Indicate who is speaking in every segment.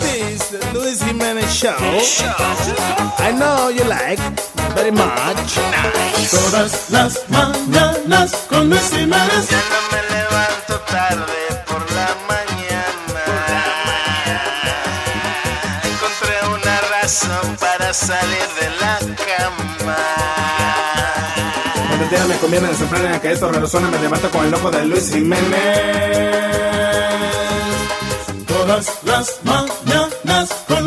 Speaker 1: This is the Luis Jimenez show. I know you like very much.
Speaker 2: Todas las mañanas con Luis Jiménez.
Speaker 3: Ya no me levanto tarde por la mañana. Encontré una razón para salir de la cama.
Speaker 2: Cuando tía me conviene desenfrenar en que esto resuena, me levanto con el loco de Luis Jiménez. Todas las mañanas con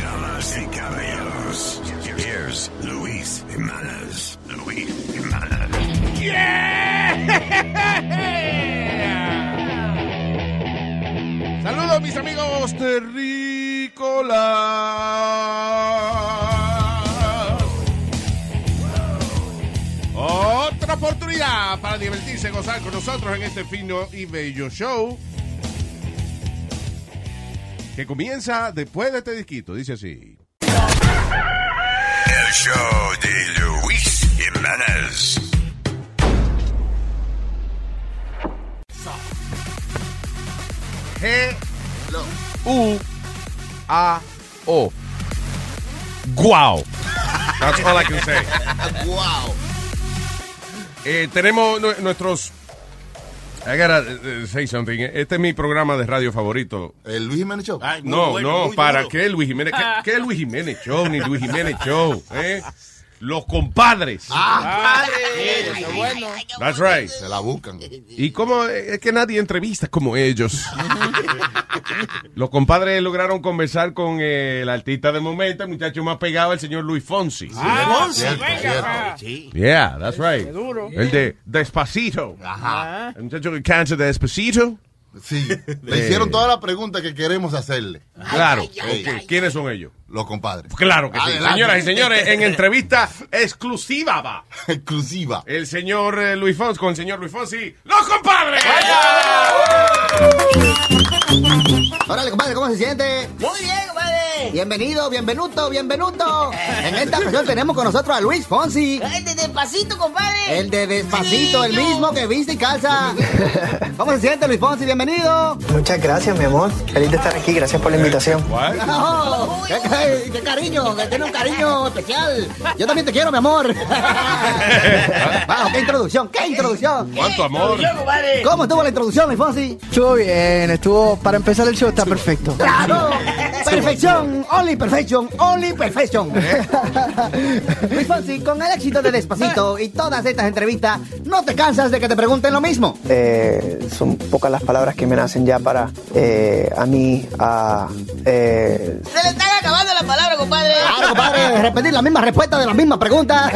Speaker 4: Damas y caballeros, here's Luis Jimenez. Luis Jimenez.
Speaker 5: Saludos mis amigos terrícolas. Otra oportunidad para divertirse, gozar con nosotros en este fino y bello show que comienza después de este disquito. Dice así.
Speaker 4: El show de Luis Jimenez.
Speaker 5: G U A O. Guau. That's all I can say. Eh, tenemos nu- nuestros. I gotta eh, say something. Este es mi programa de radio favorito.
Speaker 6: El Luis Jiménez Show.
Speaker 5: no, no, ¿para qué Luis Jiménez? ¿Qué, qué Luis Jiménez Show? Ni Luis Jiménez Show. ¿eh? Los compadres.
Speaker 6: Ah,
Speaker 7: Ah,
Speaker 5: That's right.
Speaker 6: Se la buscan.
Speaker 5: ¿Y cómo es que nadie entrevista como ellos? Los compadres lograron conversar con eh, el artista de momento, el muchacho más pegado, el señor Luis Fonsi.
Speaker 6: Ah, Cierto, cierto.
Speaker 5: Yeah, that's right. El de Despacito.
Speaker 6: Ajá.
Speaker 5: El muchacho que canta Despacito.
Speaker 6: Sí. Le hicieron todas las preguntas que queremos hacerle.
Speaker 5: Claro.
Speaker 6: ay,
Speaker 5: Ok,
Speaker 6: ay.
Speaker 5: ¿Quiénes son ellos?
Speaker 6: Los compadres.
Speaker 5: Claro que sí.
Speaker 6: Adelante.
Speaker 5: Señoras y señores, en entrevista exclusiva va
Speaker 6: Exclusiva.
Speaker 5: el señor eh, Luis Fonsi con el señor Luis Fonsi. ¡Los compadres!
Speaker 7: Órale, compadre, ¿cómo se siente? Muy bien, compadre. Bienvenido, bienvenuto, bienvenuto. En esta ocasión tenemos con nosotros a Luis Fonsi,
Speaker 8: ¡Ay, de despacito, compadre!
Speaker 7: el de Despacito, el mismo que viste y calza. ¿Cómo se siente, Luis Fonsi? Bienvenido.
Speaker 9: Muchas gracias, mi amor. Feliz de estar aquí. Gracias por la invitación.
Speaker 5: What?
Speaker 7: Oh, qué, qué- qué cariño! que Tiene un cariño especial. Yo también te quiero, mi amor. Wow, qué introducción, qué introducción.
Speaker 5: ¿Cuánto amor?
Speaker 8: Yo, compadre!
Speaker 7: ¿Cómo estuvo la introducción, Luis Fonsi?
Speaker 9: Estuvo bien, estuvo. Para empezar el show está perfecto.
Speaker 7: ¡Claro! Perfección, only perfection, only perfection. Luis Pues, Fonsi, con el éxito de Despacito y todas estas entrevistas, no te cansas de que te pregunten lo mismo.
Speaker 9: Eh, son pocas las palabras que me nacen ya para eh, a mí a eh,
Speaker 8: ¡Se le están acabando la palabra, compadre!
Speaker 7: Claro, compadre, repetir la misma respuesta de las mismas preguntas.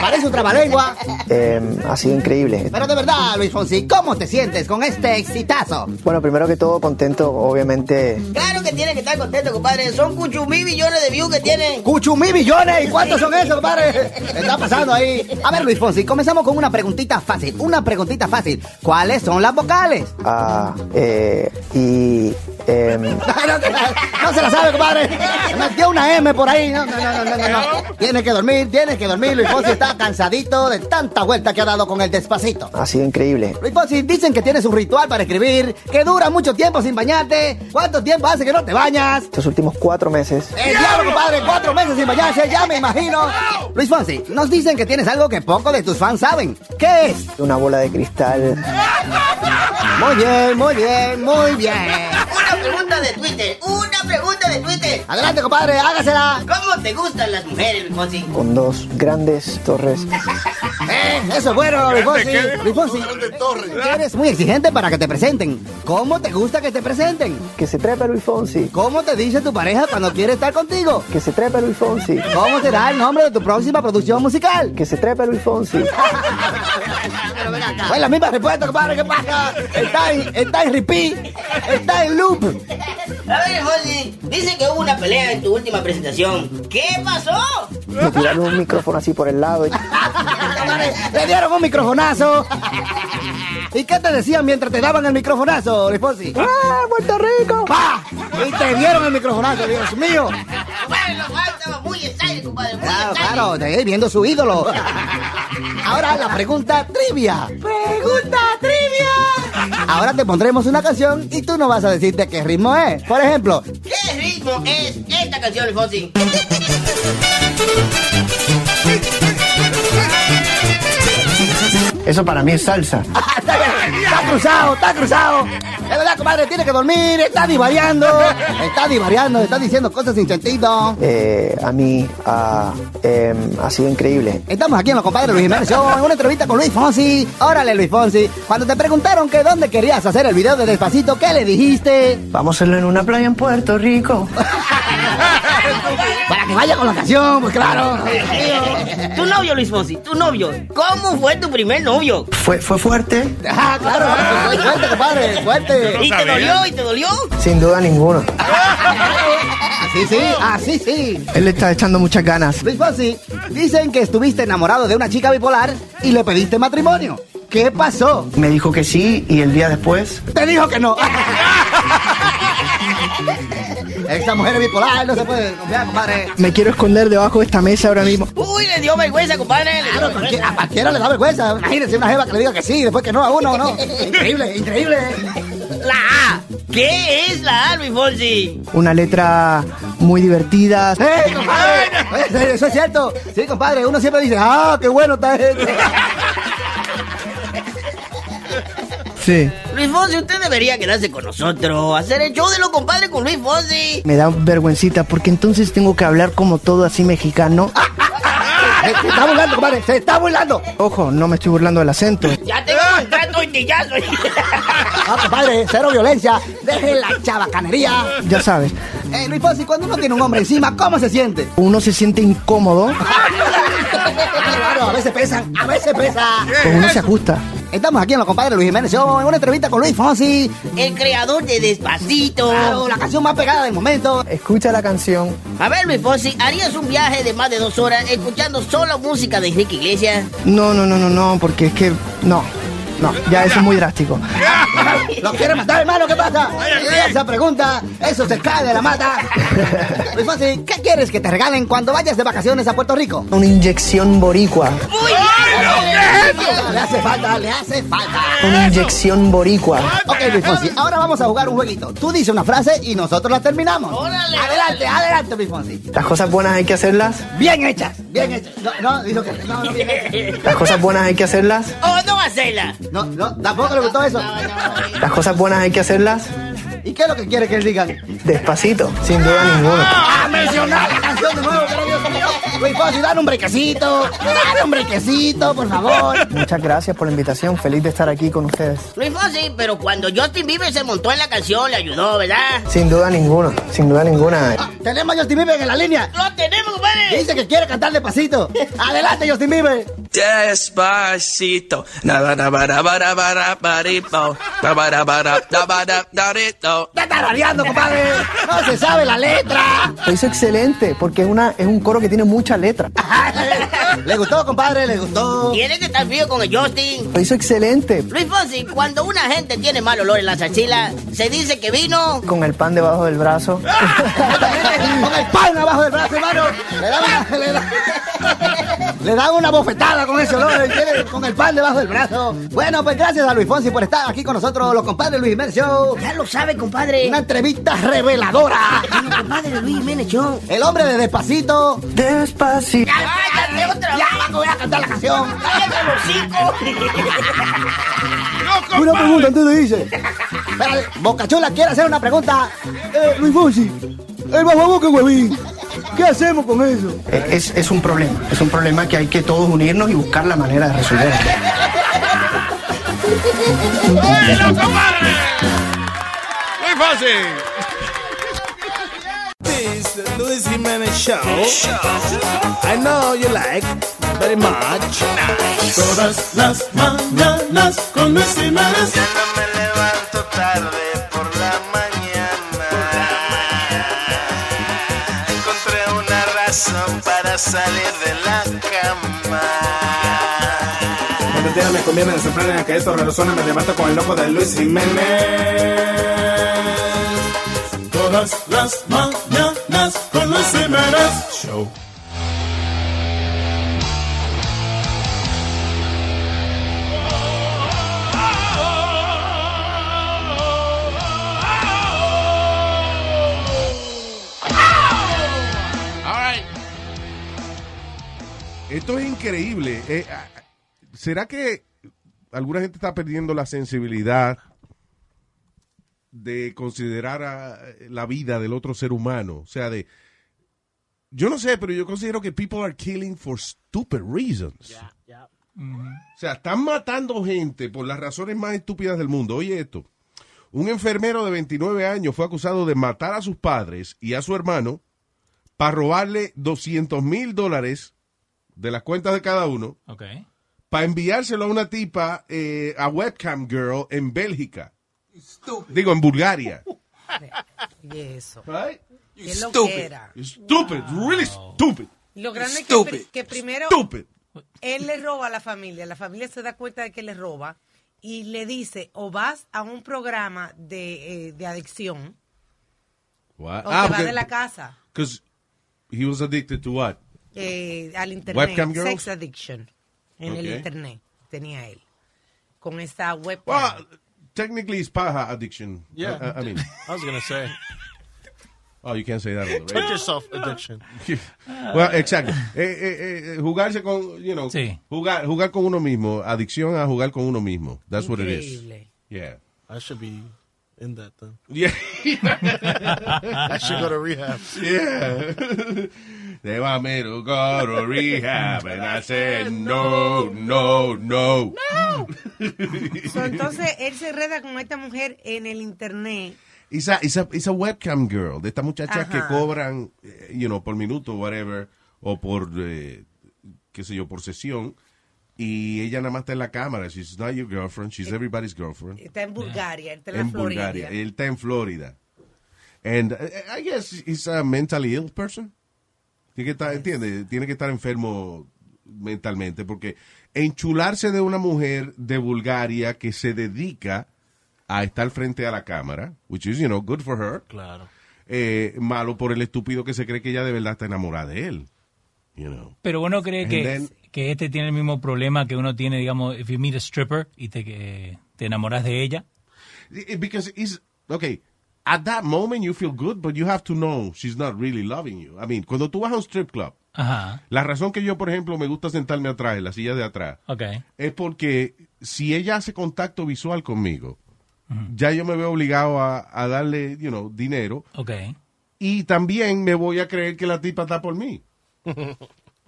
Speaker 7: Parece un trabalengua.
Speaker 9: eh, ha sido increíble.
Speaker 7: Pero de verdad, Luis Fonsi, ¿cómo te sientes con este exitazo?
Speaker 9: Bueno, primero que todo contento, obviamente.
Speaker 8: Claro que tiene que estar contento, compadre. Son cuchumí billones de views que tienen.
Speaker 7: Cuchumí billones, ¿y cuántos son esos, compadre? Está pasando ahí. A ver, Luis Fonsi, comenzamos con una preguntita fácil. Una preguntita fácil. ¿Cuáles son las vocales?
Speaker 9: a, eh, y em,
Speaker 7: No, no, no se la sabe, compadre. Metió una M por ahí. No, no, no, no, no, no. Tienes que dormir, tienes que dormir. Luis Fonsi está cansadito de tanta vuelta que ha dado con el despacito.
Speaker 9: ha sido increíble.
Speaker 7: Luis Fonsi, dicen que tienes un ritual para escribir, que dura mucho tiempo sin bañarte. ¿Cuánto tiempo hace que no te bañas?
Speaker 9: Estos últimos cuatro meses
Speaker 7: El diablo, compadre, cuatro meses sin bañarse, ya me imagino. Luis Fonsi, nos dicen que tienes algo que poco de tus fans saben. ¿Qué es?
Speaker 9: una bola de cristal
Speaker 7: Muy bien, muy bien, muy bien.
Speaker 8: Una pregunta de Twitter, una pregunta de Twitter.
Speaker 7: Adelante, compadre, hágasela.
Speaker 8: ¿Cómo te gustan las mujeres, Fonsi?
Speaker 9: con dos grandes torres
Speaker 7: Eh, Eso es bueno, Luis Fonsi.
Speaker 10: ¿qué dijo?
Speaker 7: Luis Fonsi, tú eres muy exigente para que te presenten. ¿Cómo te gusta que te presenten?
Speaker 9: Que se trepe Luis Fonsi.
Speaker 7: ¿Cómo te dice tu pareja cuando quiere estar contigo?
Speaker 9: Que se trepe Luis Fonsi.
Speaker 7: ¿Cómo será el nombre de tu próxima producción musical?
Speaker 9: Que se trepe Luis Fonsi.
Speaker 7: Fue la misma respuesta, compadre, ¿qué pasa? Está en, está en repeat, está en loop.
Speaker 8: A ver, Fonsi, dice que hubo una pelea en tu última presentación. ¿Qué pasó?
Speaker 9: Me tiraron un micrófono así por el lado. eh.
Speaker 7: Ah, Compadre, Le dieron un microfonazo. ¿Y qué te decían mientras te daban el microfonazo, Responsi?
Speaker 9: ¡Ah, Puerto Rico!
Speaker 7: ¡Pa! Y te dieron el microfonazo, Dios mío.
Speaker 8: Compadre, los fans estaban muy excited, compadre, muy
Speaker 7: Claro,
Speaker 8: excited.
Speaker 7: claro, te- viendo su ídolo. Ahora la pregunta trivia. ¡Pregunta trivia! Ahora te pondremos una canción y tú no vas a decirte qué ritmo es. Por ejemplo,
Speaker 8: ¿Qué ritmo es esta canción, Fonsi?
Speaker 9: Eso para mí es salsa.
Speaker 7: está, está cruzado, está cruzado. Es verdad, compadre, tiene que dormir, está divariando, está divariando, está diciendo cosas sin sentido.
Speaker 9: Eh, a mí ah, em, ha sido increíble.
Speaker 7: Estamos aquí en los compadres Luis Jiménez Show, en una entrevista con Luis Fonsi. Órale, Luis Fonsi, cuando te preguntaron que dónde querías hacer el video de Despacito, ¿qué le dijiste?
Speaker 9: Vamos a hacerlo en una playa en Puerto Rico.
Speaker 7: Para que vaya con la canción, pues claro.
Speaker 8: Tu novio, Luis Fonsi, tu novio. ¿Cómo fue tu primer novio?
Speaker 9: Fue, fue fuerte.
Speaker 7: Ah, claro, fuerte, compadre, fuerte.
Speaker 8: ¿Y te
Speaker 10: sabía.
Speaker 8: dolió? ¿Y te dolió?
Speaker 9: Sin duda ninguna. Ah.
Speaker 7: Así sí, así sí.
Speaker 9: Él le está echando muchas ganas.
Speaker 7: Luis Fonsi, dicen que estuviste enamorado de una chica bipolar y le pediste matrimonio. ¿Qué pasó?
Speaker 9: Me dijo que sí y el día después.
Speaker 7: Te dijo que no. Esa mujer es bipolar, no se puede confiar, compadre.
Speaker 9: Me quiero esconder debajo de esta mesa ahora mismo.
Speaker 8: Uy, le dio vergüenza, compadre. le dio
Speaker 7: Claro,
Speaker 8: vergüenza.
Speaker 7: cualquiera- a cualquiera le da vergüenza. Imagínense una jeva que le diga que sí, después que no a uno, no. Increíble, increíble.
Speaker 8: La A. ¿Qué es la A, Luis Fonsi?
Speaker 9: Una letra muy divertida.
Speaker 7: ¡Eh, compadre! Eh, Eso es cierto. Sí, compadre, uno siempre dice, ah, qué bueno está esto.
Speaker 9: Sí.
Speaker 8: Luis Fonsi, usted debería quedarse con nosotros, hacer el show de los compadres con Luis Fonsi.
Speaker 9: Me da vergüencita porque entonces tengo que hablar como todo así mexicano.
Speaker 7: Se se está burlando, compadre, se está burlando.
Speaker 9: Ojo, no me estoy burlando del acento.
Speaker 8: Ya tengo un trato y tillazo.
Speaker 7: Ah, compadre, cero violencia, deje la chabacanería.
Speaker 9: Ya sabes,
Speaker 7: Eh, Luis Fonsi, cuando uno tiene un hombre encima, ¿cómo se siente?
Speaker 9: uno se siente incómodo,
Speaker 7: Claro, a veces pesa, a veces pesa.
Speaker 9: pues uno se ajusta.
Speaker 7: Estamos aquí en los compadres Luis Jiménez Show, en una entrevista con Luis Fonsi.
Speaker 8: El creador de Despacito.
Speaker 7: Claro, la canción más pegada del momento.
Speaker 9: Escucha la canción.
Speaker 8: A ver, Luis Fonsi, ¿harías un viaje de más de dos horas escuchando solo música de Enrique Iglesias?
Speaker 9: No, no, no, no, no, porque es que no. No, ya eso es muy drástico.
Speaker 7: ¿Lo quiere matar, hermano? ¿Qué pasa? Esa pregunta, eso se cae de la mata. Luis Fonsi, ¿qué quieres que te regalen cuando vayas de vacaciones a Puerto Rico?
Speaker 9: Una inyección boricua.
Speaker 8: ¡Muy bien!
Speaker 7: Le hace falta, le hace falta.
Speaker 9: Una inyección boricua.
Speaker 7: Ok, Luis Fonsi, ahora vamos a jugar un jueguito. Tú dices una frase y nosotros la terminamos.
Speaker 8: Órale,
Speaker 7: adelante, adelante, Luis Fonsi.
Speaker 9: Las cosas buenas hay que hacerlas.
Speaker 7: Bien hechas, bien hechas. No, no, dijo que no, no, bien hechas.
Speaker 9: Las cosas buenas hay que hacerlas.
Speaker 8: ¡Oh, no hacerla!
Speaker 7: No, no, tampoco le gustó eso.
Speaker 9: Las cosas buenas hay que hacerlas
Speaker 7: ¿Y qué es lo que quiere que él diga?
Speaker 9: despacito, sin duda ninguna.
Speaker 7: ¡Ah, mencionar la canción de nuevo! que no vio cómo no. Luis Fonsi, Pues, dale un brequecito, dale un brequecito, por favor.
Speaker 9: Muchas gracias por la invitación. Feliz de estar aquí con ustedes.
Speaker 8: Luis Fonsi, pero cuando Justin Bieber se montó en la canción, le ayudó, ¿verdad?
Speaker 9: Sin duda ninguna, sin duda ninguna.
Speaker 7: Ah, Tenemos a Justin Bieber en la línea.
Speaker 8: ¡Lo tenemos, compadre!
Speaker 7: Dice que quiere cantar despacito. Adelante, Justin Bieber.
Speaker 2: Despacito. Nabarabarabarabaripo. Nabarabarabarito.
Speaker 7: Está tarareando, compadre. No se sabe la letra.
Speaker 9: Lo hizo excelente porque es, una, es un coro que tiene mucha letra.
Speaker 7: Le gustó, compadre, le gustó.
Speaker 8: Tiene que estar frío con el Justin.
Speaker 9: Lo hizo excelente
Speaker 8: Luis Fonsi, cuando una gente tiene mal olor en las axilas, se dice que vino.
Speaker 9: con el pan debajo del brazo.
Speaker 7: Con el pan abajo del brazo, hermano. Le dan una, le da- le dan una bofetada con ese olor. tiene- Con el pan debajo del brazo. Bueno, pues gracias a Luis Fonsi por estar aquí con nosotros, los compadres Luis Jiménez Show.
Speaker 8: Ya lo sabe, compadre.
Speaker 7: Una entrevista reveladora.
Speaker 8: Bueno, compadre Luis Jiménez Show.
Speaker 7: El hombre de despacito.
Speaker 9: Despacito.
Speaker 8: ¡Cállate otra
Speaker 7: Ya, Paco, voy a cantar la canción.
Speaker 8: ¡Cállate los hocico!
Speaker 7: Una pregunta antes de irse. Espérate, Bocachula quiere hacer una pregunta. Eh, Luis Fonsi, el más bobo que huevín.
Speaker 11: ¿Qué hacemos con eso?
Speaker 12: Eh, Es, es un problema, es un problema que hay que todos unirnos y buscar la manera de resolver.
Speaker 5: Muy fácil.
Speaker 1: This Luis Jiménez show. I know you like very much.
Speaker 2: Todas las mañanas con Luis Jiménez.
Speaker 3: Encontré una razón para salir de la cama.
Speaker 13: Cuando tierra me convierten en sorprenden que esto resuena, me levanto con el loco de Luis Jiménez.
Speaker 2: Todas las mañanas con Luis Jiménez. Show.
Speaker 5: Esto es increíble. Eh, ah, ¿Será que alguna gente está perdiendo la sensibilidad de considerar a- eh, la vida del otro ser humano? O sea, de... Yo no sé, pero yo considero que people are killing for stupid reasons. O sea, están matando gente por las razones más estúpidas del mundo. Oye esto. Un enfermero de 29 años fue acusado de matar a sus padres y a su hermano para robarle 200 mil dólares de las cuentas de cada uno
Speaker 14: Ok.
Speaker 5: para enviárselo a una tipa, eh, a Webcam Girl en Bélgica. Digo, en Bulgaria.
Speaker 15: Y eso. Qué
Speaker 5: Stupid.
Speaker 15: loquera. Ah.
Speaker 5: Stupid, really stupid.
Speaker 15: Lo grande es que,
Speaker 5: Stupid.
Speaker 15: pri- que primero
Speaker 5: Stupid.
Speaker 15: él le roba a la familia, la familia se da cuenta de que le roba y le dice o vas a un programa de, eh, de adicción
Speaker 5: What?
Speaker 15: o te vas de la casa
Speaker 5: Ah, Because he was addicted to what?
Speaker 15: eh, al internet,
Speaker 5: Webcam girls?
Speaker 15: sex addiction en
Speaker 5: Ok.
Speaker 15: el internet tenía él con esta webcam.
Speaker 5: Well, technically it's paja addiction.
Speaker 15: Yeah.
Speaker 5: I- I- I mean,
Speaker 16: I was gonna say
Speaker 5: oh, you can't say that. on the radio.
Speaker 16: touch yourself addiction.
Speaker 5: Well, exacto. Eh, eh, eh, jugarse con, you know,
Speaker 16: Sí.
Speaker 5: jugar, jugar con uno mismo. Adicción a jugar con uno mismo. That's what it is.
Speaker 16: Increíble.
Speaker 5: Yeah.
Speaker 16: I should be in that then.
Speaker 5: Yeah.
Speaker 16: I should go to rehab.
Speaker 5: Yeah. They want me to go to rehab, and I said no, no, no.
Speaker 15: So, entonces él se enreda con esta mujer en el internet.
Speaker 5: It's a, it's a- it's a webcam girl, de estas muchachas
Speaker 15: Ajá.
Speaker 5: que cobran, eh, you know, por minuto, whatever, o por, eh, qué sé yo, por sesión, y ella nada más está en la cámara. She's not your girlfriend, she's everybody's girlfriend.
Speaker 15: Está en Bulgaria, él está en,
Speaker 5: en
Speaker 15: la Florida.
Speaker 5: Bulgaria. Él está en Florida. And eh, I guess he's a mentally ill person. Tiene que estar, entiende, tiene que estar enfermo mentalmente porque enchularse de una mujer de Bulgaria que se dedica a estar frente a la cámara, which is, you know, good for her.
Speaker 16: Claro.
Speaker 5: Eh, malo por el estúpido que se cree que ella de verdad está enamorada de él. You know.
Speaker 14: Pero uno cree
Speaker 5: And
Speaker 14: que,
Speaker 5: then-
Speaker 14: que este tiene el mismo problema que uno tiene, digamos, if you meet a stripper y te, que te enamoras de ella.
Speaker 5: Eh, Because it's, okay, at that moment you feel good, but you have to know she's not really loving you. I mean, cuando tú vas a un strip club,
Speaker 14: Ajá.
Speaker 5: La razón que yo, por ejemplo, me gusta sentarme atrás, en la silla de atrás,
Speaker 14: Ok.
Speaker 5: es porque si ella hace contacto visual conmigo, ya yo me veo obligado a, a darle, you know, dinero.
Speaker 14: Ok.
Speaker 5: Y también me voy a creer que la tipa está por mí.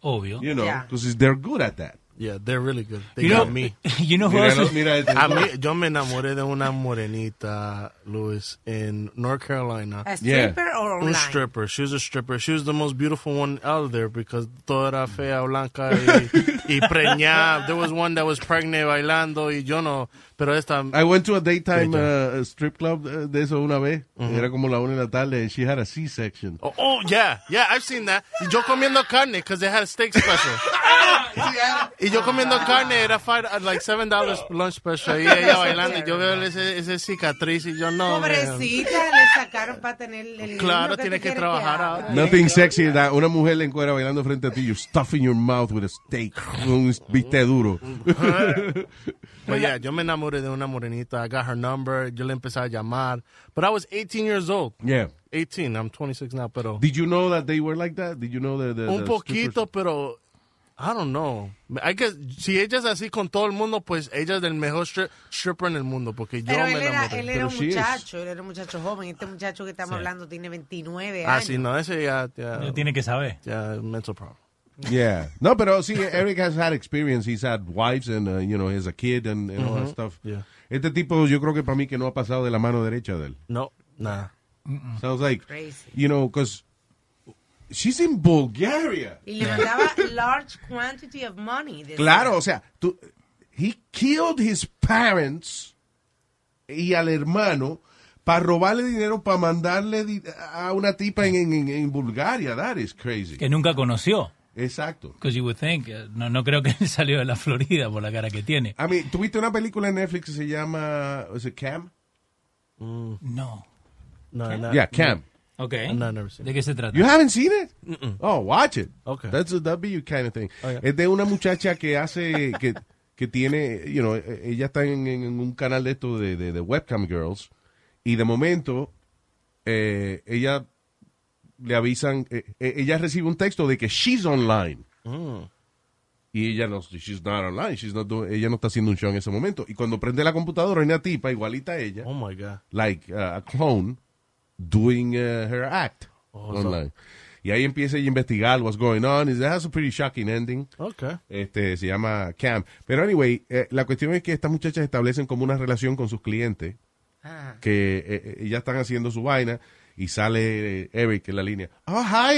Speaker 14: Obvio.
Speaker 5: You know, because they're good at that.
Speaker 16: Yeah, they're really good. They
Speaker 14: You
Speaker 16: got
Speaker 14: know-
Speaker 16: me.
Speaker 14: you know who Mira, else- mira este.
Speaker 16: A mí, yo me enamoré de una morenita, Luis, in North Carolina.
Speaker 15: A stripper Yeah. or
Speaker 16: Un
Speaker 15: online?
Speaker 16: stripper. She was a stripper. She was the most beautiful one out there because toda era fea, blanca y, y preñada. There was one that was pregnant bailando y yo no. Pero esta...
Speaker 5: I went to a daytime uh, strip club uh, de eso una vez. Era como la una de la tarde. and She had a C-section.
Speaker 16: Oh, oh, yeah, yeah, I've seen that. Y yo comiendo carne because they had a steak special. y yo comiendo carne era five, uh, like seven dollars lunch special. Y ella bailando. y Yo veo ese, ese cicatriz y yo no. man.
Speaker 15: Pobrecita, le sacaron para tener el
Speaker 16: Claro,
Speaker 15: niño
Speaker 16: tiene
Speaker 15: tú
Speaker 16: que
Speaker 15: quieres
Speaker 16: trabajar
Speaker 15: haga.
Speaker 5: Nothing sexy. that. Una mujer le encuera bailando frente a ti. You're stuffing your mouth with a steak. Un bistec duro.
Speaker 16: But yeah, yo me enamoré de una morenita. I got her number. Yo le empecé a llamar. But I was 18 years old.
Speaker 5: Yeah.
Speaker 16: 18. I'm 26 now, pero.
Speaker 5: Did you know that they were like that? Did you know the, the,
Speaker 16: Un
Speaker 5: the strippers-
Speaker 16: poquito, pero I don't know. I guess, si ella es así con todo el mundo, pues ella es el mejor stri- stripper en el mundo, porque yo
Speaker 15: Pero
Speaker 16: me
Speaker 15: él era,
Speaker 16: enamoré.
Speaker 15: él era un muchacho, él era un muchacho joven. Este muchacho que estamos hablando tiene 29
Speaker 16: Ah,
Speaker 15: años.
Speaker 16: sí, no, ese ya... ya
Speaker 14: Ya tiene que saber.
Speaker 16: Ya, mental problem.
Speaker 5: Yeah. No, pero sí, Eric has had experience. He's had wives and, uh, you know, he has a kid and, and all that
Speaker 16: Ujú.
Speaker 5: stuff.
Speaker 16: Uh-huh. Yeah.
Speaker 5: Este tipo, yo creo que para mí que no ha pasado de la mano derecha de él.
Speaker 16: No, nada.
Speaker 5: Sounds like,
Speaker 15: Crazy.
Speaker 5: you know, because she's in Bulgaria.
Speaker 15: Y le mandaba large quantity of money. decía.
Speaker 5: Claro, o sea, tú, he killed his parents y al hermano para robarle dinero, para mandarle di- a una tipa en, en- en Bulgaria. That is crazy.
Speaker 14: Que nunca conoció.
Speaker 5: Exacto.
Speaker 14: Because you would think, eh, no, no creo que él salió de la Florida por la cara que tiene.
Speaker 5: I mean, ¿tuviste una película en Netflix que se llama, ¿es Cam?
Speaker 14: No.
Speaker 16: No,
Speaker 14: Cam?
Speaker 16: no.
Speaker 5: Yeah, Cam.
Speaker 14: Ok.
Speaker 16: No, never seen
Speaker 14: ¿De qué se trata?
Speaker 5: You haven't seen it?
Speaker 16: Mm-mm.
Speaker 5: Oh, watch it.
Speaker 16: Okay.
Speaker 5: That's a, that'd be your kind of thing.
Speaker 16: Oh, yeah.
Speaker 5: Es de una muchacha que hace, que, que tiene, you know, eh, ella está en, en un canal de esto de, de, de webcam girls y de momento eh, ella le avisan, eh, eh, ella recibe un texto de que she's online.
Speaker 14: Mm.
Speaker 5: Y ella no, she's not online, she's not doing- ella no está haciendo un show en ese momento. Y cuando prende la computadora hay una tipa igualita a ella.
Speaker 16: Oh my God.
Speaker 5: like uh, a clone doing uh, her act online. Y ahí empieza ella a investigar what's going on. It has a pretty shocking ending.
Speaker 16: Okay.
Speaker 5: Este, se llama Cam. Pero anyway, eh, la cuestión es que estas muchachas establecen como una relación con sus clientes. Que eh, eh, ellas están haciendo su vaina y sale eh, Eric en la línea. Oh, hi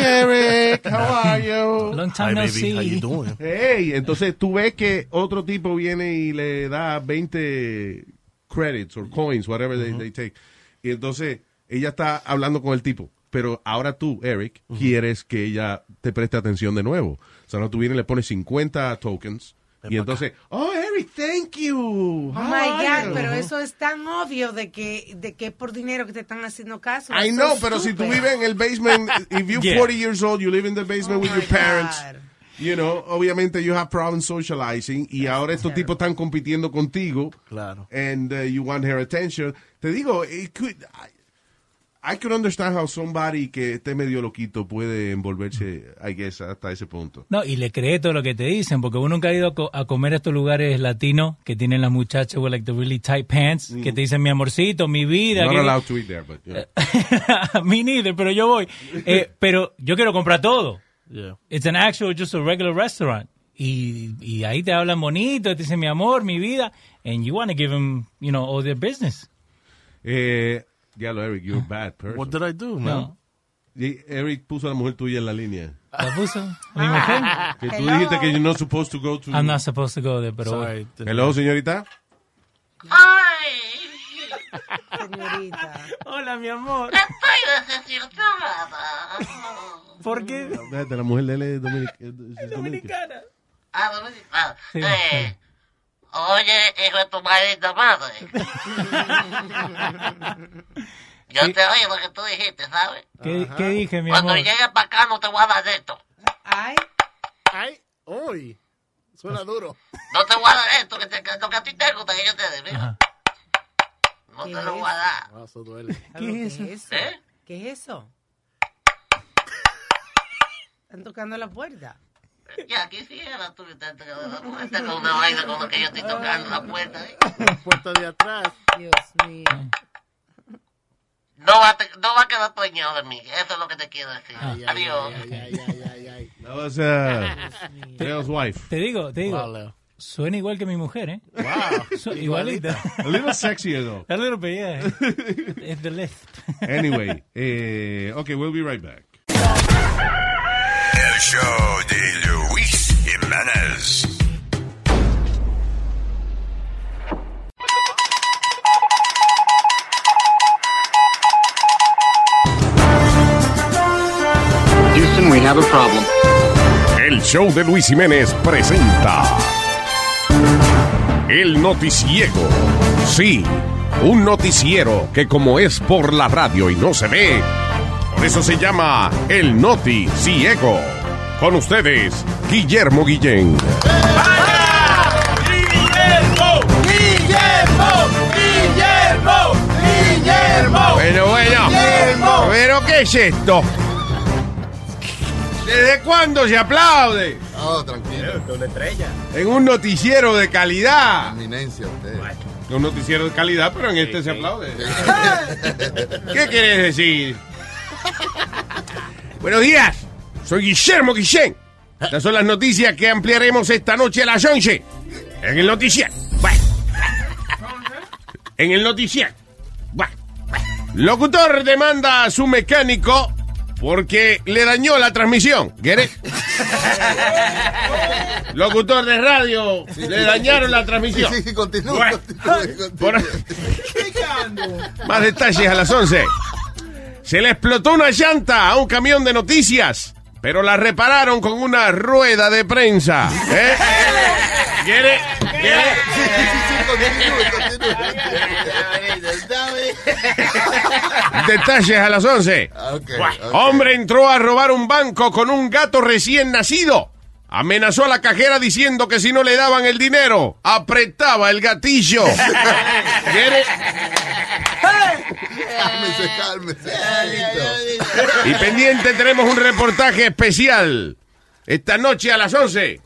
Speaker 5: Eric, how are you?
Speaker 14: Long time Hi, no baby. see. How you doing?
Speaker 5: Hey, entonces tú ves que otro tipo viene y le da 20 credits or coins, whatever they, they take. Y entonces ella está hablando con el tipo. Pero ahora tú, Eric, quieres que ella te preste atención de nuevo. O sea, no, tú vienes y le pones 50 tokens. y entonces, oh, Eric, thank you.
Speaker 15: Oh my God, pero eso es tan obvio de que, de que es por dinero que te están haciendo caso.
Speaker 5: I
Speaker 15: Eso
Speaker 5: know,
Speaker 15: es
Speaker 5: pero si tú
Speaker 15: stupid.
Speaker 5: vives en el basement, if you're
Speaker 14: Yeah.
Speaker 5: 40 years old, you live in the basement with your parents, you know, obviamente you have problems socializing y ahora estos tipos están compitiendo contigo.
Speaker 16: Claro.
Speaker 5: And uh, you want her attention. Te digo, it could, I, I could understand how somebody que esté medio loquito puede envolverse, I guess, hasta ese punto.
Speaker 14: No, y le cree todo lo que te dicen, porque uno nunca ha ido a, co- a comer a estos lugares latinos que tienen las muchachas with like the really tight pants, que te dicen mi amorcito, mi vida.
Speaker 5: Mm. Not
Speaker 14: que-
Speaker 5: allowed to eat there, but, you know.
Speaker 14: A mí neither, pero yo voy. Eh, pero yo quiero comprar todo.
Speaker 16: Yeah.
Speaker 14: It's an actual, just a regular restaurant. Y, y ahí te hablan bonito, te dicen mi amor, mi vida, and you want to give them, you know, all their business.
Speaker 5: Eh, diablo, Eric, you're a bad person.
Speaker 16: What did I do, man?
Speaker 14: No.
Speaker 5: Y Eric puso a la mujer tuya en la línea.
Speaker 14: ¿La puso? ¿Mi mujer?
Speaker 5: Que tú dijiste que you're not supposed to go to...
Speaker 14: I'm not supposed to go there, pero voy.
Speaker 16: Sorry, didn't-
Speaker 5: Hello, señorita.
Speaker 15: Señorita.
Speaker 14: Hola, mi amor. ¿Por qué?
Speaker 5: Espérate, la mujer de él es dominic- eh, es dominicana.
Speaker 17: Ah, no me ah,
Speaker 5: Sí.
Speaker 17: eh, Oye, hijo de tu maldita madre. Yo te oí lo que tú dijiste, ¿sabes?
Speaker 14: ¿Qué, qué dije, mi
Speaker 17: Cuando
Speaker 14: amor?
Speaker 17: llegues para acá no te voy a dar esto.
Speaker 15: Ay.
Speaker 16: Ay, uy. Suena duro.
Speaker 17: No te voy a dar esto, que, te, que- lo que a ti te gusta que yo te dé, mira.
Speaker 14: Ajá.
Speaker 17: No
Speaker 15: ¿Qué
Speaker 17: te lo
Speaker 15: es?
Speaker 17: voy a dar.
Speaker 16: Ah, eso duele.
Speaker 15: ¿Qué es eso?
Speaker 17: ¿Eh?
Speaker 15: ¿Qué es eso? Están tocando la puerta.
Speaker 17: Ya quisiera tú que te te- la puerta con una vaina con lo que yo estoy tocando la puerta. ¿eh?
Speaker 16: La puerta de atrás.
Speaker 15: Dios mío.
Speaker 17: No va, a te- no va a quedar preñado de mí. Eso es lo que te quiero decir.
Speaker 16: Ay, ay,
Speaker 17: Adiós.
Speaker 16: ay, ay, ay, ay, ay.
Speaker 5: That was, uh, Leo's wife.
Speaker 14: Te digo, te digo.
Speaker 5: Wow,
Speaker 14: Suena igual que mi mujer, ¿eh? Su- igualita.
Speaker 5: A little sexier, though.
Speaker 14: A little bit, yeah. It's the left.
Speaker 5: Anyway, eh, okay, we'll be right back.
Speaker 4: El show de Luis Jiménez.
Speaker 18: Houston, we have a problem.
Speaker 19: El show de Luis Jiménez presenta El Noticiego. Sí, un noticiero que como es por la radio y no se ve, por eso se llama El Noticiego. Con ustedes, Guillermo Guillén.
Speaker 2: Guillermo, Guillermo, Guillermo, Guillermo.
Speaker 20: Bueno, bueno.
Speaker 2: Guillermo.
Speaker 20: ¿Pero qué es esto? ¿Desde cuándo se aplaude?
Speaker 7: Oh, tranquilo.
Speaker 21: una estrella.
Speaker 6: En un noticiero de calidad.
Speaker 2: Eminencia usted.
Speaker 6: Un noticiero de calidad, pero en este se aplaude. ¿Qué quieres decir? Buenos días. Soy Guillermo Guillén. Estas son las noticias que ampliaremos esta noche a las 11. En el noticiero. Bueno. En el noticiero. Bueno. Locutor demanda a su mecánico porque le dañó la transmisión. ¿Get it? Locutor de radio, le dañaron la transmisión.
Speaker 2: Sí, sí, sí, continúa.
Speaker 6: Bueno. Por- Más detalles a las 11. Se le explotó una llanta a un camión de noticias, pero la repararon con una rueda de prensa. ¿Eh? ¿Quiere? ¿Quiere? Detalles a las 11. Buah, Hombre entró a robar un banco con un gato recién nacido. Amenazó a la cajera diciendo que si no le daban el dinero, apretaba el gatillo. ¿Quiere?
Speaker 2: Cálmese, cálmese.
Speaker 6: Y pendiente tenemos un reportaje especial esta noche a las 11.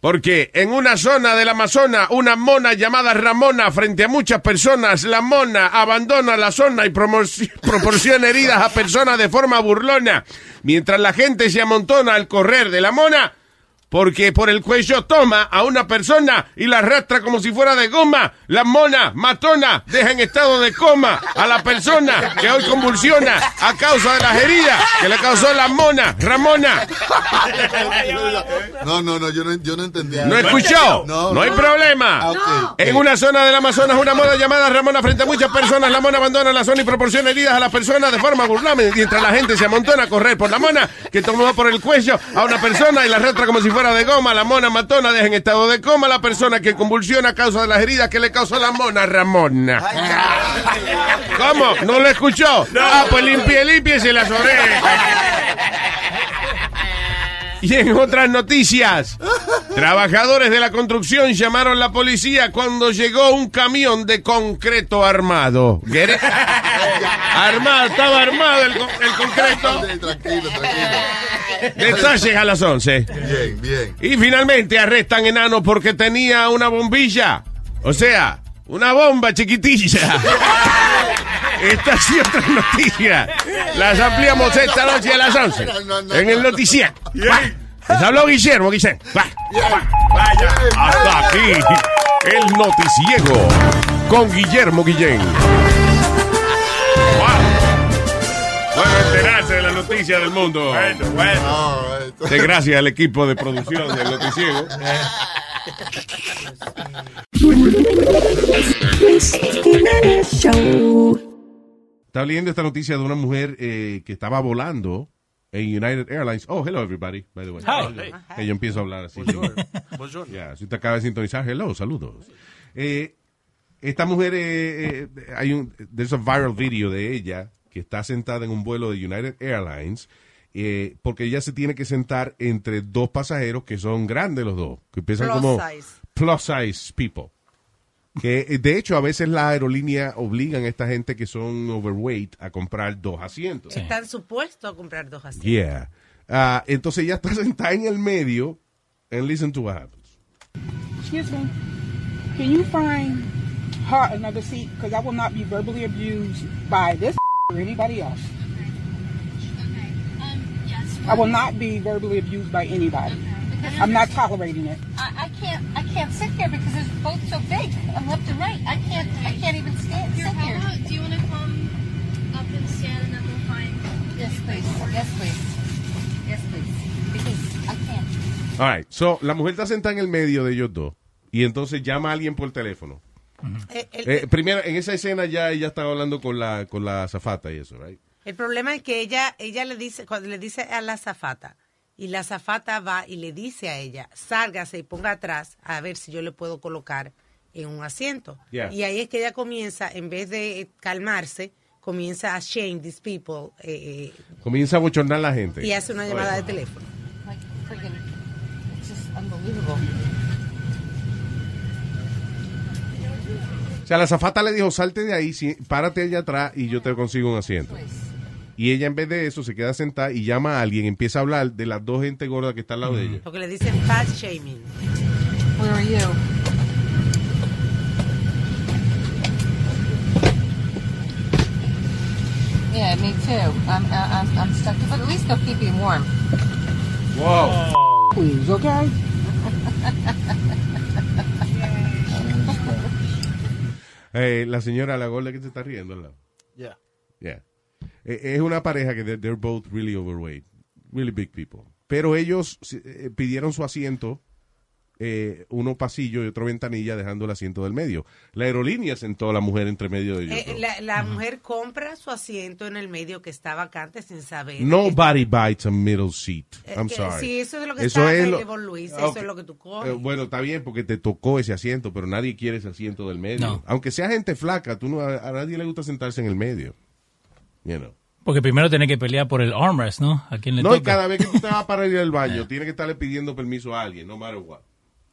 Speaker 6: Porque en una zona del Amazonas, una mona llamada Ramona, frente a muchas personas, la mona abandona la zona y promo- proporciona heridas a personas de forma burlona. Mientras la gente se amontona al correr de la mona, porque por el cuello toma a una persona y la arrastra como si fuera de goma. La mona, matona, deja en estado de coma a la persona que hoy convulsiona a causa de las heridas que le causó la mona, Ramona.
Speaker 2: No, no, no, yo no, yo no entendí.
Speaker 6: ¿No escuchó? No, hay problema.
Speaker 2: Ah, ok.
Speaker 6: En una zona del Amazonas, una mona llamada Ramona, frente a muchas personas, la mona abandona la zona y proporciona heridas a las personas de forma burlona, mientras la gente se amontona a correr por la mona, que tomó por el cuello a una persona y la arrastra como si fuera de goma. La mona matona deja en estado de coma a la persona que convulsiona a causa de las heridas que le causó la mona Ramona. ¿Cómo? ¿No lo escuchó? Ah, pues limpie, limpiese las orejas. Y en otras noticias, trabajadores de la construcción llamaron la policía cuando llegó un camión de concreto armado. Get it? Armado, estaba armado el, con- el concreto.
Speaker 2: Tranquilo, tranquilo.
Speaker 6: Detalles a las 11.
Speaker 2: Bien, bien.
Speaker 6: Y finalmente arrestan enano porque tenía una bombilla. O sea, una bomba chiquitilla. Estas y otras noticias las ampliamos esta noche a las 11 en el noticiero. Va. Les habló Guillermo, Guillermo. Va. Hasta aquí el noticiego con Guillermo Guillén. Bueno, enterarse de las noticias del mundo. Bueno, bueno. De gracias al equipo de producción del noticiego.
Speaker 22: Luis Jiménez Show.
Speaker 6: Estaba leyendo esta noticia de una mujer eh, que estaba volando en United Airlines. Oh, hello everybody, by the way.
Speaker 5: Hi.
Speaker 6: Que yo empiezo a hablar así.
Speaker 16: Pues
Speaker 6: Ya, si te acaba de sintonizar, hello, saludos. Eh, esta mujer, eh, eh, hay un, there's a viral video de ella que está sentada en un vuelo de United Airlines eh, porque ella se tiene que sentar entre dos pasajeros que son grandes los dos, que empiezan
Speaker 15: Plus
Speaker 6: como
Speaker 15: size.
Speaker 6: plus size people. Que eh, de hecho a veces la aerolínea obligan a esta gente que son overweight a comprar dos asientos.
Speaker 15: Están supuestos a comprar dos asientos.
Speaker 6: Yeah. Ah, entonces ella está sentada en el medio and listen to what happens.
Speaker 23: Excuse me. Can you find her another seat? Because I will not be verbally abused by this or anybody else.
Speaker 24: um,
Speaker 23: I will not be verbally abused by anybody. I'm not tolerating it.
Speaker 24: I, I can't I can't sit here because it's both so big. I'm left and right. I can't I can't even stand sit here. do you want to come up and stand and then we'll find? Yes, please. Yes, please. Yes, please. Because I can't.
Speaker 6: All right. So, la mujer está sentada en el medio de ellos dos y entonces llama a alguien por teléfono.
Speaker 15: El, el-
Speaker 6: Eh, primero, en esa escena ya ella estaba hablando con la con la azafata y eso, right?
Speaker 15: el problema es que ella ella le dice cuando le dice a la zafata y la zafata va y le dice a ella, sálgase y ponga atrás a ver si yo le puedo colocar en un asiento.
Speaker 25: Yeah.
Speaker 15: Y ahí es que ella comienza, en vez de eh, calmarse, comienza a shame these people eh, eh,
Speaker 6: Comienza a bochornar la gente.
Speaker 15: y hace una llamada de
Speaker 6: Oye.
Speaker 15: teléfono.
Speaker 24: Like freaking, it's just unbelievable.
Speaker 6: O sea, la azafata le dijo, salte de ahí, sí, párate allá atrás y yo te consigo un asiento.
Speaker 5: Y ella en vez de eso se queda sentada y llama a alguien, empieza a hablar de las dos gente gorda que está al lado de ella.
Speaker 15: Porque le dicen fat shaming.
Speaker 24: Where are you? Yeah, me too. I'm, I- I'm, I'm stuck, but at least they'll keep you warm.
Speaker 5: Wow.
Speaker 23: Please, okay?
Speaker 5: Eh, la señora, la gorda que se está riendo al lado.
Speaker 16: Yeah.
Speaker 5: Yeah. Eh, es una pareja que they're, they're both really overweight, really big people. Pero ellos eh, pidieron su asiento, eh, uno pasillo y otro ventanilla, dejando el asiento del medio. La aerolínea sentó a la mujer entre medio de ellos.
Speaker 15: Eh, la la mujer compra su asiento en el medio que está vacante sin saber.
Speaker 5: Nobody bites a middle seat.
Speaker 15: Eh,
Speaker 5: I'm
Speaker 15: que-
Speaker 5: sorry.
Speaker 15: sí, eso es lo que está en
Speaker 5: lo-
Speaker 15: el Evo Luis,
Speaker 5: Ah,
Speaker 15: eso
Speaker 5: ok.
Speaker 15: es lo que tú coges.
Speaker 5: Eh, bueno, está bien porque te tocó ese asiento, pero nadie quiere ese asiento del medio. Aunque sea gente flaca, tú no, a, a nadie le gusta sentarse en el medio. You know.
Speaker 14: Porque primero tiene que pelear por el armrest, ¿no? ¿A quién le
Speaker 5: No, y
Speaker 14: toca?
Speaker 5: cada vez que tú te vas para ir al baño, tienes que estarle pidiendo permiso a alguien, no matter what.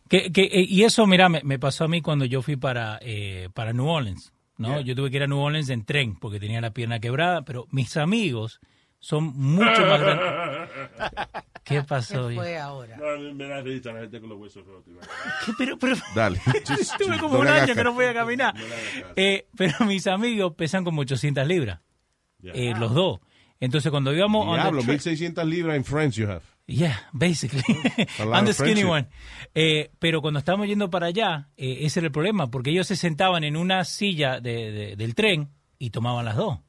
Speaker 14: Que- que- eh, y eso, mira, me, me pasó a mí cuando yo fui para, eh, para New Orleans, ¿no?
Speaker 5: Yeah.
Speaker 14: Yo tuve que ir a New Orleans en tren porque tenía la pierna quebrada, pero mis amigos son mucho más grandes. ¿Qué pasó? hijo?
Speaker 15: ahora?
Speaker 2: No, me da risa la gente con los huesos rotos.
Speaker 14: Pero, pero...
Speaker 5: Dale.
Speaker 14: Tuve como un año que no podía caminar. Eh, pero mis amigos pesan como 800 libras, eh, los dos. Entonces, cuando íbamos... on the
Speaker 5: Diablo,
Speaker 14: trip-
Speaker 5: 1600 libras en friends you have.
Speaker 14: Yeah, basically.
Speaker 5: A lot
Speaker 14: I'm the
Speaker 5: of
Speaker 14: skinny
Speaker 5: friendship.
Speaker 14: one. Eh, pero cuando estábamos yendo para allá, eh, ese era el problema, porque ellos se sentaban en una silla de- de- del tren y tomaban las dos.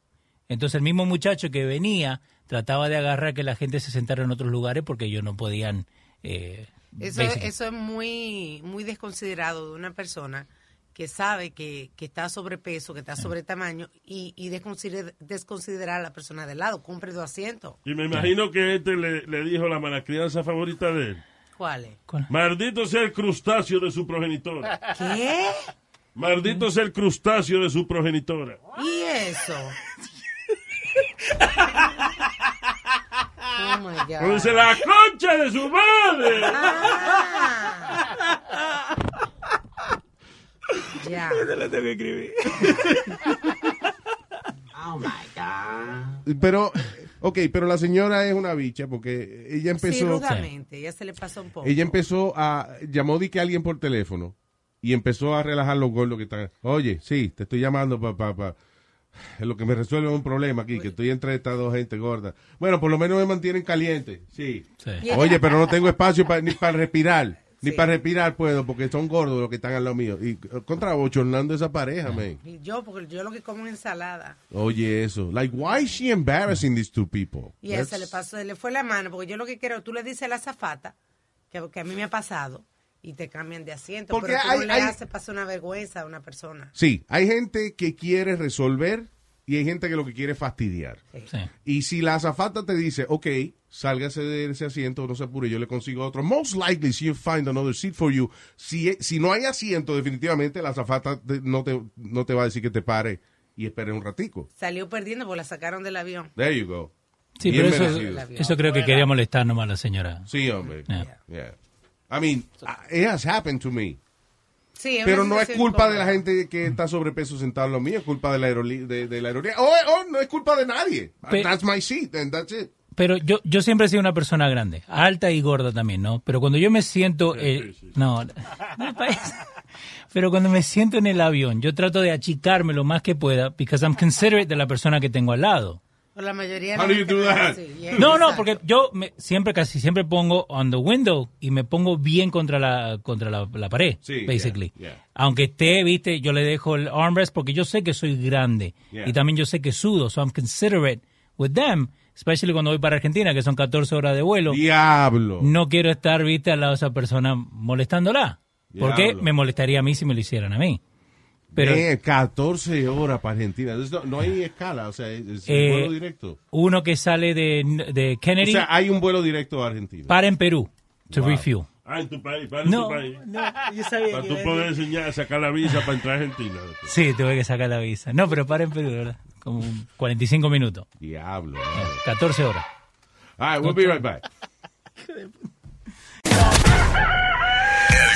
Speaker 14: Entonces el mismo muchacho que venía trataba de agarrar que la gente se sentara en otros lugares porque ellos no podían. eh,
Speaker 15: Eso,
Speaker 14: basically.
Speaker 15: eso es muy, muy desconsiderado de una persona que sabe que, que está sobrepeso, que está
Speaker 5: Mm.
Speaker 15: sobre tamaño y, y desconsider- desconsiderar a la persona de lado. Compre dos asientos.
Speaker 2: Y me imagino que este le, le dijo la malacrianza favorita de él.
Speaker 15: ¿Cuáles?
Speaker 2: Maldito sea el crustáceo de su progenitora.
Speaker 15: ¿Qué?
Speaker 2: Maldito sea el crustáceo de su progenitora.
Speaker 15: ¿Y eso? Oh my God.
Speaker 2: Dice la concha de su madre.
Speaker 15: Ya. Oh my God.
Speaker 5: Pero, ok, pero la señora es una bicha porque ella
Speaker 15: Sí,
Speaker 5: empezó.
Speaker 15: rudamente. Ya se le pasó un poco.
Speaker 5: Ella empezó a. Llamó de que alguien por teléfono y empezó a relajar los gordos que están. Oye, sí, te estoy llamando para. Pa, pa- lo que me resuelve un problema aquí, que estoy entre estas dos gente gorda. Bueno, por lo menos me mantienen caliente. Sí.
Speaker 2: Sí.
Speaker 5: Oye, pero no tengo espacio pa- ni para respirar. Ni para respirar puedo, porque son gordos los que están al lado mío. Y eh, contra bochornando esa pareja, man.
Speaker 15: Y Yo, porque yo lo que como es ensalada.
Speaker 5: Oye, eso. Like, why is she embarrassing these two people?
Speaker 15: Y a él se le pasó, se le fue la mano, porque yo lo que quiero, tú le dices a la zafata, que, que a mí me ha pasado, y te cambian de asiento,
Speaker 5: Porque
Speaker 15: pero tú
Speaker 5: hay-
Speaker 15: no le
Speaker 5: hay-
Speaker 15: haces pasar una vergüenza a una persona.
Speaker 5: Sí, hay gente que quiere resolver y hay gente que lo que quiere es fastidiar. Y si la azafata te dice, ok, sálgase de ese asiento, no se apure, yo le consigo otro. Most likely she'll find another seat for you. Si, si no hay asiento, definitivamente la azafata te- no, te, no te va a decir que te pare y espere un ratico.
Speaker 15: Salió perdiendo porque la sacaron del avión.
Speaker 5: There you go.
Speaker 14: Sí,
Speaker 5: Bien
Speaker 14: pero eso,
Speaker 5: merecido.
Speaker 14: eso creo que quería molestar nomás a la señora.
Speaker 5: Sí, hombre.
Speaker 14: Yeah.
Speaker 5: Yeah. I mean, it has happened to me.
Speaker 15: Sí, es
Speaker 5: Pero
Speaker 15: una
Speaker 5: no es
Speaker 15: situación
Speaker 5: culpa de
Speaker 15: incómoda.
Speaker 5: la gente que está sobrepeso sentado en lo mío, es culpa de la aerolínea. De, de la aerolínea. Oh, oh, no es culpa de nadie.
Speaker 14: Pe-
Speaker 5: that's my seat and that's it.
Speaker 14: Pero yo, yo siempre he sido una persona grande, alta y gorda también, ¿no? Pero cuando yo me siento... eh, No, no, pues. pa- pero cuando me siento en el avión, yo trato de achicarme lo más que pueda, because I'm considerate de la persona que tengo al lado.
Speaker 15: Por la mayoría
Speaker 2: How do
Speaker 15: de
Speaker 2: you
Speaker 15: la gente
Speaker 2: do that?
Speaker 15: sí, yeah.
Speaker 14: No, no, porque yo me- siempre, casi siempre pongo on the window y me pongo bien contra la, contra la, la pared,
Speaker 5: Sí,
Speaker 14: basically.
Speaker 5: yeah, yeah.
Speaker 14: Aunque esté, viste, yo le dejo el armrest porque yo sé que soy grande
Speaker 5: Yeah.
Speaker 14: y también yo sé que sudo, so I'm considerate with them, especially cuando voy para Argentina, que son 14 horas de vuelo.
Speaker 5: Diablo.
Speaker 14: No quiero estar, viste, al lado de esa persona molestándola, porque
Speaker 5: Diablo.
Speaker 14: me molestaría a mí si me lo hicieran a mí. Pero
Speaker 5: Man, 14 horas para Argentina. There's No, no hay escala, o sea, es, es un
Speaker 14: eh,
Speaker 5: vuelo directo.
Speaker 14: uno que sale de, de
Speaker 5: O
Speaker 14: Kennedy
Speaker 5: sea, hay un vuelo directo a Argentina.
Speaker 14: para en Perú to
Speaker 5: Wow.
Speaker 14: refuel.
Speaker 2: Ah, en tu país, para en
Speaker 14: No,
Speaker 2: tu país.
Speaker 14: yo sabía
Speaker 2: Para
Speaker 14: que
Speaker 2: tú
Speaker 14: iba a
Speaker 2: poder
Speaker 14: decir.
Speaker 2: enseñar a sacar la visa para entrar a Argentina.
Speaker 14: Sí, tuve que sacar la visa. No, pero para en Perú, ¿verdad? Como 45 minutos.
Speaker 5: Diablo.
Speaker 14: 14 horas.
Speaker 5: All right, we'll be right back.
Speaker 4: El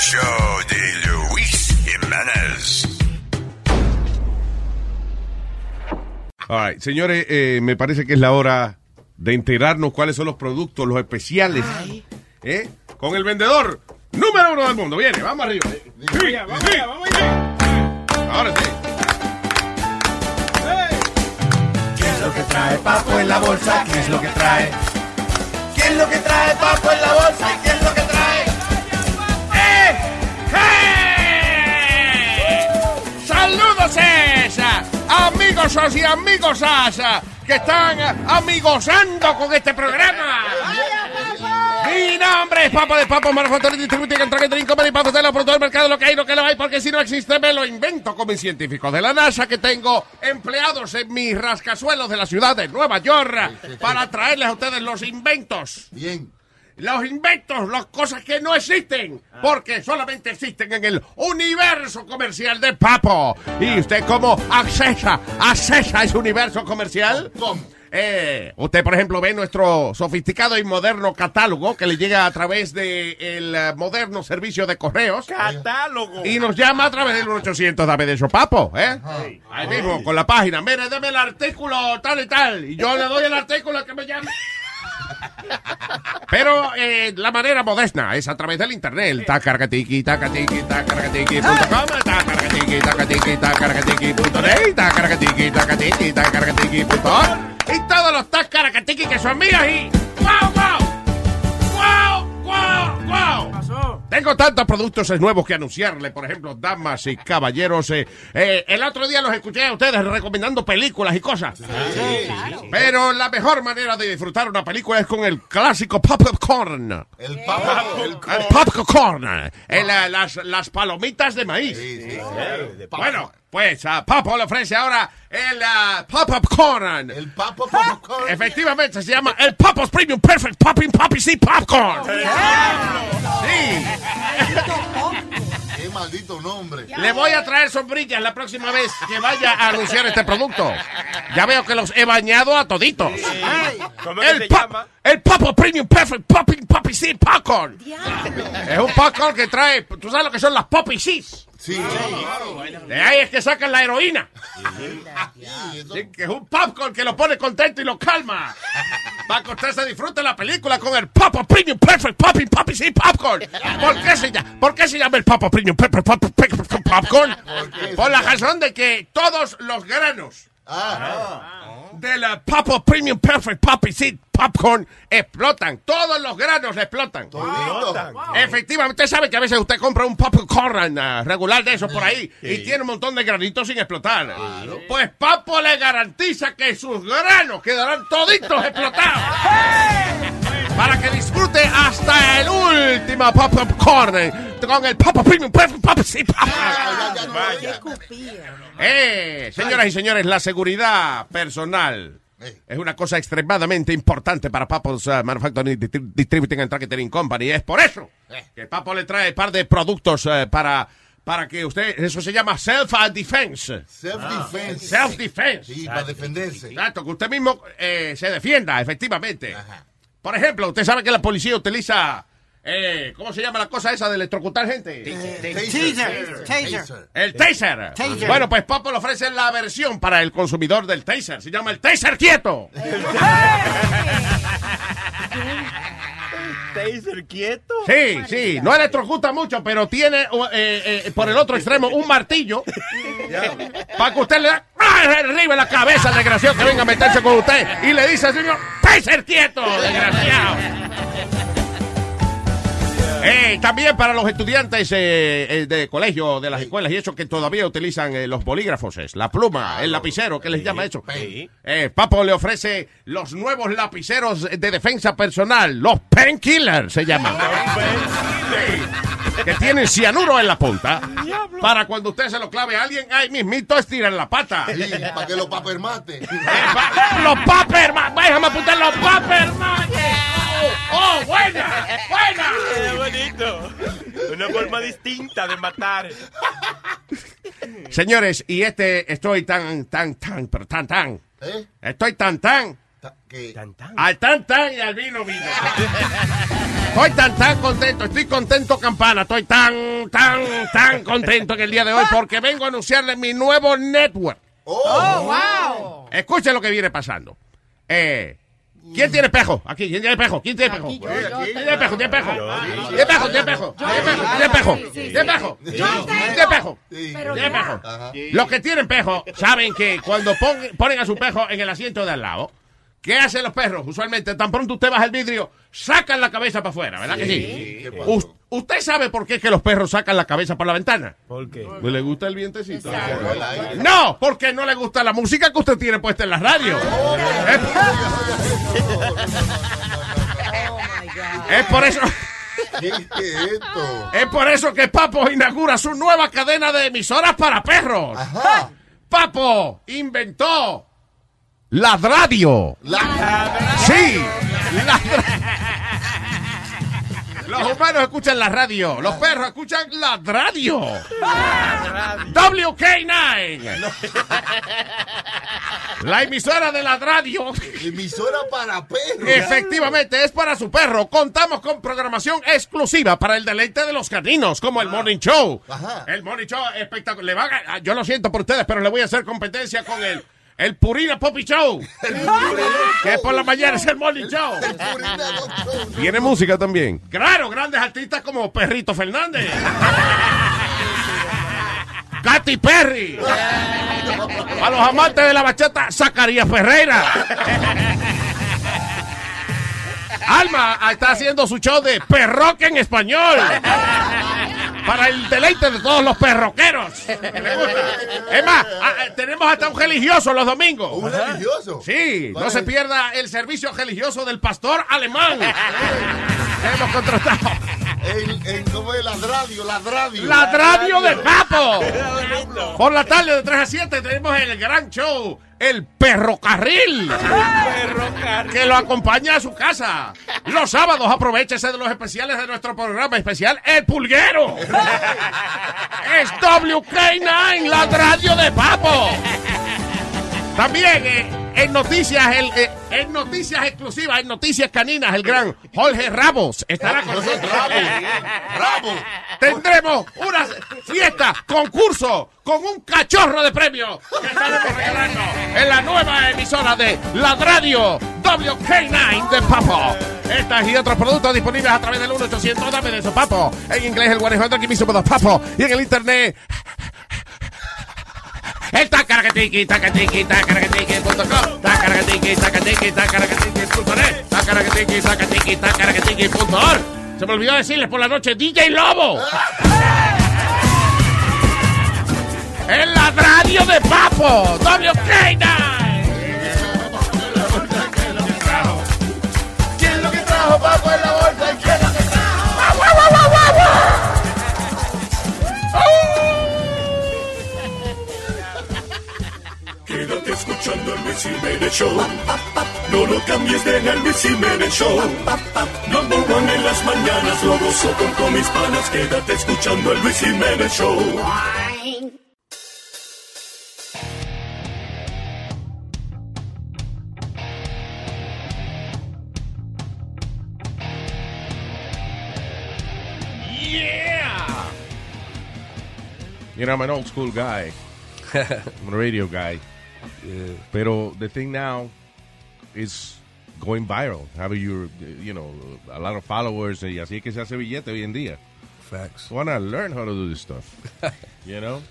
Speaker 4: show de Luis Jiménez.
Speaker 5: All right, señores, eh, me parece que es la hora de enterarnos cuáles son los productos, los especiales.
Speaker 14: Ah.
Speaker 5: ¿eh? Con el vendedor número uno del mundo. Viene, vamos arriba. Sí, sí. Ahora sí.
Speaker 2: ¿Qué es lo que trae Papo en la bolsa? ¿Qué es lo que trae? ¿Qué es lo que trae Papo en la bolsa? ¿Qué es lo que trae? ¡Eh!
Speaker 6: Saludos esa, amigos y amigos asa, que están eh, amigosando con este programa. Mi nombre es Papo de Papo, manufacturero y distribuidor que entrega y come y papo de la producto del mercado, lo que hay, lo que no hay, porque si no existe me lo invento con mis científicos de la NASA que tengo empleados en mis rascazuelos de la ciudad de Nueva York para traerles a ustedes los inventos. Bien. Los inventos, las cosas que no existen, porque solamente existen en el universo comercial de Papo. ¿Y usted cómo accesa, accesa ese universo comercial? Eh, usted, por ejemplo, ve nuestro sofisticado y moderno catálogo que le llega a través del moderno servicio de correos.
Speaker 16: Catálogo.
Speaker 6: Y nos llama a través del 800 Dame de eso, papo, ¿eh? Ahí mismo, con la página. Mire, deme el artículo tal y tal. Y yo le doy el artículo que me llame. Pero eh, la manera moderna es a través del internet. El tacarcatiqui, tacarcatiqui, tacarcatiqui punto com, tacarcatiqui, tacarcatiqui, tacarcatiqui punto net, tacarcatiqui, tacarcatiqui, tacarcatiqui punto org. Y todos los tacarcatiqui que son míos y... ¡Wow, wow! ¡Wow, wow, wow! Tengo tantos productos nuevos que anunciarle, por ejemplo, damas y caballeros. eh, eh, el otro día los escuché a ustedes recomendando películas y cosas. Pero la mejor manera de disfrutar una película es con el clásico popcorn. El popcorn. El popcorn. El, eh, las, las palomitas de maíz.
Speaker 2: Oh.
Speaker 6: Bueno, pues a Papo le ofrece ahora el ah, popcorn. El Papo popcorn. Ah, Efectivamente, se llama el Papo's Premium Perfect Popping Poppy C
Speaker 2: Oh,
Speaker 6: Popcorn. Sí.
Speaker 7: ¡Qué maldito nombre!
Speaker 6: Le voy a traer sombrillas la próxima vez que vaya a anunciar este producto. Ya veo que los he bañado a toditos.
Speaker 2: ¿Cómo
Speaker 6: el,
Speaker 2: se
Speaker 6: pop- el Papo Premium Perfect Popping Poppy Seed Popcorn. Es un popcorn que trae, tú sabes lo que son las Poppy Seeds. Sí. De ahí es que sacan la heroína. Sí, que es un popcorn que lo pone contento y lo calma. Va a costar se disfrute la película con el Papo Premium Perfect Popping Poppy Seed Popcorn. ¿Por qué se llama, ¿por qué se llama el Papo Premium Perfect Popping Popcorn? Por la razón de que todos los granos de la Papo Premium Perfect Poppy Seed Popcorn explotan. Todos los granos explotan. Efectivamente, usted sabe que a veces usted compra un popcorn ah, regular de esos por ahí y tiene un montón de granitos sin explotar. Pues Papo le garantiza que sus granos quedarán toditos explotados. Para que disfrute hasta el último pop- popcorn con el Papo Premium Perfect Poppy Seed Popcorn. Eh, señoras y señores, la seguridad personal es una cosa extremadamente importante para Papo's uh, Manufacturing Distri- Distributing and Marketing Company. Es por eso
Speaker 7: Eh.
Speaker 6: que Papo le trae un par de productos eh, para, para que usted... Eso se llama self-defense. Ah,
Speaker 7: Self-defense.
Speaker 6: Self-defense.
Speaker 7: Sí, para defenderse.
Speaker 6: Exacto, que usted mismo eh, se defienda, efectivamente. Por ejemplo, usted sabe que la policía utiliza... eh, ¿Cómo se llama la cosa esa de electrocutar gente?
Speaker 7: Eh,
Speaker 2: Taser. Taser.
Speaker 6: El taser.
Speaker 2: Taser.
Speaker 6: Bueno, pues Papo le ofrece la versión para el consumidor del taser. Se llama el taser quieto.
Speaker 26: Taser quieto.
Speaker 6: Sí, sí. No electrocuta mucho, pero tiene uh, eh, eh, por el otro extremo un martillo para que usted le da ¡ah! arriba en la cabeza al desgraciado que venga a meterse con usted y le dice al señor, taser quieto, desgraciado. Eh, también para los estudiantes eh, eh, de colegio, de las escuelas y eso que todavía utilizan eh, los bolígrafos, es la pluma, el lapicero, que les llama eso? Eh, Papo le ofrece los nuevos lapiceros de defensa personal, los painkillers se llaman. Sí, que tienen cianuro en la punta. Para cuando usted se lo clave a alguien, ahí mismito estiran la pata.
Speaker 7: Sí, para que lo papermate.
Speaker 6: Los Paperman, déjame apuntar los Paperman. Oh, oh, buena, buena.
Speaker 26: Qué bonito. Una forma distinta de matar.
Speaker 6: Señores, y este estoy tan, tan, tan, pero tan, tan.
Speaker 7: ¿Eh?
Speaker 6: Estoy tan, tan. Al tan, tan y al vino, vino. Estoy tan, tan contento, estoy contento, campana. Estoy tan, tan, tan contento en el día de hoy porque vengo a anunciarles mi nuevo network. Oh,
Speaker 15: wow.
Speaker 6: Escucha lo que viene pasando. Eh, ¿Quién tiene espejo? Aquí, ¿quién tiene espejo? ¿Quién tiene espejo?
Speaker 15: yo,
Speaker 6: ¿Quién
Speaker 15: yo
Speaker 6: tiene
Speaker 15: tengo.
Speaker 6: espejo? ¿Tiene espejo? ¿Tiene espejo? ¿Tiene espejo? ¿Tiene espejo? ¿Tiene espejo? ¿Tiene espejo? ¿Tiene espejo? Los que tienen pejo saben que cuando pon- ponen a su pejo en el asiento de al lado, ¿qué hacen los perros? Usualmente, tan pronto usted baja el vidrio, sacan la cabeza para afuera, ¿verdad que sí? Us- ¿Usted sabe por qué es que los perros sacan la cabeza por la ventana?
Speaker 5: ¿Por qué? Pues le gusta el vientecito.
Speaker 6: No, porque no le gusta la música que usted tiene puesta en la radio. Es, es por eso. Es por eso que Papo inaugura su nueva cadena de emisoras para perros. Papo inventó la radio. Sí. la dra- Los humanos escuchan la radio, los perros escuchan la radio. WK9. La emisora de la radio.
Speaker 7: Emisora para perros.
Speaker 6: Efectivamente, es para su perro. Contamos con programación exclusiva para el deleite de los caninos, como
Speaker 7: Ah.
Speaker 6: el Morning Show. El Morning Show espectacular. Le va a ga- ah, Yo lo siento por ustedes, pero le voy a hacer competencia con el, el Purina Poppy Show. que por la mañana es el Morning Show.
Speaker 5: Tiene música también.
Speaker 6: Claro, grandes artistas como Perrito Fernández. Katy Perry. A los amantes de la bachata, Zacarías Ferreira. Alma está haciendo su show de perroque en español. Para el deleite de todos los perroqueros. Es más, ah, ah, tenemos hasta un religioso los domingos. ¿Un
Speaker 7: religioso?
Speaker 6: Sí, no se pierda el servicio religioso del pastor alemán. Hemos contratado.
Speaker 7: En, en, ¿Cómo es? La radio, la radio.
Speaker 6: La radio del Papo. Por la tarde de 3 a 7 tenemos el gran show, el perrocarril. Que lo acompaña a su casa. Los sábados aprovechese de los especiales de nuestro programa especial, El Pulguero. es WK9, la radio de Papo. También eh, en noticias, el, eh, en noticias exclusivas, en noticias caninas, el gran Jorge Ramos estará con nosotros. Tendremos una fiesta, concurso, con un cachorro de premio que estaremos regalando en la nueva emisora de La Radio WK9 de Papo. Estas y otros productos disponibles a través del 1800 Dame de su Papo. En inglés, el 100 que me hizo Papo. Y en el internet, el tacaracatiqui, tacatiqui, tacaracatiqui.com, tacaracatiqui, tacatiqui, tacaracatiqui.net, tacaracatiqui, tacatiqui, tacaracatiqui.org. Se me olvidó decirles por la noche, DJ Lobo. En la radio de Papo, WK9.
Speaker 2: ¿Quién es lo que trajo papo en la bolsa? ¿Y quién es lo que trajo?
Speaker 8: Quédate escuchando el Luis Jiménez Show. No lo cambies de el Luis Jiménez Show. Number one en las mañanas, lo gozo con, con mis panas. Quédate escuchando el Luis Jiménez Show.
Speaker 6: Yeah.
Speaker 5: You know, I'm an old school guy. I'm a radio guy. Pero the thing now is going viral. Having your, you know, a lot of followers y así es que se hace billete hoy en día. Facts. Wanna learn how to do this stuff. you know?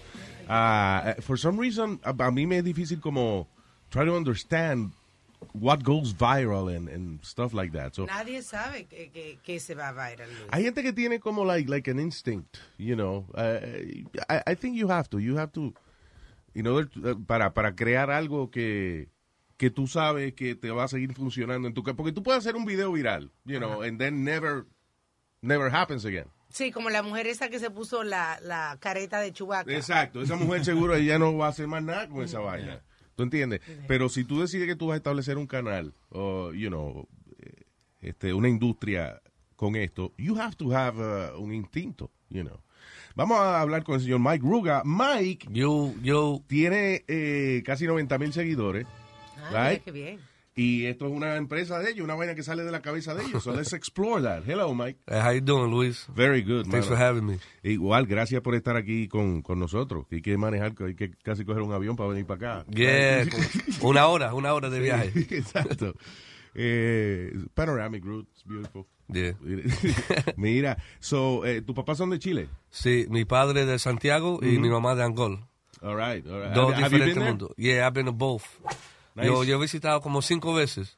Speaker 5: Uh, for some reason, a, a mí me es difícil como try to understand what goes viral and, and stuff like that. So,
Speaker 15: Nadie sabe que, que- que se va a viral. Luis.
Speaker 5: Hay gente que tiene como like like an instinct, you know. Uh, I, I think you have to, you have to, in order to- uh, para para crear algo que que tú sabes que te va a seguir funcionando en tu ca- porque tú puedes hacer un video viral, you know, and then never never happens again.
Speaker 15: Sí, como la mujer esa que se puso la, la careta de Chewbacca.
Speaker 5: Exacto, esa mujer seguro ella no va a hacer más nada con esa vaina. ¿Tú entiendes? Pero si tú decides que tú vas a establecer un canal o, you know, eh, este, una industria con esto, you have to have uh, un instinto, you know. Vamos a hablar con el señor Mike Ruga. Mike yo, yo. tiene eh, casi 90 mil seguidores.
Speaker 15: Ah, mira
Speaker 5: right?
Speaker 15: qué bien.
Speaker 5: Y esto es una empresa de ellos, una vaina que sale de la cabeza de ellos. So let's explore that. Hello, Mike.
Speaker 11: Hey, Eh, how you doing, Luis?
Speaker 5: Very good,
Speaker 11: Thanks for
Speaker 5: mano.
Speaker 11: having me.
Speaker 5: Igual, gracias por estar aquí con, con nosotros. Hay que manejar, hay que casi coger un avión para venir para acá.
Speaker 11: Yeah, como una hora, una hora de
Speaker 5: Sí,
Speaker 11: viaje.
Speaker 5: exacto. Eh, panoramic route, it's beautiful.
Speaker 11: Yeah.
Speaker 5: Mira, so, eh, ¿tus papás son de Chile?
Speaker 11: Sí, mi padre de Santiago y
Speaker 5: Ujú.
Speaker 11: mi mamá de Angol.
Speaker 5: All right, Mm-hmm. all right.
Speaker 11: Dos
Speaker 5: Have- have you
Speaker 11: diferentes
Speaker 5: been there?
Speaker 11: mundos. Yeah, I've been to both.
Speaker 5: Nice.
Speaker 11: Yo, yo he visitado como cinco veces.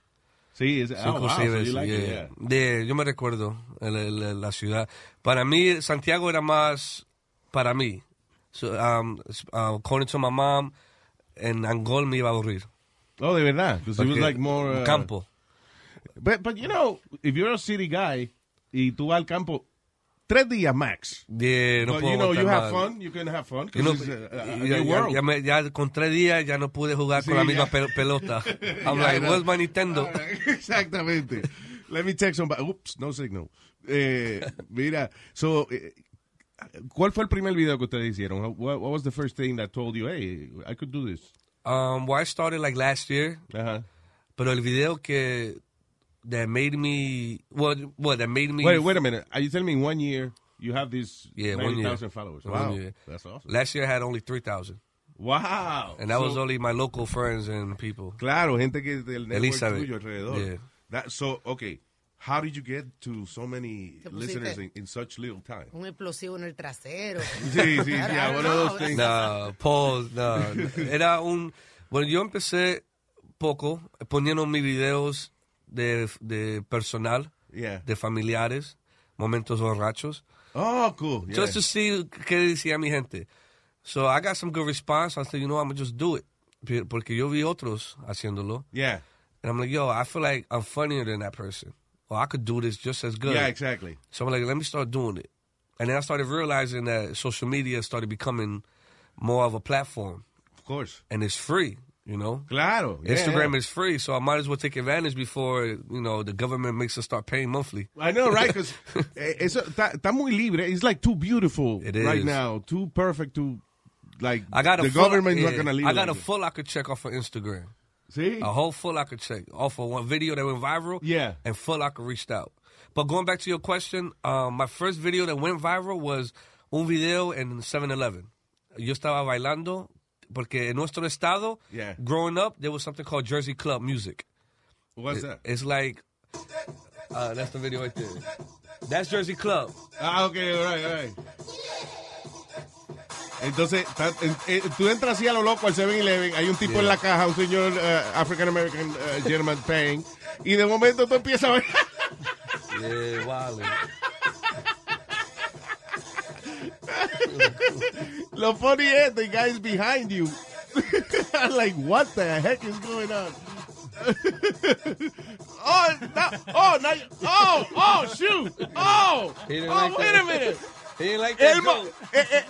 Speaker 5: Sí, es- oh, wow, so you like it,
Speaker 11: yeah. Yeah, yo me recuerdo el- el- la ciudad. Para mí, Santiago era más para mí. So, um, s- uh, according to my mom, en Angol me iba a aburrir.
Speaker 5: Oh, de verdad. Because it was
Speaker 11: Porque-
Speaker 5: like more. uh,
Speaker 11: campo.
Speaker 5: But, but you know, if you're a city guy y tú vas al campo, tres días max.
Speaker 11: Yeah, Eh, no
Speaker 5: But
Speaker 11: puedo
Speaker 5: you know, you
Speaker 11: aguantar
Speaker 5: have
Speaker 11: más.
Speaker 5: fun, you can have fun. 'cause
Speaker 11: Yo no-
Speaker 5: it's a- a- a
Speaker 11: ya,
Speaker 5: new
Speaker 11: ya-
Speaker 5: world.
Speaker 11: ya me- ya con tres días ya no pude jugar
Speaker 5: Sí,
Speaker 11: con la
Speaker 5: ya.
Speaker 11: misma pel- pelota. I'm
Speaker 5: Ya
Speaker 11: like,
Speaker 5: era.
Speaker 11: where's my Nintendo?
Speaker 5: Exactamente. Let me text somebody. Oops, no signal. Eh, mira, so, eh, ¿cuál fue el primer video que ustedes hicieron? What, what was the first thing that told you, hey, I could do this?
Speaker 11: Um, well, I started like last year.
Speaker 5: Uh-huh.
Speaker 11: Pero el video que that made me what what that made me
Speaker 5: Wait, wait a minute. Are you telling me in one year you have these
Speaker 11: Yeah, one year.
Speaker 5: 90,000 followers?
Speaker 11: One
Speaker 5: Wow,
Speaker 11: year.
Speaker 5: that's awesome.
Speaker 11: Last year I had only three thousand.
Speaker 5: Wow.
Speaker 11: And that was
Speaker 5: So-
Speaker 11: only my local friends and people.
Speaker 5: Claro, gente que es del network
Speaker 11: Elizabeth.
Speaker 5: tuyo alrededor.
Speaker 11: Yeah.
Speaker 5: That- so, okay, how did you get to so many
Speaker 15: Te pusiste-
Speaker 5: listeners in, in such little time?
Speaker 15: Un explosivo en el trasero.
Speaker 5: Sí, sí,
Speaker 15: Ahora,
Speaker 5: yeah, one
Speaker 15: ahora
Speaker 5: of
Speaker 15: no.
Speaker 5: those things.
Speaker 11: No, pause, no. Era un bueno yo empecé poco poniendo mis videos de, de personal,
Speaker 5: Yeah.
Speaker 11: de familiares, momentos borrachos.
Speaker 5: Oh, cool.
Speaker 11: Just
Speaker 5: yeah.
Speaker 11: to see qué decía mi gente. So I got some good response. I said, you know, I'm gonna just do it. Pe- Porque yo vi otros haciéndolo.
Speaker 5: Yeah.
Speaker 11: And I'm like, yo, I feel like I'm funnier than that person. Or I could do this just as good.
Speaker 5: Yeah, exactly.
Speaker 11: So I'm like, let me start doing it. And then I started realizing that social media started becoming more of a platform.
Speaker 5: Of course.
Speaker 11: And it's free, you know?
Speaker 5: Claro. yeah,
Speaker 11: Instagram
Speaker 5: yeah.
Speaker 11: is free, so I might as well take advantage before, you know, the government makes us start paying monthly.
Speaker 5: I know, right? 'Cause, eh, eso está, está muy libre. It's like too beautiful right
Speaker 11: is.
Speaker 5: now, too perfect to like.
Speaker 11: I got a
Speaker 5: the
Speaker 11: full,
Speaker 5: government's not
Speaker 11: yeah,
Speaker 5: gonna leave.
Speaker 11: I got
Speaker 5: like
Speaker 11: a
Speaker 5: that.
Speaker 11: full I could check off of Instagram.
Speaker 5: See?
Speaker 11: A whole full I could check off of one video that went viral.
Speaker 5: Yeah.
Speaker 11: And full I could reached out. But going back to your question, um, my first video that went viral was un video en 7-Eleven. Yo estaba bailando porque en nuestro estado,
Speaker 5: Yeah.
Speaker 11: growing up, there was something called Jersey Club music.
Speaker 5: What's
Speaker 11: It-
Speaker 5: that?
Speaker 11: It's like, uh, that's the video right there. That's Jersey Club.
Speaker 5: Ah, okay, all right, all right. Entonces, ta- en- eh, tú entras así a lo loco al 7-Eleven, hay un tipo
Speaker 11: Yeah.
Speaker 5: en la caja, un señor eh, African American eh, German paying, y de momento tú empiezas a ver.
Speaker 11: Yeah, wild.
Speaker 5: lo funny es, the guys behind you. I'm like, what the heck is going on? oh, no, oh, no, oh, oh, shoot. Oh, oh,
Speaker 11: He
Speaker 5: wait
Speaker 11: didn't like
Speaker 5: a
Speaker 11: that.
Speaker 5: minute.
Speaker 11: He didn't like that
Speaker 5: El mo-
Speaker 11: joke.
Speaker 5: eh, eh,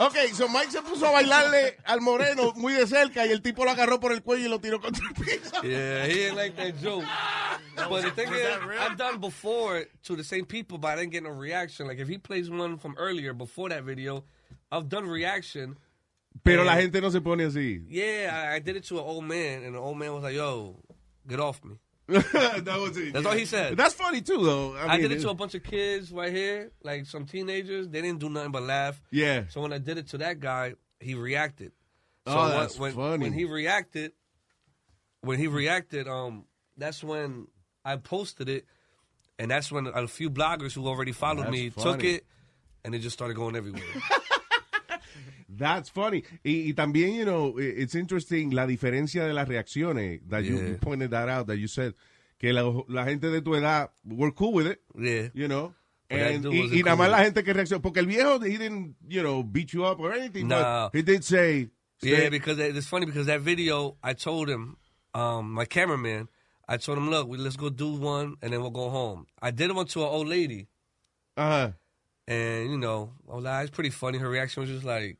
Speaker 5: ok, so Mike se puso a bailarle al moreno muy de cerca y el tipo lo agarró por el cuello y lo tiró contra el piso.
Speaker 11: Yeah, he didn't like that joke. But the thing is, I've done before to the same people, but I didn't get no reaction. Like if he plays one from earlier before that video, I've done reaction.
Speaker 5: Pero
Speaker 11: Eh.
Speaker 5: la gente no se pone así.
Speaker 11: Yeah, I, I did it to an old man, and the old man was like, "Yo, get off me."
Speaker 5: that was it.
Speaker 11: That's all he said.
Speaker 5: That's funny too, though.
Speaker 11: I,
Speaker 5: I, mean,
Speaker 11: did it to a bunch of kids right here, like some teenagers. They didn't do nothing but laugh.
Speaker 5: Yeah.
Speaker 11: So when I did it to that guy, he reacted.
Speaker 5: Oh,
Speaker 11: when-
Speaker 5: that's
Speaker 11: when,
Speaker 5: funny.
Speaker 11: When he reacted, when he reacted, um, that's when I posted it, and that's when a few bloggers who already followed
Speaker 5: That's
Speaker 11: me took
Speaker 5: funny.
Speaker 11: it, and it just started going everywhere.
Speaker 5: That's funny. Y, y también, you know, i- it's interesting la diferencia de las reacciones that you,
Speaker 11: Yeah.
Speaker 5: you pointed that out, that you said, que la, la gente de tu edad were cool with it,
Speaker 11: yeah.
Speaker 5: you know.
Speaker 11: But that
Speaker 5: And-
Speaker 11: dude
Speaker 5: y,
Speaker 11: wasn't
Speaker 5: y
Speaker 11: cool
Speaker 5: nada más
Speaker 11: with
Speaker 5: la
Speaker 11: it.
Speaker 5: gente que reaccionó, porque el viejo, he didn't, you know, beat you up or anything,
Speaker 11: No.
Speaker 5: but he did say,
Speaker 11: Yeah,
Speaker 5: say-
Speaker 11: because it- it's funny because that video, I told him, um, my cameraman, I told him, look, we, let's go do one and then we'll go home. I did one to an old lady.
Speaker 5: Uh-huh.
Speaker 11: And, you know, I was like, "Ah, it's pretty funny. Her reaction was just like,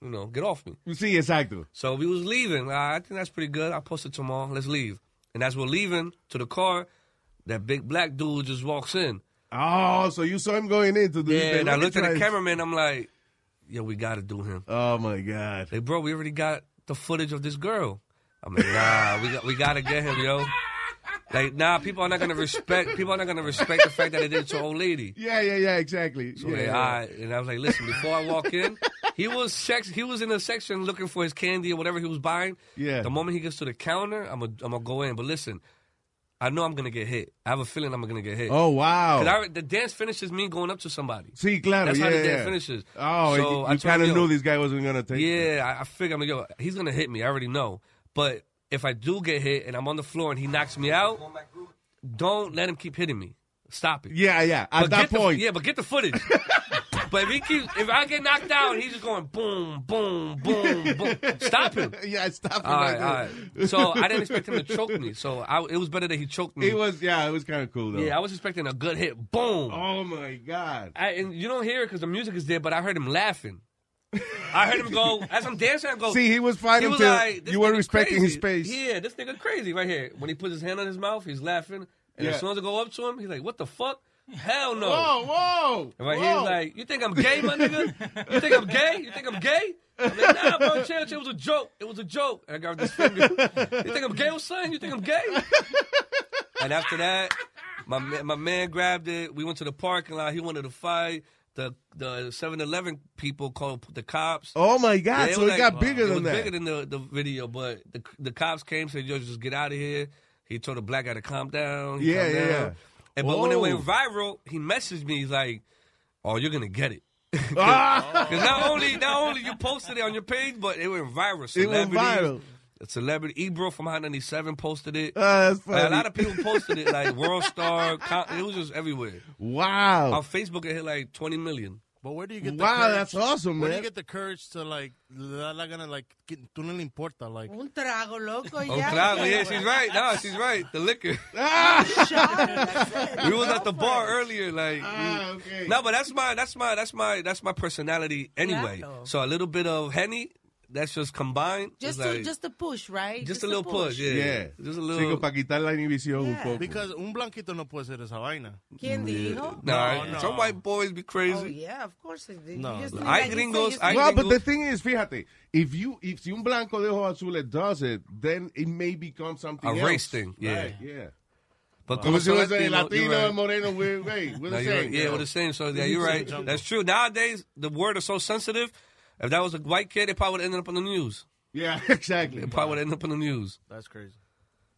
Speaker 11: you know, get off me.
Speaker 5: Sí, exacto.
Speaker 11: So we was leaving. Like, I think that's pretty good. I'll post it tomorrow. Let's leave. And as we're leaving to the car, that big black dude just walks in.
Speaker 5: Oh, so you saw him going into the.
Speaker 11: Yeah, and I looked at the
Speaker 5: try-
Speaker 11: cameraman. I'm like, yo, we got to do him.
Speaker 5: Oh my god!
Speaker 11: Like, bro, we already got the footage of this girl. I'm like, nah, we got, we gotta get him, yo. Like, nah, people are not gonna respect. People are not gonna respect the fact that they did it to an old lady.
Speaker 5: Yeah, yeah, yeah, exactly.
Speaker 11: So
Speaker 5: yeah,
Speaker 11: they,
Speaker 5: yeah.
Speaker 11: all right. And I was like, listen, before I walk in, he was sex. He was in the section looking for his candy or whatever he was buying.
Speaker 5: Yeah.
Speaker 11: The moment he gets to the counter, I'm gonna I'm gonna go in. But listen, I know I'm gonna get hit. I have a feeling I'm gonna get hit.
Speaker 5: Oh, wow.
Speaker 11: 'Cause I, the dance finishes me going up to somebody.
Speaker 5: Sí, claro,
Speaker 11: That's how
Speaker 5: yeah,
Speaker 11: the dance
Speaker 5: yeah.
Speaker 11: finishes. So
Speaker 5: Oh, you-
Speaker 11: I
Speaker 5: you
Speaker 11: told
Speaker 5: kinda
Speaker 11: him,
Speaker 5: knew this guy wasn't gonna take
Speaker 11: Yeah, I, I figured I'm like, yo, he's gonna hit me. I already know. But if I do get hit and I'm on the floor and he knocks me out, don't let him keep hitting me. Stop it.
Speaker 5: Yeah, yeah. At
Speaker 11: But
Speaker 5: that
Speaker 11: get the-
Speaker 5: point.
Speaker 11: yeah, but get the footage. but if he keeps, if I get knocked out, he's just going boom, boom, boom, boom. Stop him.
Speaker 5: Yeah, stop him
Speaker 11: All
Speaker 5: right
Speaker 11: right, all
Speaker 5: there.
Speaker 11: right. So I didn't expect him to choke me. So I, it was better that he choked me.
Speaker 5: It was, yeah, it was kind of cool though.
Speaker 11: Yeah, I was expecting a good hit. Boom.
Speaker 5: Oh my god.
Speaker 11: I, and you don't hear it because the music is there, but I heard him laughing. I heard him go as I'm dancing. I go.
Speaker 5: See, he was
Speaker 11: He
Speaker 5: fighting
Speaker 11: was
Speaker 5: till
Speaker 11: like, this
Speaker 5: you were
Speaker 11: nigga
Speaker 5: respecting
Speaker 11: crazy.
Speaker 5: his space.
Speaker 11: Yeah, this nigga crazy right here. When he puts his hand on his mouth, he's laughing. And
Speaker 5: Yeah.
Speaker 11: as soon as I go up to him, he's like, "What the fuck? Hell no!"
Speaker 5: Whoa, whoa!
Speaker 11: And right
Speaker 5: whoa.
Speaker 11: here, he's like, "You think I'm gay, my nigga? You think I'm gay? You think I'm gay?" I'm like, "Nah, bro, chill, chill. It was a joke. It was a joke." And I grabbed his finger. You think I'm gay, son? You think I'm gay? and after that, my ma- my man grabbed it. We went to the parking lot. He wanted to fight. The the 7-Eleven people called the cops.
Speaker 5: Oh, my God.
Speaker 11: they
Speaker 5: So
Speaker 11: were
Speaker 5: it got bigger
Speaker 11: it
Speaker 5: than
Speaker 11: was
Speaker 5: that.
Speaker 11: Bigger than the, the video, but the the cops came said, "Yo, just get out of here." He told the black guy to calm down. He
Speaker 5: Yeah,
Speaker 11: calmed
Speaker 5: yeah,
Speaker 11: down.
Speaker 5: yeah.
Speaker 11: And, but when it
Speaker 5: Whoa.
Speaker 11: went viral, he messaged me. He's like, "Oh, you're gonna get it." Because
Speaker 5: Ah.
Speaker 11: not only not only you posted it on your page, but it went viral.
Speaker 5: It went
Speaker 11: Celebrities,
Speaker 5: viral.
Speaker 11: a celebrity Ebro from Hot 97 posted it.
Speaker 5: Ah, that's
Speaker 11: Like, a
Speaker 5: funny.
Speaker 11: lot of people posted it, like World Star. Con- It was just everywhere.
Speaker 5: Wow.
Speaker 11: On Facebook, it hit like 20 million.
Speaker 16: But where do you get the
Speaker 5: Wow,
Speaker 16: courage?
Speaker 5: that's awesome,
Speaker 16: Where do
Speaker 5: man.
Speaker 16: you get the courage to like, la la gana, like, que- tú no le importa, like.
Speaker 15: Un trago, loco,
Speaker 11: Oh,
Speaker 15: ya. pues,
Speaker 11: claro, yeah, she's right. No, she's right. The liquor. we was at the bar earlier, like.
Speaker 5: Ah,
Speaker 11: we- No, but that's my that's my that's my that's my personality anyway.
Speaker 15: Claro.
Speaker 11: So a little bit of henny, that's just combined.
Speaker 15: Just,
Speaker 11: It's
Speaker 15: to,
Speaker 11: like-
Speaker 15: just a push, right?
Speaker 11: Just a little push, yeah. Just a little-
Speaker 5: Sí, para quitar la inhibición un poco.
Speaker 16: Because un blanquito no puede ser esa vaina.
Speaker 15: ¿Quién dijo?
Speaker 11: Nah, eh, some white boys be crazy.
Speaker 15: Oh, yeah, of course it did.
Speaker 5: No.
Speaker 15: You just-
Speaker 11: Hay gringos, hay
Speaker 5: well, but
Speaker 11: gringos.
Speaker 5: the thing is, fíjate, if you if si un blanco de ojos azules does it, then it may become something
Speaker 11: A
Speaker 5: else.
Speaker 11: race thing, yeah.
Speaker 5: Right, yeah.
Speaker 11: But como
Speaker 5: Como si
Speaker 11: son
Speaker 5: fuese
Speaker 11: Latino,
Speaker 5: Latino,
Speaker 11: you're right.
Speaker 5: and Moreno, we're, wait, we're
Speaker 11: No,
Speaker 5: the
Speaker 11: you're
Speaker 5: same.
Speaker 11: right. Yeah,
Speaker 5: you know.
Speaker 11: we're the same. So yeah, you're right. That's true. Nowadays, the word is so sensitive. If that was a white kid, it probably would end up on the news.
Speaker 5: Yeah, exactly.
Speaker 11: It probably would end up on the news.
Speaker 16: That's crazy.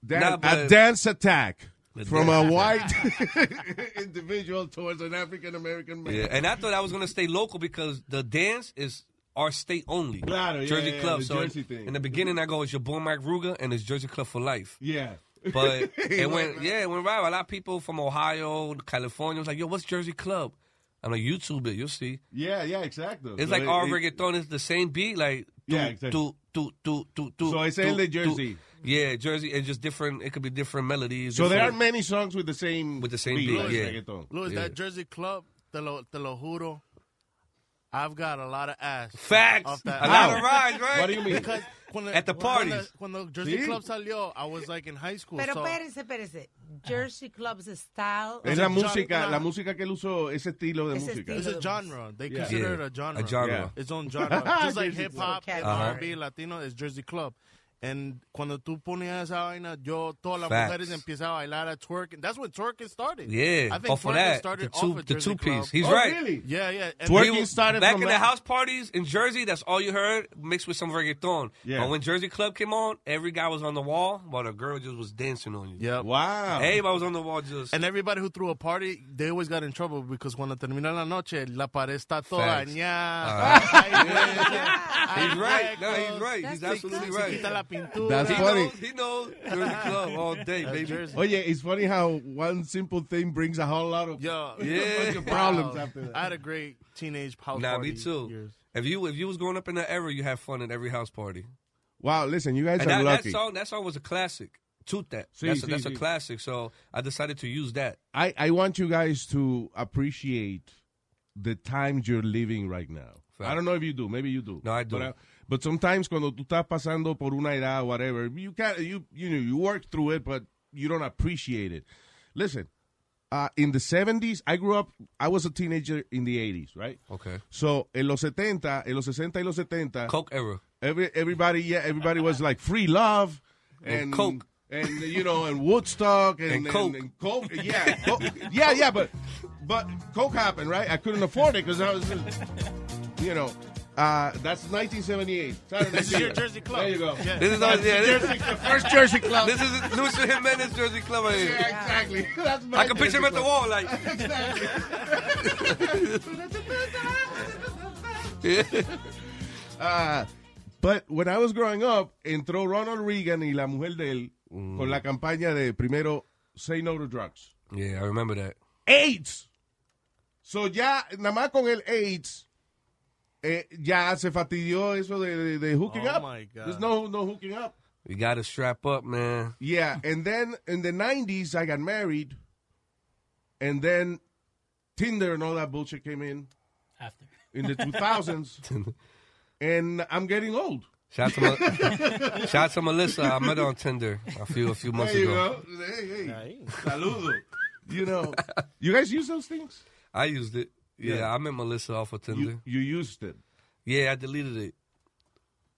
Speaker 5: Dan-
Speaker 11: Nah,
Speaker 5: a
Speaker 11: but-
Speaker 5: dance attack
Speaker 11: The
Speaker 5: from
Speaker 11: dance
Speaker 5: a white individual towards an African American man.
Speaker 11: Yeah, and I thought I was gonna stay local because the dance is our state only.
Speaker 5: Claro, yeah,
Speaker 11: Jersey
Speaker 5: yeah,
Speaker 11: Club.
Speaker 5: the
Speaker 11: so in-
Speaker 5: Jersey thing.
Speaker 11: in the beginning, I go, "It's your boy Mike Ruger, and it's Jersey Club for life."
Speaker 5: Yeah.
Speaker 11: But it went, yeah, it went viral. A lot of people from Ohio, California was like, "Yo, what's Jersey Club?" I'm like, "YouTube it, you'll see."
Speaker 5: Yeah, yeah, exactly.
Speaker 11: It's
Speaker 5: So
Speaker 11: like
Speaker 5: it-
Speaker 11: our
Speaker 5: it-
Speaker 11: reggaeton is the same beat, like do,
Speaker 5: Yeah, exactly.
Speaker 11: do, do, do, do, do.
Speaker 5: So it's
Speaker 11: do,
Speaker 5: in the
Speaker 11: do.
Speaker 5: Jersey.
Speaker 11: Yeah, Jersey, and just different. It could be different melodies.
Speaker 5: So there are
Speaker 11: different-
Speaker 5: many songs with the same
Speaker 11: with the same
Speaker 5: beat,
Speaker 11: beat.
Speaker 5: like
Speaker 11: yeah,
Speaker 5: reggaeton.
Speaker 16: Louis,
Speaker 11: Yeah.
Speaker 16: that Jersey club, te lo, te lo juro, I've got a lot of ass.
Speaker 11: Facts.
Speaker 16: off that
Speaker 11: A
Speaker 16: album.
Speaker 11: lot of rides, right? What do you mean?
Speaker 16: Because when the-
Speaker 11: At the
Speaker 16: when- when
Speaker 11: parties.
Speaker 16: the- When the Jersey
Speaker 11: Sí.
Speaker 16: club salió, I was like in high school.
Speaker 15: Pero
Speaker 16: so
Speaker 15: espérese, espérese. Jersey Club's style.
Speaker 5: Es la
Speaker 16: Johnny-
Speaker 5: música,
Speaker 16: nah.
Speaker 5: la música que él usó, ese estilo de
Speaker 15: Ese
Speaker 5: música.
Speaker 16: It's a genre. They
Speaker 5: Yeah.
Speaker 16: consider
Speaker 5: Yeah.
Speaker 16: it a genre.
Speaker 5: A genre.
Speaker 16: Its own genre. Just like
Speaker 5: Jersey
Speaker 16: hip hop,
Speaker 5: club.
Speaker 16: and
Speaker 5: Ajá.
Speaker 16: R&B, latino, it's Jersey Club. And cuando tú ponías esa vaina, yo, todas las
Speaker 11: Facts.
Speaker 16: mujeres empiezan a bailar a twerk. And that's when twerking started.
Speaker 11: Yeah,
Speaker 16: I think
Speaker 11: off of
Speaker 16: twerking
Speaker 11: that,
Speaker 16: started
Speaker 11: the two-
Speaker 16: off of
Speaker 11: the
Speaker 16: Jersey
Speaker 11: two-piece.
Speaker 16: Club.
Speaker 11: He's Oh, right. really?
Speaker 16: Yeah, yeah.
Speaker 11: We- back in the house parties in Jersey. That's all you heard mixed with some reggaeton.
Speaker 16: Yeah.
Speaker 11: But when Jersey Club came on, every guy was on the wall, while the girl just was dancing on you.
Speaker 16: Yeah.
Speaker 5: Wow.
Speaker 11: Everybody was on the wall just.
Speaker 16: And everybody who threw a party, they always got in trouble because cuando termina la noche, la pared está toda
Speaker 11: Facts.
Speaker 16: dañada. Ay, güey.
Speaker 11: He's
Speaker 16: Ay,
Speaker 11: right. No,
Speaker 16: huecos.
Speaker 11: he's right. He's absolutely
Speaker 16: Se
Speaker 11: right.
Speaker 16: quita la pintura.
Speaker 5: That's
Speaker 11: he
Speaker 5: funny.
Speaker 11: Knows, he knows Jersey Club all day,
Speaker 16: That's
Speaker 11: baby.
Speaker 16: Jersey.
Speaker 5: Oye, it's funny how one simple thing brings a whole lot of
Speaker 16: Yo,
Speaker 5: a bunch of problems after that.
Speaker 16: I had a great teenage house
Speaker 11: Nah,
Speaker 16: party.
Speaker 11: me too. If you if you was growing up in that era, you had fun at every house party.
Speaker 5: Wow, listen, you guys
Speaker 11: and
Speaker 5: are
Speaker 11: that, that
Speaker 5: lucky.
Speaker 11: song that song was a classic. Toot that.
Speaker 5: Sí,
Speaker 11: that's a,
Speaker 5: sí,
Speaker 11: that's
Speaker 5: sí.
Speaker 11: a classic. So I decided to use that.
Speaker 5: I, I want you guys to appreciate the times you're living right now. I don't know if you do. Maybe you do. No, I
Speaker 11: do.
Speaker 5: But, uh, but sometimes cuando tú estás pasando por una edad, whatever, you can you you know you work through it, but you don't appreciate it. Listen, uh, in the 70s, I grew up. I was a teenager in the 80s, right?
Speaker 11: Okay.
Speaker 5: So en los 70, en los 60 y los 70,
Speaker 11: Coke era.
Speaker 5: Every, everybody, yeah, everybody was like free love. and,
Speaker 11: And Coke.
Speaker 5: and you know, and Woodstock, and,
Speaker 11: And Coke.
Speaker 5: and Coke. Yeah, Coke. yeah, yeah. But but Coke happened, right? I couldn't afford it because I was, just, you know. Uh, that's 1978. Saturday
Speaker 16: This is your
Speaker 5: Theater.
Speaker 16: Jersey club.
Speaker 5: There you go.
Speaker 16: Yeah.
Speaker 11: This is our
Speaker 5: That's
Speaker 11: yeah,
Speaker 5: the
Speaker 11: this-
Speaker 5: Jersey Club. first Jersey club.
Speaker 11: This is Lucio Jimenez Jersey Club right here.
Speaker 5: Yeah, exactly. That's my
Speaker 11: eh? I can picture him at the wall like.
Speaker 5: Ah, but when I was growing up, entró Ronald Reagan y la mujer de él con la campaña de primero Say No to Drugs.
Speaker 11: Yeah, I remember that.
Speaker 5: AIDS. So ya, nada más con el AIDS, eh, ya se fastidió eso de, de- de hooking
Speaker 16: Oh,
Speaker 5: up.
Speaker 16: my God.
Speaker 5: There's no, no hooking up.
Speaker 11: You gotta strap up, man.
Speaker 5: Yeah, and then in the 90s, I got married. And then Tinder and all that bullshit came in.
Speaker 14: After.
Speaker 5: In the 2000s. and I'm getting old.
Speaker 11: Shout out to, Mel- shout out to Melissa. I met her on Tinder a few a few months
Speaker 5: There you
Speaker 11: ago.
Speaker 5: go. Hey, hey. Saludo. You know, you guys use those things?
Speaker 11: I used it. Yeah,
Speaker 5: Yeah.
Speaker 11: I met Melissa off of Tinder.
Speaker 5: You, you used it.
Speaker 11: yeah, I deleted it.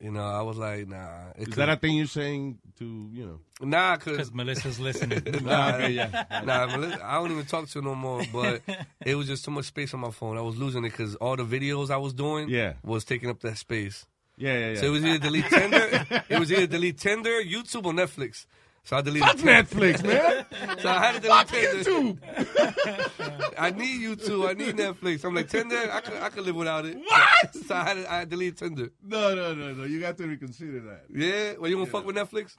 Speaker 11: You know, I was like, nah. It
Speaker 5: Is
Speaker 11: could-
Speaker 5: that a thing you're saying to, you know?
Speaker 11: Nah, cause,
Speaker 14: 'Cause Melissa's listening.
Speaker 11: nah,
Speaker 5: Okay, yeah.
Speaker 11: nah, Melissa, I don't even talk to her no more. But it was just too much space on my phone. I was losing it because all the videos I was doing,
Speaker 5: Yeah.
Speaker 11: was taking up that space.
Speaker 5: Yeah, yeah, yeah.
Speaker 11: So it was either delete Tinder, it was either delete Tinder, YouTube, or Netflix. So I deleted
Speaker 5: Fuck
Speaker 11: Tinder.
Speaker 5: Netflix, man.
Speaker 11: so I had to delete
Speaker 5: Fuck
Speaker 11: Tinder.
Speaker 5: YouTube.
Speaker 11: I need YouTube. I need Netflix. I'm like Tinder. I could I could live without it. What? So I had to, I had to delete Tinder.
Speaker 5: No, no, no, no. You got to reconsider that.
Speaker 11: Yeah. Well, you gonna fuck with Netflix?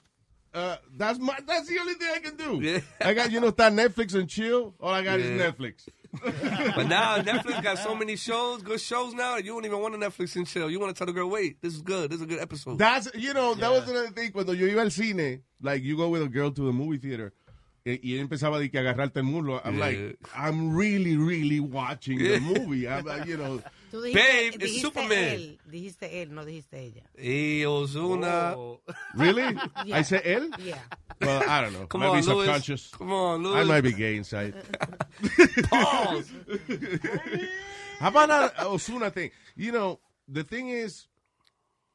Speaker 5: Uh, that's my. That's the only thing I can do.
Speaker 11: Yeah.
Speaker 5: I got you know that Netflix and chill. All I got is
Speaker 11: Yeah.
Speaker 5: Netflix.
Speaker 11: But now Netflix got so many shows, good shows now. You don't even want a Netflix and chill. You want to tell the girl, wait, this is good. This is a good episode.
Speaker 5: That's you know that was another thing. Cuando yo iba al cine, like you go with a girl to the movie theater. eh, Y él empezaba de que agarrarte el muslo. I'm
Speaker 11: Yeah.
Speaker 5: like, I'm really, really watching the movie. I'm like, you know,
Speaker 15: Tú dijiste- eh,
Speaker 11: Babe, it's
Speaker 15: dijiste
Speaker 11: Superman.
Speaker 15: Él, dijiste él, no dijiste ella.
Speaker 11: Hey, Ozuna.
Speaker 5: Oh. really?
Speaker 15: Yeah.
Speaker 5: I say él?
Speaker 15: Yeah.
Speaker 5: Well, I don't know.
Speaker 11: Come
Speaker 5: Might
Speaker 11: on,
Speaker 5: be
Speaker 11: Louis.
Speaker 5: subconscious.
Speaker 11: Come on, Louis.
Speaker 5: I might be gay inside.
Speaker 11: Pause.
Speaker 5: How about that Osuna thing? You know, the thing is,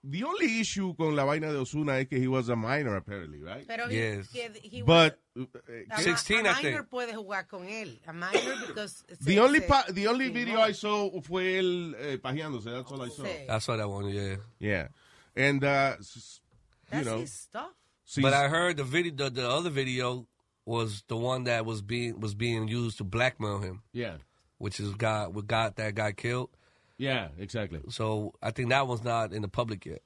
Speaker 5: the only issue con la vaina de Osuna es que he was a minor, apparently, right?
Speaker 15: Pero he-
Speaker 5: yes.
Speaker 15: que- he was-
Speaker 5: But uh, uh,
Speaker 15: a ma- a minor puede jugar con él. A minor because
Speaker 5: The
Speaker 15: se-
Speaker 5: only
Speaker 15: se-
Speaker 5: pa the only video
Speaker 15: no.
Speaker 5: I saw fue él eh, pajeándose. That's all I saw.
Speaker 15: Sí.
Speaker 11: I saw that one. Oh, Yeah.
Speaker 5: Yeah, and uh, s- you
Speaker 15: That's
Speaker 5: know,
Speaker 15: his stuff.
Speaker 5: she's-
Speaker 11: But I heard the video, the, the other video was the one that was being was being used to blackmail him,
Speaker 5: yeah,
Speaker 11: which is God, with God that got killed.
Speaker 5: yeah, exactly.
Speaker 11: So I think that one's not in the public yet.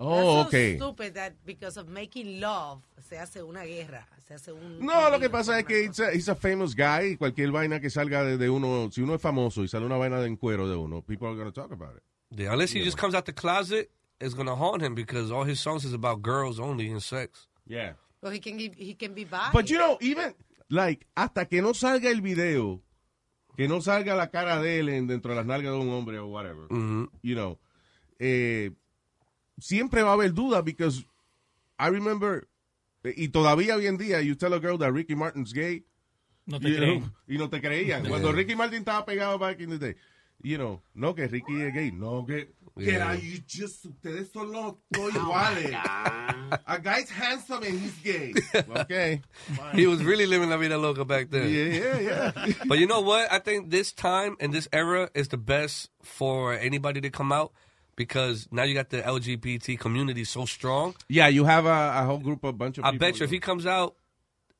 Speaker 5: Oh,
Speaker 15: That's
Speaker 5: okay.
Speaker 15: So stupid that because of making love se hace una guerra, se hace un.
Speaker 5: No, lo que pasa es que he's a, he's a famous guy. y Cualquier vaina que salga de, de uno, si uno es famoso y sale una vaina de en cuero de uno, people are going to talk about it.
Speaker 11: Yeah, unless he just comes out the closet, it's gonna haunt him because all his songs is about girls only and sex.
Speaker 5: Yeah.
Speaker 15: But he can give- he can be bi.
Speaker 5: But you know, even like hasta que no salga el video, que no salga la cara de él en- dentro de las nalgas de un hombre o whatever, you know, eh, siempre va a haber duda because I remember y todavía hoy en día you tell a girl that Ricky Martin's gay,
Speaker 14: No te
Speaker 5: you know,
Speaker 14: creen.
Speaker 5: y no te creían. Cuando Ricky Martin estaba pegado back in the day, you know, no que Ricky es gay, no que que
Speaker 11: Yeah.
Speaker 5: la- you just ustedes son los
Speaker 11: Oh,
Speaker 5: dos iguales. a guy's handsome and he's gay. Okay.
Speaker 11: He was really living la vida loca back
Speaker 5: Yeah,
Speaker 11: then.
Speaker 5: yeah, yeah.
Speaker 11: But you know what? I think this time and this era is the best for anybody to come out because now you got the LGBT community so strong.
Speaker 5: Yeah, you have a, a whole group of bunch of
Speaker 11: I
Speaker 5: people.
Speaker 11: bet you if he comes out,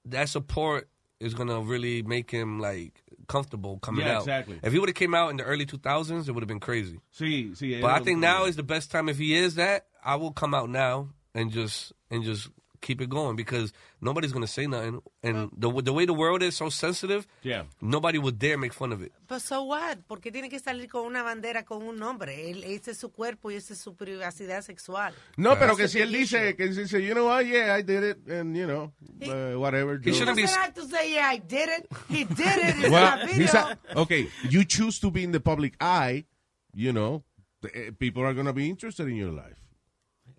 Speaker 11: that support is gonna really make him like comfortable coming
Speaker 5: Yeah,
Speaker 11: out.
Speaker 5: exactly.
Speaker 11: If he would have came out in the early 2000s, it would have been crazy.
Speaker 5: Sí, sí.
Speaker 11: But
Speaker 5: era
Speaker 11: I
Speaker 5: un-
Speaker 11: think now is the best time. If he is that, I will come out now and just and just keep it going because nobody's gonna say nothing. And the the way the world is so sensitive,
Speaker 5: Yeah.
Speaker 11: nobody would dare make fun of it.
Speaker 15: But so what? Porque tiene que salir con una bandera con un nombre. Él, ese es su cuerpo y esa es su privacidad sexual.
Speaker 5: No, pero que si él dice, que si dice, you know what, yeah, I did it, and you know, uh, whatever.
Speaker 11: He
Speaker 5: Joe.
Speaker 11: shouldn't be-
Speaker 15: Who's right to say yeah, I did it? He did it. It's
Speaker 5: Well,
Speaker 15: my video.
Speaker 5: he's a- okay, you choose to be in the public eye, you know, the- eh, people are going to be interested in your life.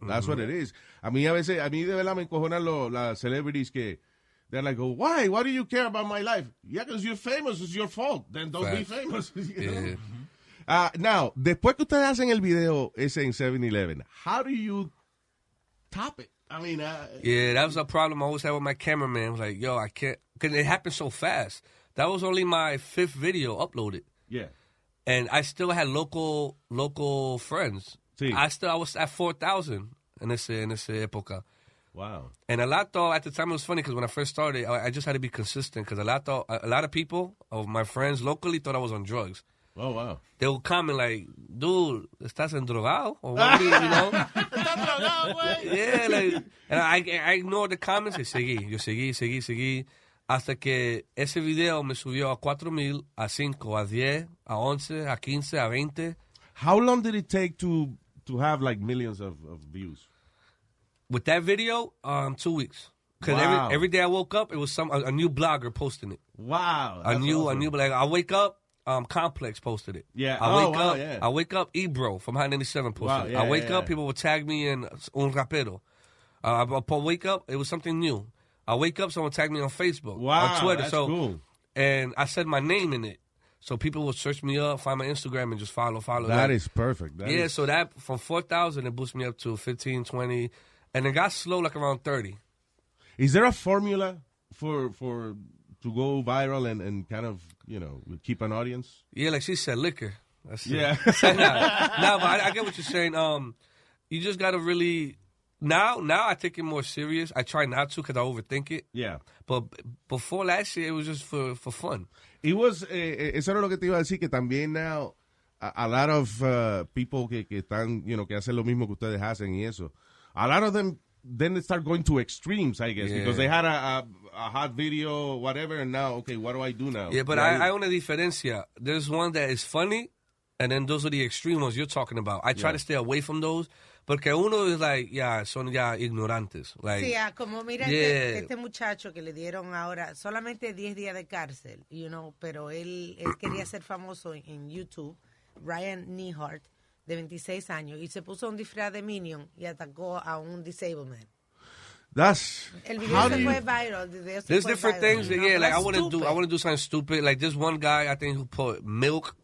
Speaker 5: That's
Speaker 11: Mm-hmm.
Speaker 5: what it is. A mí a veces, a mí de verdad me encojonan lo- las celebrities que, they're like, oh, why? Why do you care about my life? Yeah, because you're famous, it's your fault. Then don't be
Speaker 11: Facts.
Speaker 5: famous. you know? Uh,
Speaker 11: Yeah.
Speaker 5: Ah, now, después que ustedes hacen el video ese en 7-Eleven, how do you top it. I mean, uh, I,
Speaker 11: Yeah, that was a problem I always had with my cameraman. It was like, yo, I can't, because it happened so fast. That was only my fifth video uploaded.
Speaker 5: Yeah.
Speaker 11: And I still had local local friends. I still I was at four thousand in ese in ese época.
Speaker 5: Wow.
Speaker 11: And a lot though at the time it was funny because when I first started, I, I just had to be consistent because a lot though a, a lot of people of my friends locally thought I was on drugs.
Speaker 5: Oh wow!
Speaker 11: They would comment like, "Dude, estás en drogado?" Or what do you you know? yeah, like, and eh, I, I ignored the comments y seguí, yo seguí, seguí, seguí, hasta que ese video me subió a 4000, a 5, a 10, a 11, a 15, a 20.
Speaker 5: How long did it take to to have like millions of, of views?
Speaker 11: With that video, um, two weeks. Because
Speaker 5: Wow.
Speaker 11: every, every day I woke up, it was some a, a new blogger posting it.
Speaker 5: Wow,
Speaker 11: a
Speaker 5: that's
Speaker 11: new
Speaker 5: awesome.
Speaker 11: a new like I wake up. Um, Complex posted it.
Speaker 5: Yeah.
Speaker 11: I
Speaker 5: Oh,
Speaker 11: wake
Speaker 5: wow,
Speaker 11: up.
Speaker 5: yeah.
Speaker 11: I wake up. Ebro from High 97 posted.
Speaker 5: Wow,
Speaker 11: it.
Speaker 5: yeah,
Speaker 11: I wake
Speaker 5: yeah,
Speaker 11: up.
Speaker 5: yeah.
Speaker 11: People would tag me in un rapero. Uh, I, I wake up. It was something new. I wake up. Someone tagged me on Facebook.
Speaker 5: Wow,
Speaker 11: On Twitter.
Speaker 5: that's
Speaker 11: so
Speaker 5: cool.
Speaker 11: and I said my name in it. So people would search me up, find my Instagram, and just follow, follow.
Speaker 5: That is perfect. That
Speaker 11: yeah,
Speaker 5: is-
Speaker 11: so that from 4,000, it boosted me up to 15, 20. And it got slow, like around 30.
Speaker 5: Is there a formula for for to go viral and and kind of you know keep an audience?
Speaker 11: Yeah, like she said, liquor. That's it.
Speaker 5: Yeah.
Speaker 11: no, but I, I get what you're saying. Um, you just gotta really now. Now I take it more serious. I try not to because I overthink it.
Speaker 5: Yeah.
Speaker 11: But b- before last year, it was just for for fun.
Speaker 5: It was, eh, eh, eso era lo que te iba a decir, que también now, a, a lot of uh, people que, que están, you know, que hacen lo mismo que ustedes hacen y eso, a lot of them then they start going to extremes, I guess,
Speaker 11: Yeah.
Speaker 5: because they had a, a, a hot video, whatever, and now, okay, what do I do Oh, now?
Speaker 11: Yeah, but
Speaker 5: What do-
Speaker 11: I, I own a diferencia. There's one that is funny, and then those are the extreme ones you're talking about. I try
Speaker 5: Yeah.
Speaker 11: to stay away from those. Porque uno is like, yeah, son ya ignorantes. Like,
Speaker 15: Sí, ah, como mira este,
Speaker 11: Yeah.
Speaker 15: este muchacho que le dieron ahora solamente 10 días de cárcel, you know, pero él, él quería ser famoso en, en YouTube, Ryan Nehart, de 26 años, y se puso un disfraz de Minion y atacó a un disabled man.
Speaker 5: That's,
Speaker 15: El video
Speaker 5: how do
Speaker 15: se
Speaker 5: you-
Speaker 15: fue viral. el video se
Speaker 11: There's
Speaker 15: fue
Speaker 11: different
Speaker 15: viral,
Speaker 11: things
Speaker 15: you
Speaker 11: that
Speaker 15: know,
Speaker 11: yeah, like I
Speaker 15: that's
Speaker 11: want to do.
Speaker 15: stupid.
Speaker 11: I want to do something stupid. Like this one guy, I think who put milk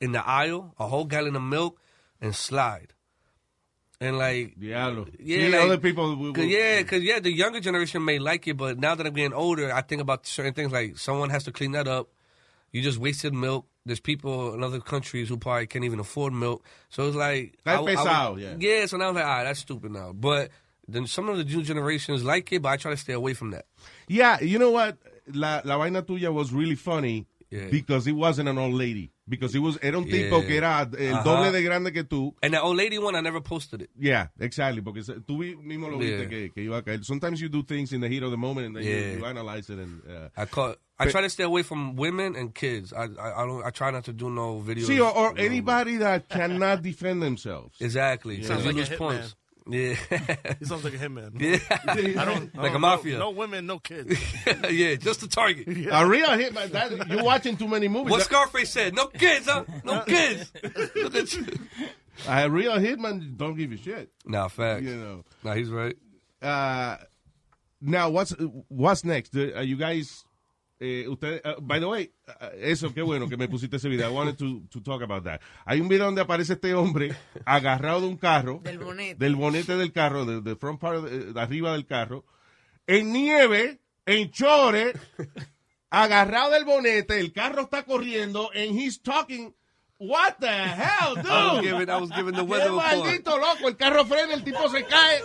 Speaker 11: in the aisle, a whole gallon of milk, and slide. And like
Speaker 5: Diablo.
Speaker 11: yeah,
Speaker 5: See,
Speaker 11: like,
Speaker 5: other people will-
Speaker 11: Cause, yeah, cause yeah, the younger generation may like it, but now that I'm getting older, I think about certain things like someone has to clean that up. You just wasted milk. There's people in other countries who probably can't even afford milk. So it's like
Speaker 5: That
Speaker 11: I- I
Speaker 5: pesado,
Speaker 11: would-
Speaker 5: yeah.
Speaker 11: Yeah, so now I'm like, ah, that's stupid now. But then some of the new generations like it, but I try to stay away from that.
Speaker 5: Yeah, you know what? La, la vaina tuya was really funny
Speaker 11: Yeah.
Speaker 5: because it wasn't an old lady. Because it was, era un tipo
Speaker 11: Yeah.
Speaker 5: que era el
Speaker 11: Ajá.
Speaker 5: doble de grande que tú.
Speaker 11: And that old lady one, I never posted it.
Speaker 5: Yeah, exactly. Porque se- tú vi- mismo lo viste
Speaker 11: Yeah.
Speaker 5: que, que iba a caer. Sometimes you do things in the heat of the moment and then
Speaker 11: Yeah.
Speaker 5: you, you analyze it. And, uh,
Speaker 11: I call. I try to stay away from women and kids. I I, I don't. I try not to do no videos.
Speaker 5: See, or, or anybody that cannot defend themselves.
Speaker 11: exactly.
Speaker 5: Yeah.
Speaker 11: 'cause
Speaker 5: Sounds
Speaker 11: you
Speaker 5: like a
Speaker 11: lose
Speaker 5: hitman.
Speaker 11: points. Yeah.
Speaker 16: He sounds like a hitman.
Speaker 11: Yeah.
Speaker 16: I don't,
Speaker 11: Like a
Speaker 16: no-
Speaker 11: mafia.
Speaker 16: No, women, no kids.
Speaker 11: yeah, just the target.
Speaker 5: A real hitman. That, you're watching too many movies.
Speaker 11: What Scarface said? No kids, huh? No kids. Look at you.
Speaker 5: A real hitman don't give a shit.
Speaker 11: Nah, facts.
Speaker 5: You know.
Speaker 11: Nah, he's right.
Speaker 5: Uh, now, what's what's next? Uh, Are you guys? eh, usted- uh, by the way, uh, eso qué bueno que me pusiste ese video. I wanted to, to talk about that. Hay un video donde aparece este hombre agarrado de un carro,
Speaker 15: Del bonete.
Speaker 5: del bonete del carro, de, de front part, eh, de, de arriba del carro, en nieve, en chores, agarrado del bonete, el carro está corriendo, and he's talking. What the hell, dude?
Speaker 11: I was giving- I was giving the weather
Speaker 5: Qué
Speaker 11: report.
Speaker 5: maldito loco, el carro frena, el tipo se cae.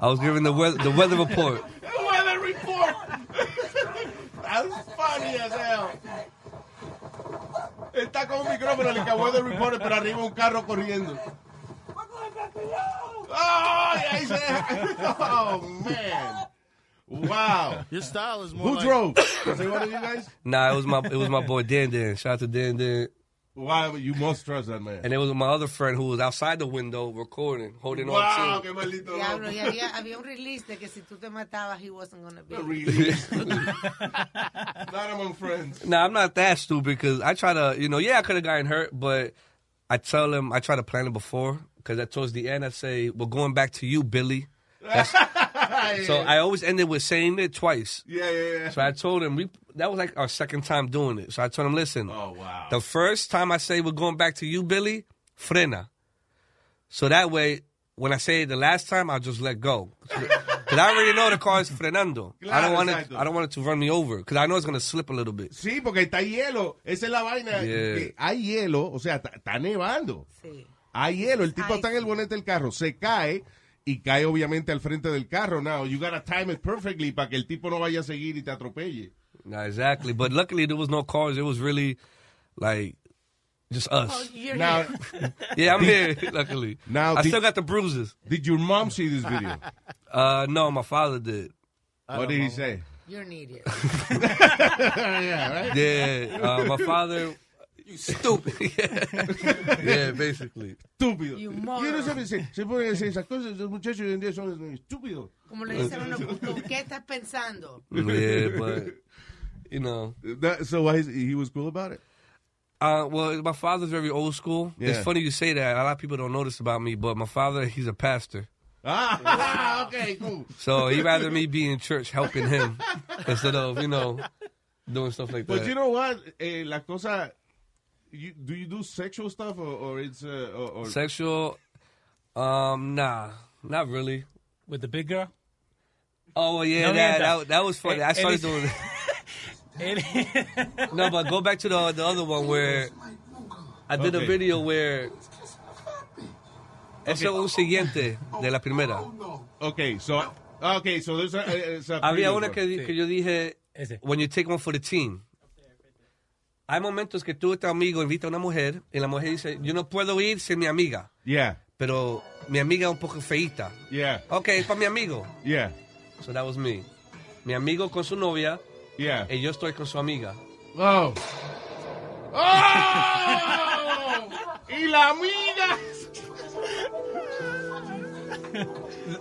Speaker 11: I was giving the weather the weather report.
Speaker 5: Weather report. That's funny as hell. Está con un micrófono, le acabó de report, pero arriba un carro corriendo. ¡Ay! Ahí se deja. Oh, man. Wow.
Speaker 16: Your style is more
Speaker 5: Who
Speaker 16: like-
Speaker 5: drove? Was it one of you guys?
Speaker 11: Nah, it was my it was my boy Dan Dan. Shout out to Dan Dan.
Speaker 5: Wow, you must trust that man.
Speaker 11: And it was my other friend who was outside the window recording, holding
Speaker 5: Wow,
Speaker 11: on
Speaker 5: qué maldito
Speaker 15: Diablo, y
Speaker 5: loco.
Speaker 15: había, había un release de que si tú te matabas, he wasn't gonna be.
Speaker 5: Not among friends.
Speaker 11: No, I'm not that stupid because I try to, you know, yeah, I could have gotten hurt, but I tell him I try to plan it before because towards the end I say we're going back to you, Billy, That's- so
Speaker 2: yeah.
Speaker 11: I always ended with saying it twice.
Speaker 2: Yeah, yeah, yeah.
Speaker 11: So I told him we that was like our second time doing it. So I told him, listen. Oh wow. The first time I say we're going back to you, Billy, frena. So that way, when I say it the last time, I'll just let go. Because I already know the car is Fernando. I don't
Speaker 5: Claro,
Speaker 11: want it.
Speaker 5: exacto.
Speaker 11: I don't want it to run me over because I know it's gonna slip a little bit.
Speaker 5: Sí, porque está hielo. Esa es la vaina.
Speaker 11: Yeah.
Speaker 5: que Hay hielo, o sea, está, está nevando. Hay hielo. El tipo está en el bonete del carro, se cae y cae obviamente al frente del carro. Now, you gotta time it perfectly para que el tipo no vaya a seguir y te atropelle.
Speaker 11: Nah, exactly. But luckily, there was no cars. It was really like just us.
Speaker 5: Now-
Speaker 11: yeah, I'm here. Luckily,
Speaker 5: Now,
Speaker 11: I
Speaker 5: did-
Speaker 11: still got the bruises.
Speaker 5: Did your mom see this video?
Speaker 11: Uh, no, my father did.
Speaker 5: What did he say?
Speaker 15: You're an idiot.
Speaker 5: yeah, right?
Speaker 11: Yeah, uh, my father. You stupid. yeah. Yeah, basically.
Speaker 5: Estúpido.
Speaker 15: You
Speaker 5: Yo no sé, se, se ponen a decir esas cosas. Los muchachos hoy en día son estúpidos.
Speaker 15: Como le dicen a uno, ¿tú qué estás pensando?
Speaker 11: Yeah, but you know.
Speaker 5: That, so why is- he was cool about it?
Speaker 11: Uh, well, my father's very old school.
Speaker 5: Yeah.
Speaker 11: It's funny you say that. A lot of people don't know this about me, but my father, he's a pastor.
Speaker 5: Ah, okay, cool.
Speaker 11: So he'd rather me be in church helping him instead of, you know, doing stuff like that.
Speaker 5: But you know what? Eh, la cosa. You, do you do sexual stuff or, or it's. Uh, or, or-
Speaker 11: Sexual? Um, nah, not really.
Speaker 14: With the big girl?
Speaker 11: Oh yeah,
Speaker 14: No mientas.
Speaker 11: that, that that was funny.
Speaker 14: Eh,
Speaker 11: I started
Speaker 14: eres-
Speaker 11: doing. no, but go back to the the other one where I did
Speaker 2: Okay.
Speaker 11: a video where. Es un siguiente de la primera.
Speaker 5: Okay, so. Ah, Okay, so there's a. eh, It's a
Speaker 11: Había
Speaker 5: previous
Speaker 11: una
Speaker 5: one.
Speaker 11: que, di- que yo dije, when you take one for the team. Hay momentos que tú, este amigo, invita a una mujer y la mujer dice, yo no puedo ir sin mi amiga,
Speaker 5: Yeah,
Speaker 11: pero mi amiga es un poco feíta.
Speaker 5: yeah,
Speaker 11: Ok, es para mi amigo.
Speaker 5: yeah.
Speaker 11: So that was me. Mi amigo con su novia
Speaker 5: yeah.
Speaker 11: y yo estoy con su amiga.
Speaker 5: Oh. ¡Oh! ¡Y la amiga!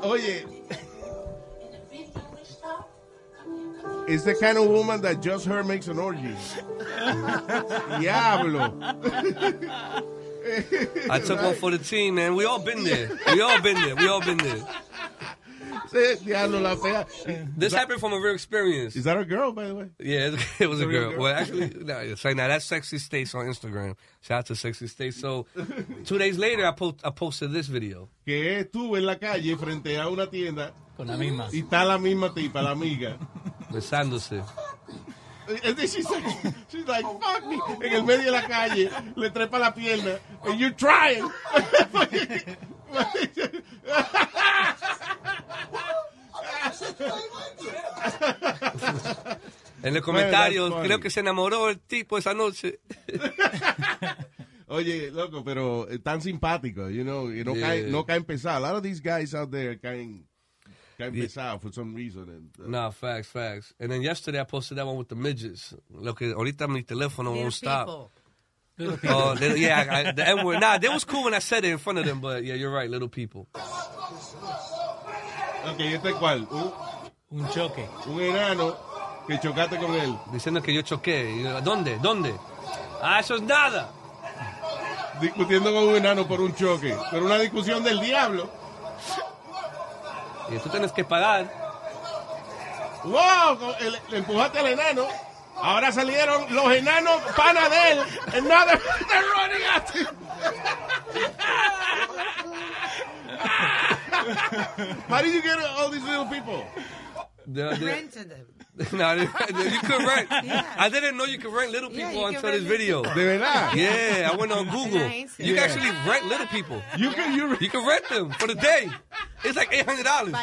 Speaker 5: Oye. It's the kind of woman that just her makes an orgy. Diablo.
Speaker 11: I took one for the team, man. We all been there. We all been there. We all been there.
Speaker 5: Diablo la fea.
Speaker 11: This happened from a real experience.
Speaker 5: Is that a girl, by the way?
Speaker 11: Yeah, it- it was a
Speaker 5: A real
Speaker 11: girl.
Speaker 5: girl?
Speaker 11: Well, actually, no, it's like now that's sexy states on Instagram. Shout out to sexy states. So, two days later, I post, I posted this video.
Speaker 5: Que estuvo en la calle frente a una tienda.
Speaker 11: Con la misma.
Speaker 5: Y está la misma tipa, la amiga.
Speaker 11: Besándose.
Speaker 5: And then Eh, she's like, she's like, fuck me. En el medio de la calle, le trepa la pierna. And you're trying.
Speaker 11: En los
Speaker 5: Bueno, that's
Speaker 11: comentarios,
Speaker 5: funny.
Speaker 11: creo que se enamoró el tipo esa noche.
Speaker 5: Oye, loco, pero eh, tan simpático, you know, y no,
Speaker 11: Yeah.
Speaker 5: caen, no caen pesado. A lot of these guys out there caen, caen pesado Ah, for some reason. And, uh,
Speaker 11: Nah, facts, facts. And then yesterday I posted that one with the midgets. Lo que ahorita mi teléfono
Speaker 15: Little
Speaker 11: won't stop.
Speaker 15: people.
Speaker 11: Oh, little, yeah, I, the N word. Nah, that was cool when I said it in front of them, but yeah, you're right, little people.
Speaker 5: Ok, ¿este cuál? Un,
Speaker 14: choque.
Speaker 5: Un enano que chocaste con él.
Speaker 11: Diciendo que yo choqué. Y yo, ¿Dónde? ¿Dónde? Ah, eso es nada.
Speaker 5: Discutiendo con un enano por un choque. Pero una discusión del diablo.
Speaker 11: Y tú tienes que pagar.
Speaker 5: ¡Wow! con- el- le empujaste al enano. Ahora salieron los enanos pana de él. And now they're, they're running at him. How did you get all these little people?
Speaker 11: The- the-
Speaker 15: Rented them.
Speaker 11: no, you could rent. I didn't know you could rent little
Speaker 15: Yeah,
Speaker 11: people
Speaker 15: you can
Speaker 11: until
Speaker 15: rent
Speaker 11: this video.
Speaker 15: little people. De verdad?
Speaker 11: Yeah, I went on Google.
Speaker 15: Nice.
Speaker 11: You
Speaker 15: Yeah.
Speaker 11: can actually rent little people.
Speaker 5: You can you,
Speaker 11: you can rent them for the day. It's like eight hundred dollars.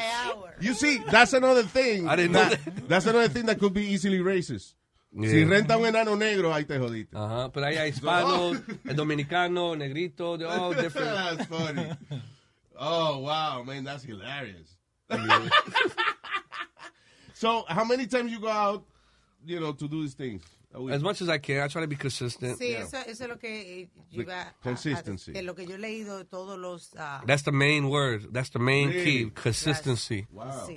Speaker 5: You see, that's another thing.
Speaker 11: I didn't know
Speaker 5: That's another thing that could be easily racist. Si renta un enano negro, ahí te jodiste.
Speaker 11: Ajá, pero ahí hay
Speaker 5: Oh.
Speaker 11: hispanos, el dominicano, negrito, they're all different.
Speaker 5: that's funny. Oh, wow, man, that's hilarious. so, how many times you go out, you know, to do these things? a week?
Speaker 11: As much as I can, I try to be consistent.
Speaker 15: Sí, eso, eso es lo que eh, yo
Speaker 11: The
Speaker 15: iba a- a-
Speaker 11: consistency.
Speaker 15: de lo que yo he leído de todos los... ah,
Speaker 11: That's the main word. That's the main
Speaker 15: Really?
Speaker 11: key. Consistency.
Speaker 15: Wow.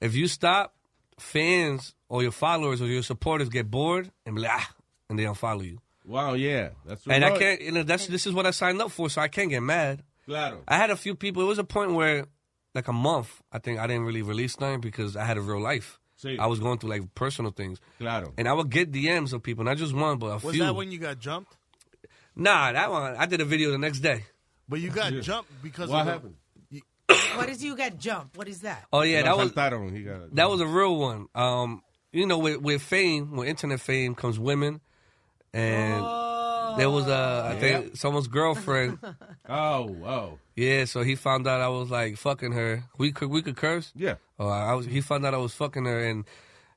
Speaker 11: If you stop, fans or your followers or your supporters get bored and be like, ah, and they unfollow you.
Speaker 5: Wow, yeah. That's
Speaker 11: and I
Speaker 5: right.
Speaker 11: can't. You know, that's this is what I signed up for, so I can't get mad.
Speaker 5: Claro.
Speaker 11: I had a few people. It was a point where like a month, I think I didn't really release nothing because I had a real life.
Speaker 16: Sí.
Speaker 11: I was going through like personal things.
Speaker 5: Claro.
Speaker 11: And I would get DMs of people, not just one, but a
Speaker 16: Was
Speaker 11: few.
Speaker 16: that when you got jumped?
Speaker 11: Nah, that one. I did a video the next day.
Speaker 16: But you got
Speaker 11: Yeah.
Speaker 16: jumped because
Speaker 11: What
Speaker 16: of the-
Speaker 11: happened?
Speaker 15: What is you got jumped? What is that?
Speaker 11: Oh yeah, that
Speaker 5: Lo
Speaker 11: was
Speaker 5: asaltaron, he got-
Speaker 11: that was a real one. Um, you know, with, with fame, with internet fame comes women, and there was a I think someone's girlfriend.
Speaker 5: oh, oh,
Speaker 11: yeah. So he found out I was like fucking her. We could we could curse.
Speaker 5: Yeah.
Speaker 11: Oh, I I was. He found out I was fucking her, and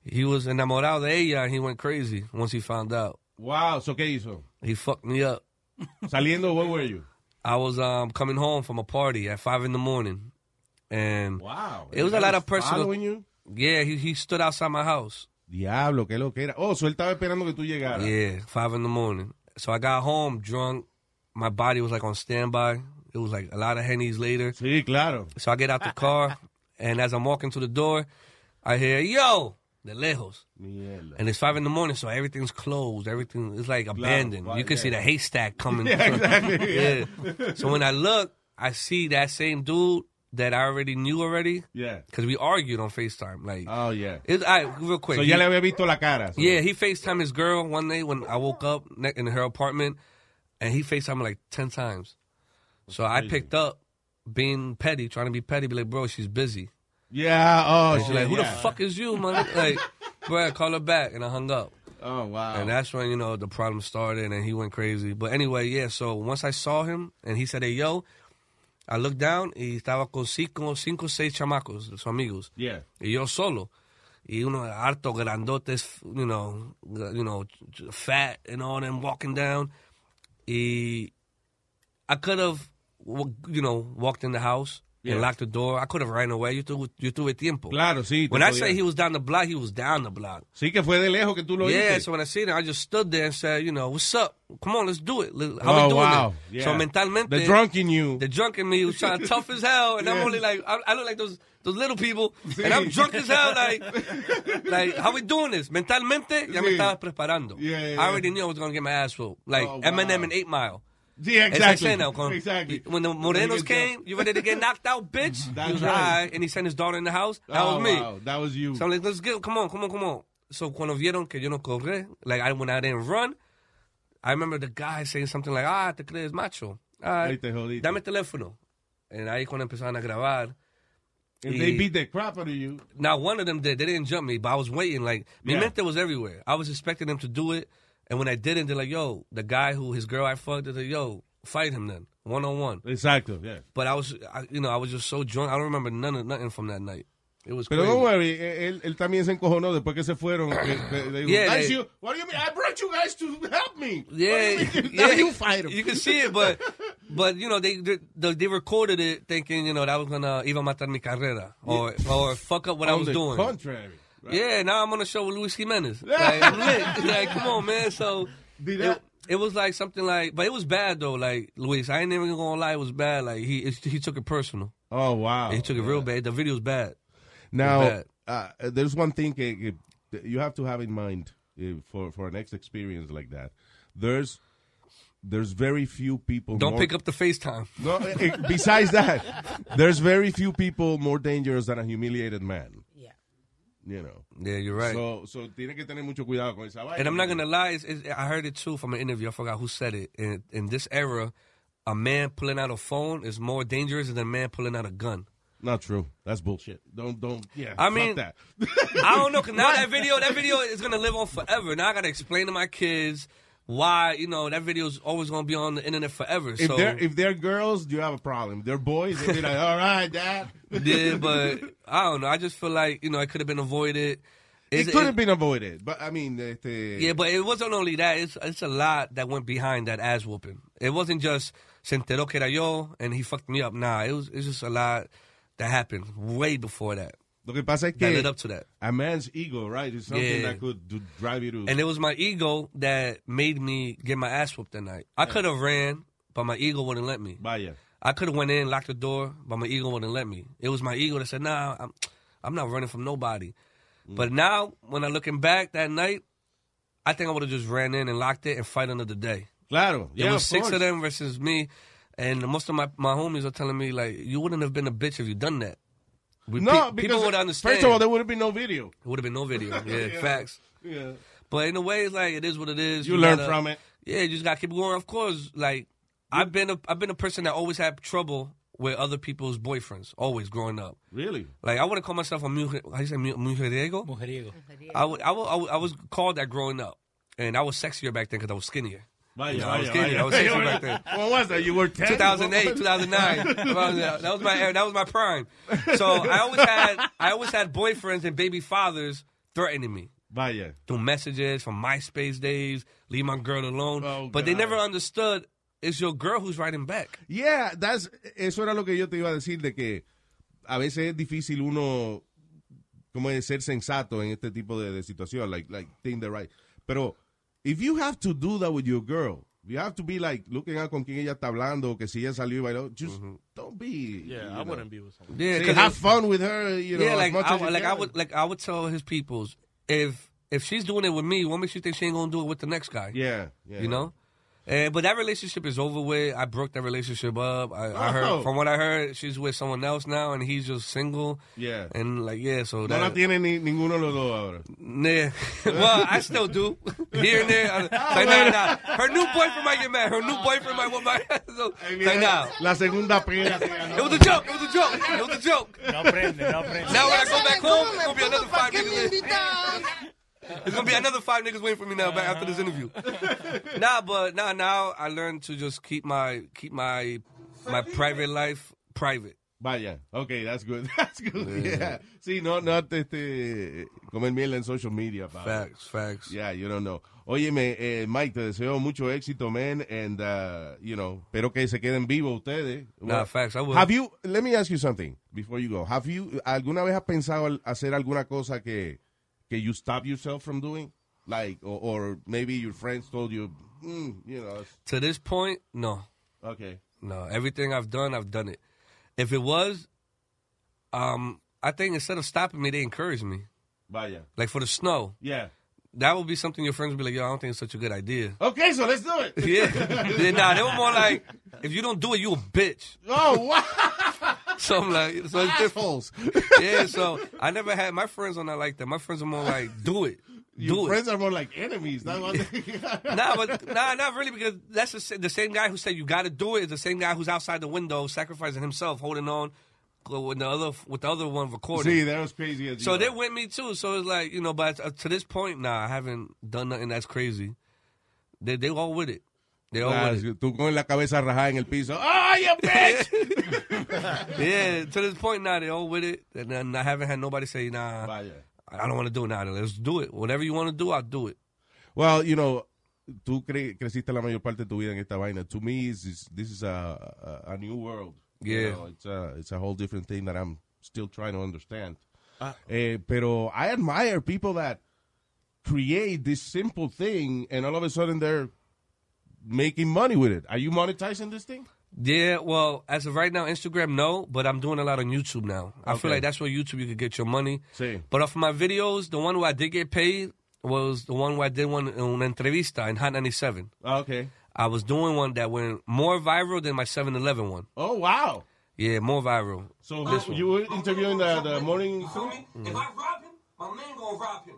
Speaker 11: he was enamorado de ella, and he went crazy once he found out.
Speaker 5: Wow. So qué hizo?
Speaker 11: He fucked me up.
Speaker 5: Saliendo, where were you?
Speaker 11: I was um coming home from a party at five in the morning, and
Speaker 5: wow,
Speaker 11: it was a
Speaker 5: He
Speaker 11: lot
Speaker 5: was
Speaker 11: of personal.
Speaker 5: following you?
Speaker 11: Yeah, he he stood outside my house.
Speaker 5: Diablo, qué lo que era. Oh, so él estaba esperando que tú llegaras.
Speaker 11: Yeah, five in the morning. So I got home drunk. My body was like on standby. It was like a lot of hennies later.
Speaker 5: Sí, claro.
Speaker 11: So I get out the car, and as I'm walking to the door, I hear yo de lejos, and it's five in the morning. So everything's closed. Everything is like abandoned.
Speaker 16: Wow,
Speaker 11: you can see
Speaker 16: yeah.
Speaker 11: the haystack coming.
Speaker 16: Yeah, exactly, yeah.
Speaker 11: Yeah. So when I look, I see that same dude that I already knew already.
Speaker 5: Yeah.
Speaker 11: Because we argued on Facetime. Like
Speaker 5: oh yeah.
Speaker 11: It's all right, real quick.
Speaker 5: So
Speaker 11: He-
Speaker 5: ya le había visto la cara. so-
Speaker 11: yeah, he FaceTimed his girl one day when I woke up ne- in her apartment, and he FaceTimed me like 10 times. So I picked up being petty, trying to be petty, be like, bro, she's busy.
Speaker 5: Yeah. Oh,
Speaker 11: and she's
Speaker 5: shit,
Speaker 11: like, who
Speaker 5: yeah.
Speaker 11: the fuck is you, man? like, bro, call her back. And I hung up.
Speaker 5: Oh, wow.
Speaker 11: And that's when, you know, the problem started and he went crazy. But anyway, yeah, so once I saw him and he said, hey, yo, I looked down y estaba con cinco, cinco seis chamacos, sus amigos.
Speaker 5: Yeah.
Speaker 11: Y yo solo. Y uno harto grandotes, you know, gra- you know, ch- ch- fat and all them walking down. Y I could have, you know, walked in the house
Speaker 5: Yeah.
Speaker 11: and locked the door. I could have ran away. Yo tuve, yo tuve tiempo.
Speaker 5: Claro, sí, te
Speaker 11: When I
Speaker 5: podía-
Speaker 11: say he was down the block, he was down the block.
Speaker 5: Sí, que fue de lejos que tú lo
Speaker 11: yeah,
Speaker 5: viste.
Speaker 11: so when I seen it, I just stood there and said, you know, what's up? Come on, let's do it. Let- How
Speaker 5: Oh,
Speaker 11: we doing
Speaker 5: wow.
Speaker 11: it?
Speaker 5: Yeah.
Speaker 11: So mentalmente.
Speaker 5: The drunk in you.
Speaker 11: The drunk in me was trying tough as hell, and I'm
Speaker 5: Yeah.
Speaker 11: only like, I, I look like those those little people, and I'm drunk as hell. Like, like how we doing this? Mentalmente, ya me
Speaker 5: Sí.
Speaker 11: estaba preparando.
Speaker 5: yeah,
Speaker 11: I already knew I was going to get my ass whooped. Like
Speaker 5: Oh, wow.
Speaker 11: Eminem and 8 Mile.
Speaker 5: Yeah,
Speaker 11: It's
Speaker 5: exactly.
Speaker 11: like saying now, con-
Speaker 5: Exactly.
Speaker 11: When the
Speaker 5: Then you
Speaker 11: Morenos
Speaker 5: get
Speaker 11: came, you ready to get knocked out, bitch?
Speaker 5: That's
Speaker 11: He was
Speaker 5: right.
Speaker 11: "All And he sent his daughter in the house. That
Speaker 5: Oh,
Speaker 11: was me.
Speaker 5: wow. That was you.
Speaker 11: So I'm like, let's get, come on, come on, come on. So cuando vieron que yo no corré, like I, when I didn't run, I remember the guy saying something like, ah, te crees macho. Ah,
Speaker 5: Ahí te jodiste.
Speaker 11: dame el teléfono. And ahí cuando empezaron a grabar.
Speaker 5: And
Speaker 11: y-
Speaker 5: they beat the crap out of you.
Speaker 11: Now one of them did. They didn't jump me, but I was waiting. Like my
Speaker 5: Yeah.
Speaker 11: mente was everywhere. I was expecting them to do it, and when I didn't, they're like, "Yo, the guy who his girl I fucked," they're like, "Yo, fight him then, one on one."
Speaker 5: Exacto, yeah.
Speaker 11: But I was, I, you know, I was just so drunk. I don't remember none of nothing from that night. It was
Speaker 5: Pero
Speaker 11: crazy.
Speaker 5: no worry, e, él, él también se encojonó después que se fueron. que- que- they-
Speaker 11: Yeah,
Speaker 5: Nice
Speaker 11: they-
Speaker 5: you- What do you mean? I brought you guys to help me.
Speaker 11: Yeah,
Speaker 5: What do you mean?
Speaker 11: yeah,
Speaker 5: Now you fight him.
Speaker 11: You can see it, but but you know they they, they recorded it thinking you know that was gonna iba a matar mi carrera or or fuck up what I
Speaker 5: On
Speaker 11: was
Speaker 5: the
Speaker 11: doing.
Speaker 5: contrary, right?
Speaker 11: Yeah, now I'm on a show with Luis Jimenez. Like, I'm lit. Like, come on, man. So it, it was like something like, but it was bad though. Like Luis, I ain't even gonna lie, it was bad. Like he it, he took it personal.
Speaker 5: Oh, wow.
Speaker 11: He took it real bad. The video's bad.
Speaker 5: Now,
Speaker 11: Bad.
Speaker 5: uh, there's one thing que- que- that you have to have in mind uh, for for an next experience like that. There's there's very few people.
Speaker 11: Don't
Speaker 5: more-
Speaker 11: pick up the FaceTime.
Speaker 5: oh, No, eh, eh, besides that, there's very few people more dangerous than a humiliated man.
Speaker 15: Yeah.
Speaker 5: You know.
Speaker 11: Yeah, you're right.
Speaker 5: So, so tiene que tener mucho cuidado con esa vaina.
Speaker 11: And I'm not gonna lie, it's, it's, I heard it too from an interview. I forgot who said it. In, in this era, a man pulling out a phone is more dangerous than a man pulling out a gun.
Speaker 5: Not true. That's bullshit. Don't don't. Yeah.
Speaker 11: I
Speaker 5: fuck
Speaker 11: mean,
Speaker 5: that.
Speaker 11: I don't know. 'cause now that video, that video is gonna live on forever. Now I gotta explain to my kids why you know that video is always gonna be on the internet forever.
Speaker 5: If
Speaker 11: so
Speaker 5: they're if they're girls, you have a problem. If they're boys, they be like, all right, dad.
Speaker 11: yeah, but I don't know. I just feel like you know it could have been avoided.
Speaker 5: it could have been avoided, but I mean, eh, este,
Speaker 11: Yeah, but it wasn't only that. It's it's a lot that went behind that ass whooping. It wasn't just se enteró que era yo and he fucked me up. Nah, it was it's just a lot that happened way before that.
Speaker 5: Lo que pasa es
Speaker 11: that
Speaker 5: que-
Speaker 11: led up to that.
Speaker 5: a man's ego, right, is something
Speaker 11: Yeah.
Speaker 5: that could do, drive you to.
Speaker 11: And it was my ego that made me get my ass whooped that night. I could have ran, but my ego wouldn't let me.
Speaker 5: Vaya.
Speaker 11: I could have went in, locked the door, but my ego wouldn't let me. It was my ego that said, "Nah, I'm, I'm not running from nobody."
Speaker 5: Mm.
Speaker 11: But now, when I'm looking back that night, I think I would have just ran in and locked it and fight another day.
Speaker 5: Claro,
Speaker 11: It
Speaker 5: yeah,
Speaker 11: was
Speaker 5: of
Speaker 11: six
Speaker 5: course.
Speaker 11: of them versus me, and most of my, my homies are telling me like, "You wouldn't have been a bitch if you done that." We-
Speaker 5: No,
Speaker 11: pe-
Speaker 5: because
Speaker 11: people would understand.
Speaker 5: first of all, there would have been no video.
Speaker 11: It would have been no video. Yeah,
Speaker 5: Yeah.
Speaker 11: facts.
Speaker 5: Yeah.
Speaker 11: But in a way, it's like it is what it is.
Speaker 5: You learn
Speaker 11: gotta-
Speaker 5: from it.
Speaker 11: Yeah, you just gotta keep going. Of course, like I've been a I've been a person that always had trouble with other people's boyfriends. Always growing up.
Speaker 5: Really?
Speaker 11: Like I wouldn't call myself a mujer. How you say mu- mujeriego?
Speaker 14: Mujeriego.
Speaker 11: I would, I, would, I, would, I was called that growing up, and I was sexier back then because I was skinnier.
Speaker 5: Vaya,
Speaker 11: You know, I was
Speaker 5: vaya,
Speaker 11: skinnier.
Speaker 5: vaya.
Speaker 11: I was sexier back then.
Speaker 5: When was that? You were 10?
Speaker 11: 2008, 2009. that was my era. that was my prime. So I always had I always had boyfriends and baby fathers threatening me.
Speaker 5: Vaya.
Speaker 11: Through messages from MySpace days, leave my girl alone. but they never understood it's your girl who's writing back.
Speaker 5: Yeah, that's, eso era lo que yo te iba a decir, de que a veces es difícil uno, como es, ser sensato en este tipo de, de situación, like, like, think the right. Pero, if you have to do that with your girl, you have to be like, looking at con quién ella está hablando, que si ella salió y bailó, just don't be.
Speaker 1: Yeah, I wouldn't be with someone.
Speaker 11: Yeah,
Speaker 5: See,
Speaker 11: 'cause
Speaker 5: have
Speaker 11: it-
Speaker 5: fun with her, you know,
Speaker 11: yeah,
Speaker 5: as
Speaker 11: like
Speaker 5: much
Speaker 11: I,
Speaker 5: as you
Speaker 11: like I
Speaker 5: can.
Speaker 11: would like I would tell his peoples if if she's doing it with me, what makes you think she ain't gonna do it with the next guy?
Speaker 5: Yeah, yeah.
Speaker 11: you know. And, but that relationship is over with. I broke that relationship up. I, I
Speaker 5: Oh.
Speaker 11: heard from what I heard, she's with someone else now, and he's just single.
Speaker 5: Yeah.
Speaker 11: and like yeah, so
Speaker 5: No
Speaker 11: that,
Speaker 5: la tiene ni, ninguno de los dos ahora.
Speaker 11: Nah. well, I still do. Here and there. Like, nah, nah. Her new boyfriend might get mad. Her new boyfriend might want my so, Like, nah.
Speaker 5: La segunda pena.
Speaker 11: It was a joke. It was a joke. It was a joke.
Speaker 5: No prende, no prende.
Speaker 11: Now when I go back home, it's going to be another five niggas. in- It's going to be another five niggas waiting for me now back after this interview. Nah, but nah, now I learned to just keep my keep my my private life private.
Speaker 5: Vaya, okay, that's good. That's good.
Speaker 11: Yeah.
Speaker 5: Yeah. Sí, no, no este, comer miel en social media. pal.
Speaker 11: Facts, facts.
Speaker 5: Yeah, you don't know. Óyeme, eh, Mike, te deseo mucho éxito, man, and uh, you know, espero que se queden vivos ustedes.
Speaker 11: Nah, facts, I will.
Speaker 5: Have you let me ask you something before you go. Have you alguna vez has pensado al- hacer alguna cosa que que you stop yourself from doing? Like or, or maybe your friends told you, mm, you know, it's-
Speaker 11: To this point, no.
Speaker 5: Okay.
Speaker 11: No, everything I've done, I've done it. If it was, um, I think instead of stopping me, they encouraged me.
Speaker 5: vaya.
Speaker 11: Like for the snow.
Speaker 5: Yeah.
Speaker 11: That would be something your friends would be like, yo, I don't think it's such a good idea.
Speaker 5: Okay, so let's do it.
Speaker 11: Yeah. yeah. Nah, they were more like, if you don't do it, you a bitch.
Speaker 5: Oh, wow.
Speaker 11: So I'm like, so it's different. yeah, so I never had my friends are not like that. My friends are more like, do it.
Speaker 5: Your
Speaker 11: do
Speaker 5: friends
Speaker 11: it.
Speaker 5: are more like enemies. That's what they-
Speaker 11: nah, but nah, not really because that's the, sa- the same guy who said you got to do it is the same guy who's outside the window sacrificing himself, holding on with the other with the other one recording.
Speaker 5: See, that was crazy. As
Speaker 11: So
Speaker 5: you
Speaker 11: they went me too. So it's like you know, but uh, to this point, nah, I haven't done nothing that's crazy. They they all with it. They all
Speaker 5: Ah,
Speaker 11: with it.
Speaker 5: si tú con la cabeza rajada en el piso. ¡Ay, Oh, you bitch!
Speaker 11: yeah, to this point, nah, they all with it, and, then I haven't had nobody say nah. I don't want to do it now. Let's do it. Whatever you want to do, I'll do it.
Speaker 5: Well, you know, tú cre- creciste la mayor parte de tu vida en esta vaina. To me, this is, this is a, a, a new world. You
Speaker 11: Yeah.
Speaker 5: know, it's, a, it's a whole different thing that I'm still trying to understand. Eh, pero I admire people that create this simple thing and all of a sudden they're making money with it. Are you monetizing this thing?
Speaker 11: Yeah, well, as of right now, Instagram no, but I'm doing a lot on YouTube now. I
Speaker 5: Okay.
Speaker 11: feel like that's where YouTube you could get your money.
Speaker 5: Sí.
Speaker 11: But off my videos, the one where I did get paid was the one where I did one una entrevista in Hot 97.
Speaker 5: Ah, okay.
Speaker 11: I was doing one that went more viral than my 7-Eleven one.
Speaker 5: Oh, wow.
Speaker 11: Yeah, more viral.
Speaker 5: So
Speaker 11: This
Speaker 5: you were interviewing the, the morning Mm-hmm. crew?
Speaker 11: If I rob him, my man gonna rob him.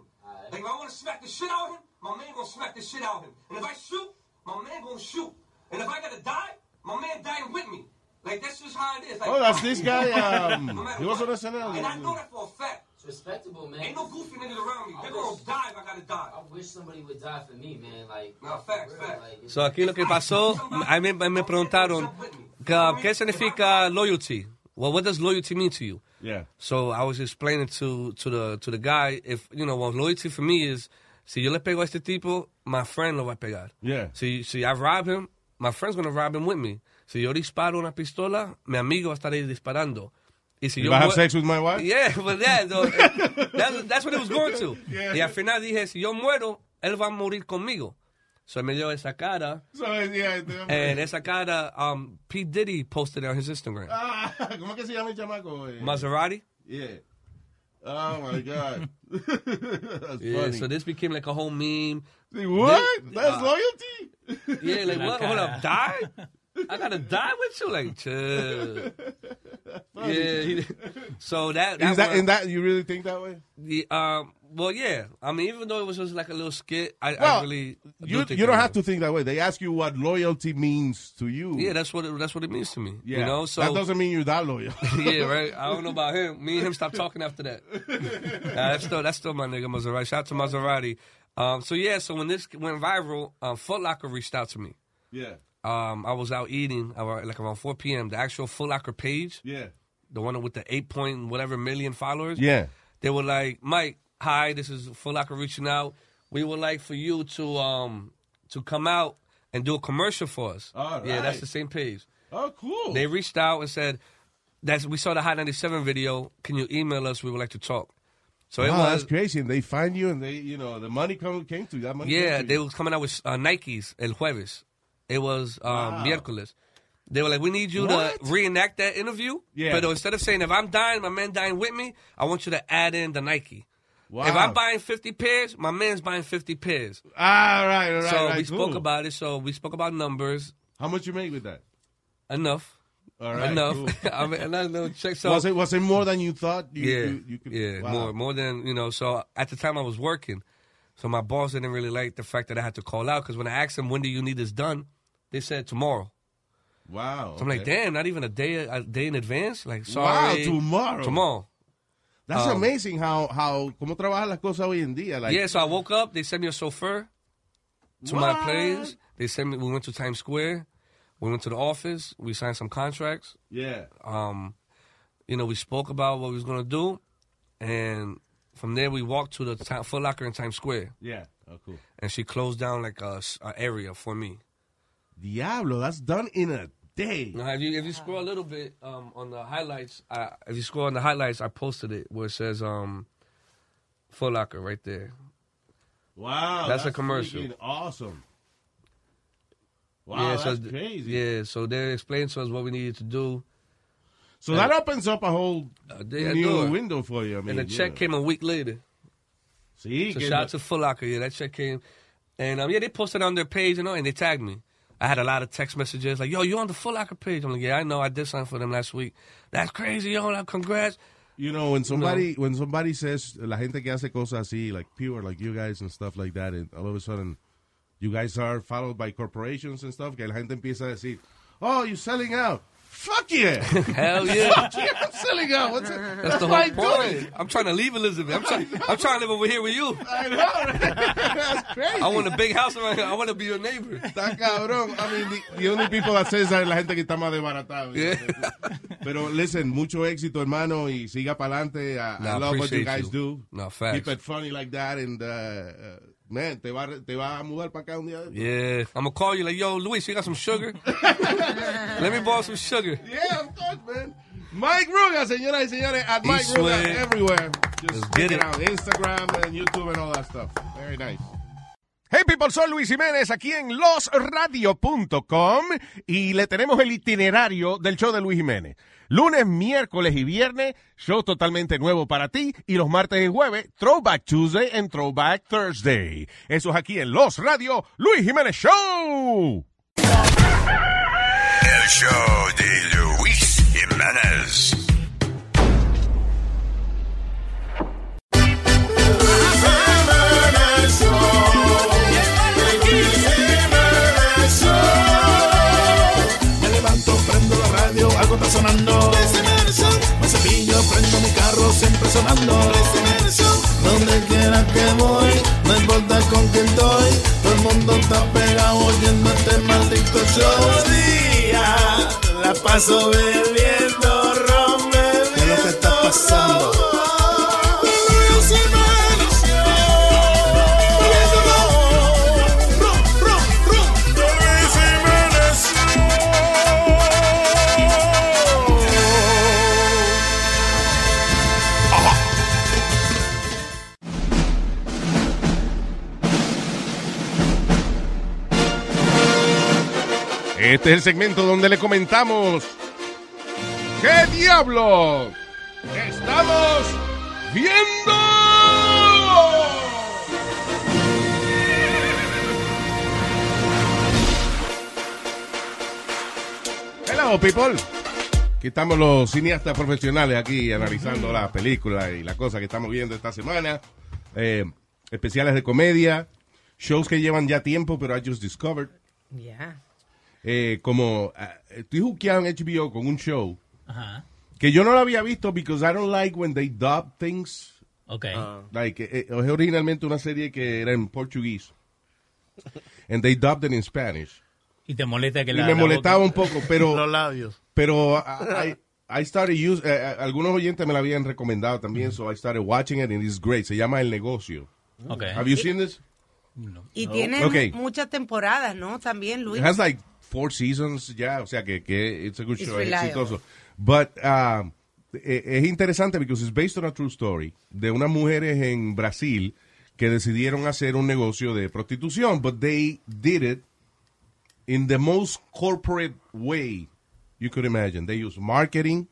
Speaker 11: Like if I wanna smack the shit out of him, my man gonna smack the shit out of him. And if I shoot, my man gonna shoot. And if I gotta die, my man dying with me. Like that's just how it is. Like,
Speaker 5: Oh, that's this guy.
Speaker 11: No
Speaker 5: Um,
Speaker 11: matter
Speaker 5: he was on
Speaker 11: what.
Speaker 5: SNL.
Speaker 11: And I know that for a fact. It's respectable, man. Ain't no goofy niggas around me. They're gonna die if I gotta die. I wish somebody would die for me, man. Like, no, facts, facts. So aquí lo que pasó, a mí me preguntaron, ¿qué significa loyalty? Well, what does loyalty mean to you?
Speaker 5: Yeah.
Speaker 11: So I was explaining to to the to the guy if you know well loyalty for me is si yo le pego a este tipo my friend lo va a pegar.
Speaker 5: Yeah.
Speaker 11: Si si I rob him my friend's gonna rob him with me. Si yo disparo una pistola mi amigo va a estar ahí disparando. Y si
Speaker 5: You gonna have
Speaker 11: mue-
Speaker 5: sex with my wife?
Speaker 11: Yeah, but yeah, so, eh, that's, that's what it was going to. Y al final dije si yo muero él va a morir conmigo. So me dio esa cara.
Speaker 5: So, yeah, the-
Speaker 11: And esa cara, um, P. Diddy posted it on his Instagram.
Speaker 5: Ah, ¿Cómo que se llama el chamaco? eh?
Speaker 11: Maserati.
Speaker 5: Yeah. Oh my God. That's
Speaker 11: Yeah,
Speaker 5: funny.
Speaker 11: so this became like a whole meme.
Speaker 5: what?
Speaker 11: Thi-
Speaker 5: That's
Speaker 11: uh,
Speaker 5: loyalty?
Speaker 11: Yeah, like what? Hold up, die? I gotta die with you? Like, chill. Yeah. he- So that,
Speaker 5: Is that,
Speaker 11: one-
Speaker 5: and that you really think that way?
Speaker 11: The um, well, yeah. I mean, even though it was just like a little skit, I, I
Speaker 5: Well,
Speaker 11: really do
Speaker 5: You,
Speaker 11: think
Speaker 5: you don't
Speaker 11: that-
Speaker 5: have to think that way. They ask you what loyalty means to you.
Speaker 11: Yeah, that's what it, that's what it means to me.
Speaker 5: Yeah.
Speaker 11: You know, so
Speaker 5: that doesn't mean you're that loyal.
Speaker 11: yeah, right. I don't know about him. Me and him stopped talking after that. Nah, that's still that's still my nigga Maserati. Shout out to Maserati. Um, so yeah, so when this went viral, um, Foot Locker reached out to me.
Speaker 5: Yeah.
Speaker 11: Um, I was out eating around, like around 4 p.m. The actual Foot Locker page,
Speaker 5: Yeah.
Speaker 11: the one with the eight point whatever million followers.
Speaker 5: Yeah.
Speaker 11: they were like, Mike, hi, this is Foot Locker reaching out. We would like for you to um to come out and do a commercial for us.
Speaker 5: All
Speaker 11: Yeah, that's
Speaker 5: right.
Speaker 11: the same page.
Speaker 5: Oh, cool.
Speaker 11: They reached out and said, "That's we saw the Hot 97 video. Can you email us? We would like to talk." So it
Speaker 5: Wow,
Speaker 11: was
Speaker 5: that's crazy. And they find you, and they, you know, the money come, came to you. That money
Speaker 11: yeah,
Speaker 5: came to
Speaker 11: they was coming out with uh, Nikes el jueves. It was um, miércoles. They were like, we need you
Speaker 5: What?
Speaker 11: to reenact that interview.
Speaker 5: Yeah.
Speaker 11: But instead of saying, if I'm dying, my man dying with me, I want you to add in the Nike.
Speaker 5: Wow.
Speaker 11: If I'm buying 50 pairs, my man's buying 50 pairs.
Speaker 5: you. Ah, right, right,
Speaker 11: so
Speaker 5: right,
Speaker 11: we spoke
Speaker 5: cool.
Speaker 11: about it. So we spoke about numbers.
Speaker 5: How much you make with that?
Speaker 11: Enough.
Speaker 5: All right,
Speaker 11: Enough.
Speaker 5: cool.
Speaker 11: I mean, another little check. So
Speaker 5: was it was it more than you thought? You,
Speaker 11: yeah,
Speaker 5: you- you could-
Speaker 11: yeah,
Speaker 5: wow.
Speaker 11: more more than you know. So at the time I was working, so my boss didn't really like the fact that I had to call out because when I asked them when do you need this done, they said tomorrow.
Speaker 5: Wow.
Speaker 11: So I'm like,
Speaker 5: okay.
Speaker 11: damn, not even a day a day in advance. Like,
Speaker 5: Wow,
Speaker 11: sorry,
Speaker 5: tomorrow.
Speaker 11: tomorrow.
Speaker 5: That's
Speaker 11: Um,
Speaker 5: amazing how how cómo trabajan las cosas hoy en día. Like,
Speaker 11: yeah, so I woke up. They sent me a chauffeur to
Speaker 5: What?
Speaker 11: my place. They sent me. We went to Times Square. We went to the office. We signed some contracts.
Speaker 5: Yeah.
Speaker 11: Um, you know, we spoke about what we was gonna do, and from there we walked to the Ti- Foot Locker in Times Square.
Speaker 5: Yeah. Oh, cool.
Speaker 11: and she closed down like a, s- a area for me.
Speaker 5: Diablo, that's done in a day.
Speaker 11: Now, if you if you scroll a little bit um, on the highlights, I, if you scroll on the highlights, I posted it where it says um, Foot Locker right there.
Speaker 5: Wow.
Speaker 11: That's a commercial.
Speaker 5: freaking Awesome. Wow, that's
Speaker 11: th-
Speaker 5: crazy.
Speaker 11: Yeah, so they explained to us what we needed to do.
Speaker 5: So
Speaker 11: And- Uh,
Speaker 5: that opens up a whole
Speaker 11: they had
Speaker 5: new
Speaker 11: door.
Speaker 5: window for you. I mean,
Speaker 11: and the
Speaker 5: you
Speaker 11: check
Speaker 5: know.
Speaker 11: came a week later.
Speaker 5: See,
Speaker 11: so
Speaker 5: get
Speaker 11: shout out
Speaker 5: the-
Speaker 11: to Foot Locker. Yeah, that check came, and um, yeah, they posted on their page and all, and they tagged me. I had a lot of text messages like, "Yo, you on the Foot Locker page?" I'm like, "Yeah, I know. I did something for them last week. That's crazy, yo. like, Congrats."
Speaker 5: You know, when somebody when somebody says la gente que hace cosas así, like pure, like you guys and stuff like that, and all of a sudden, you guys are followed by corporations and stuff. Que la gente empieza a decir, "Oh, you're selling out." Fuck yeah!
Speaker 11: Hell yeah.
Speaker 5: Fuck yeah! I'm selling out. What's it?
Speaker 11: That's the
Speaker 5: why I
Speaker 11: whole
Speaker 5: do
Speaker 11: point. I'm trying to leave Elizabeth. I'm trying. I'm trying to live over here with you.
Speaker 5: I know. Right? That's crazy.
Speaker 11: I want a big house around here. I want to be your neighbor.
Speaker 5: Está cabrón. I mean, the, the only people that says that es la gente que está más desbaratada. Pero listen, mucho éxito, hermano, y siga para adelante. I, I
Speaker 11: Nah,
Speaker 5: love what you
Speaker 11: appreciate
Speaker 5: guys
Speaker 11: you.
Speaker 5: do.
Speaker 11: Nah, facts.
Speaker 5: Keep it funny like that, and uh, uh, man, te va, te va a mudar para acá un día. de estos.
Speaker 11: Yeah, I'm gonna call you like, yo, Luis, you got some sugar? Let me borrow some sugar.
Speaker 5: Yeah, of course, man. Mike Ruga, señoras y señores, at Mike Ruga
Speaker 11: swear.
Speaker 5: everywhere. Just
Speaker 11: Let's
Speaker 5: check
Speaker 11: get
Speaker 5: it
Speaker 11: it.
Speaker 5: out, Instagram and YouTube and all that stuff. Very nice.
Speaker 19: Hey people, soy Luis Jiménez aquí en losradio.com y le tenemos el itinerario del show de Luis Jiménez. Lunes, miércoles y viernes, show totalmente nuevo para ti y los martes y jueves, Throwback Tuesday and Throwback Thursday. Eso es aquí en Los Radio, Luis Jiménez Show.
Speaker 4: El show de Luis Jiménez.
Speaker 8: Me levanto, prendo la radio, algo está sonando. Me cepillo, prendo mi carro, siempre sonando. Donde quiera que voy, no importa con quién estoy. Todo el mundo está pegado oyendo este maldito show. día, la paso bebiendo ron, ¿Qué es lo que está pasando?
Speaker 19: Este es el segmento donde le comentamos ¿Qué diablo estamos viendo? Hello people.
Speaker 5: que estamos los cineastas profesionales aquí analizando las películas y las cosas que estamos viendo esta semana. Eh, especiales de comedia, shows que llevan ya tiempo, pero I just discovered.
Speaker 15: Yeah.
Speaker 5: Eh, como ah, estoy juqueado en HBO con un show
Speaker 14: Ajá.
Speaker 5: que yo no lo había visto because I don't like when they dub things.
Speaker 14: Okay.
Speaker 16: Ah.
Speaker 5: Like, eh, eh, es originalmente una serie que era en portugués. And they dubbed it in Spanish.
Speaker 14: Y te molesta que
Speaker 5: Y
Speaker 14: la.
Speaker 5: me
Speaker 14: la
Speaker 5: molestaba
Speaker 14: boca-
Speaker 5: un poco, pero...
Speaker 16: Los labios.
Speaker 5: Pero ah, I, I- I started use, eh, eh, algunos oyentes me la habían recomendado también, so I started watching it and it's great. Se llama El Negocio.
Speaker 14: Okay.
Speaker 5: Have you seen this?
Speaker 15: Y
Speaker 5: No.
Speaker 15: tiene
Speaker 5: Okay.
Speaker 15: muchas temporadas, ¿no? También, Luis.
Speaker 5: It has like four seasons ya, o sea que, que it's a good
Speaker 15: It's
Speaker 5: show, es
Speaker 15: reliable.
Speaker 5: exitoso. But um, eh, es interesante because it's based on a true story de unas mujeres en Brasil que decidieron hacer un negocio de prostitución, but they did it in the most corporate way you could imagine. They used marketing.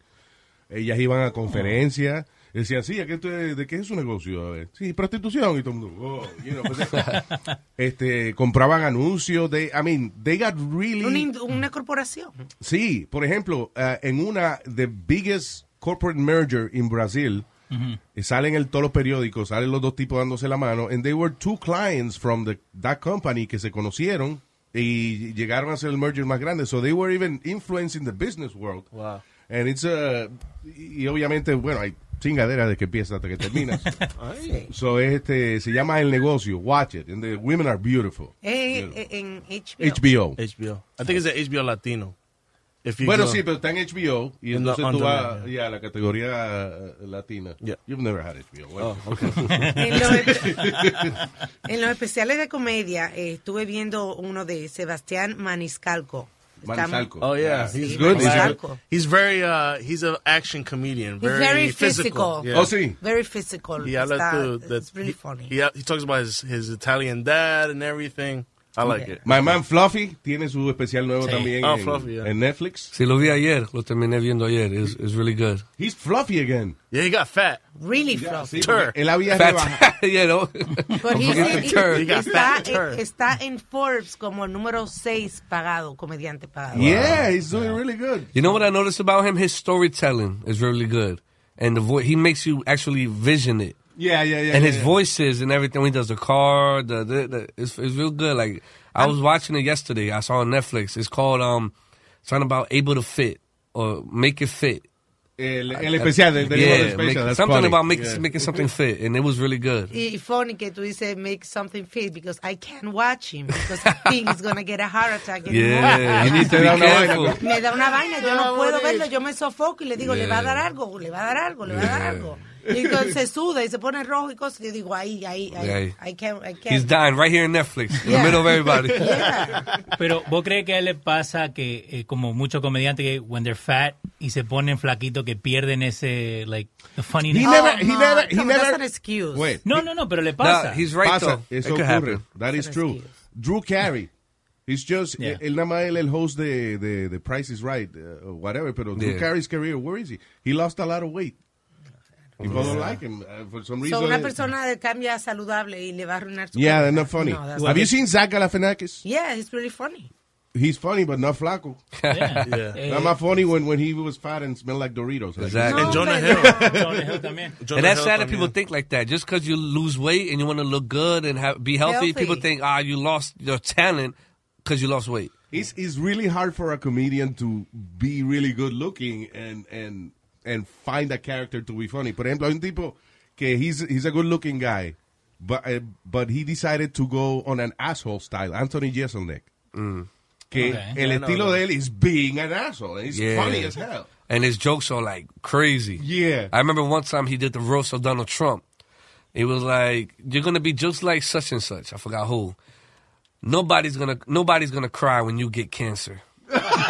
Speaker 5: Ellas iban a conferencias. Decían, sí, ¿a qué tú- ¿de qué es su negocio? A ver, Sí, prostitución. Y todo el mundo, oh, you know, pues, este, compraban anuncios. They, I mean, they got really...
Speaker 15: Una, ind- una corporación.
Speaker 5: Sí, por ejemplo, eh, en una the biggest corporate merger in Brazil,
Speaker 15: Ujú.
Speaker 5: eh, salen el, todos los periódicos, salen los dos tipos dándose la mano, and they were two clients from the, that company que se conocieron y llegaron a ser el merger más grande, so they were even influencing the business world. Wow. And it's a, y y obviamente, bueno, hay chingadera de que empieza hasta que terminas. so es este, se llama El Negocio, watch it, and the women are beautiful.
Speaker 15: Eh, eh, en HBO.
Speaker 5: HBO.
Speaker 16: HBO. I think it's a HBO Latino. If you
Speaker 5: Bueno,
Speaker 16: go-
Speaker 5: sí, pero está en HBO y
Speaker 16: In the
Speaker 5: entonces tú
Speaker 16: underline,
Speaker 5: vas ya, a la categoría eh, latina. You've never had HBO. Well,
Speaker 16: Oh, okay.
Speaker 15: En los, espe- en los especiales de comedia eh, estuve viendo uno de Sebastián Maniscalco. Está-
Speaker 16: Oh yeah,
Speaker 15: Sí,
Speaker 16: he's good. He's,
Speaker 15: Maniscalco.
Speaker 16: he's very uh he's an action comedian.
Speaker 15: He's
Speaker 16: Very,
Speaker 15: very physical.
Speaker 5: Oh,
Speaker 16: Yeah.
Speaker 15: Very physical.
Speaker 16: He habla
Speaker 15: Está-
Speaker 16: to the-
Speaker 15: it's really funny.
Speaker 16: He, he talks about his, his Italian dad and everything. I like it.
Speaker 5: My Man Fluffy tiene su especial nuevo también
Speaker 16: Oh,
Speaker 5: en,
Speaker 16: Fluffy, yeah.
Speaker 5: en Netflix.
Speaker 11: Sí, lo vi ayer, lo terminé viendo ayer. It's, it's really good.
Speaker 5: He's Fluffy again.
Speaker 16: Yeah, he got fat.
Speaker 15: Really
Speaker 5: Sí,
Speaker 15: fluffy.
Speaker 5: porque él había
Speaker 11: Fat.
Speaker 5: rebajado.
Speaker 11: you know?
Speaker 15: But
Speaker 11: I'm
Speaker 15: he's
Speaker 11: forgetting
Speaker 15: in-
Speaker 11: the term.
Speaker 15: está, en- está en Forbes como el número 6 pagado, comediante pagado.
Speaker 11: Yeah,
Speaker 5: he's doing really good.
Speaker 11: You know what I noticed about him? His storytelling is really good, and the voice he makes you actually vision it.
Speaker 5: Yeah, yeah, yeah.
Speaker 11: and
Speaker 5: yeah,
Speaker 11: his
Speaker 5: yeah.
Speaker 11: voices and everything. When he does the car, the, the, the it's, it's real good. Like I was watching it yesterday. I saw on Netflix. It's called um, something about able to fit or make it fit.
Speaker 5: El, el especial del del
Speaker 11: yeah,
Speaker 5: del
Speaker 11: make-
Speaker 5: special, that's
Speaker 11: something
Speaker 5: funny.
Speaker 11: about making
Speaker 5: Yeah.
Speaker 11: making something fit, and it was really good.
Speaker 15: Y funny que tú dices make something fit because I can't watch him because I think he's gonna get a heart attack.
Speaker 11: Yeah, you need to
Speaker 5: Te
Speaker 11: be
Speaker 5: da una vaina,
Speaker 11: careful.
Speaker 5: ¿no?
Speaker 15: Me da una vaina, yo no
Speaker 5: Ah,
Speaker 15: puedo
Speaker 5: bueno.
Speaker 15: verlo, yo me sofoco y le digo, le va a dar algo, le va a dar algo, le va a dar algo. Y entonces suda y se pone rojo y cosas, y yo digo, ahí, ahí, ahí,
Speaker 11: Yeah.
Speaker 15: I can't, I
Speaker 11: He's
Speaker 15: can't.
Speaker 11: dying right here in Netflix, in the
Speaker 15: Yeah.
Speaker 11: middle of everybody.
Speaker 14: Pero vos crees que a él le pasa que, eh, como muchos comediantes, que when they're fat y se ponen flaquitos, que pierden ese, like, the funniness.
Speaker 5: He never, he never, he never. Wait.
Speaker 14: No, no, no, pero le pasa.
Speaker 5: Pasa, Eso ocurre. That is true. Drew Carey. He's just,
Speaker 14: Yeah.
Speaker 5: él nada más él el host de, de, de Price is Right, uh, whatever, pero Drew
Speaker 11: Yeah.
Speaker 5: Carey's career, where is he? He lost a lot of weight. People don't like him uh, for some reason.
Speaker 15: So una
Speaker 5: eh,
Speaker 15: persona de cambia saludable y le va a arruinar su comida.
Speaker 5: Yeah, they're not funny.
Speaker 15: No, that's
Speaker 5: Have
Speaker 15: not-
Speaker 5: you seen Zach Galifianakis?
Speaker 15: Yeah, it's really funny.
Speaker 5: He's funny, but not flaco.
Speaker 15: Yeah.
Speaker 16: Yeah.
Speaker 5: Not my funny when, when he was fat and smelled like Doritos.
Speaker 11: Exactly.
Speaker 16: And Jonah Hill. Jonah
Speaker 14: Hill también.
Speaker 11: and that's sad that people think like that. Just because you lose weight and you want to look good and have, be healthy,
Speaker 5: Healthy.
Speaker 11: people think, ah, you lost your talent because you lost weight.
Speaker 5: It's it's really hard for a comedian to be really good looking and and and find a character to be funny. Por ejemplo, hay un tipo que he's he's a good looking guy, but eh, but he decided to go on an asshole style, Anthony Jeselnik.
Speaker 16: Mm.
Speaker 5: Que
Speaker 11: Okay.
Speaker 5: el
Speaker 11: Yeah, no,
Speaker 5: estilo
Speaker 11: no.
Speaker 5: de él is being an asshole. and It's funny as hell.
Speaker 11: And his jokes are like crazy.
Speaker 5: Yeah.
Speaker 11: I remember one time he did the roast of Donald Trump. It was like, you're gonna be just like such and such. I forgot who. Nobody's gonna nobody's gonna cry when you get cancer.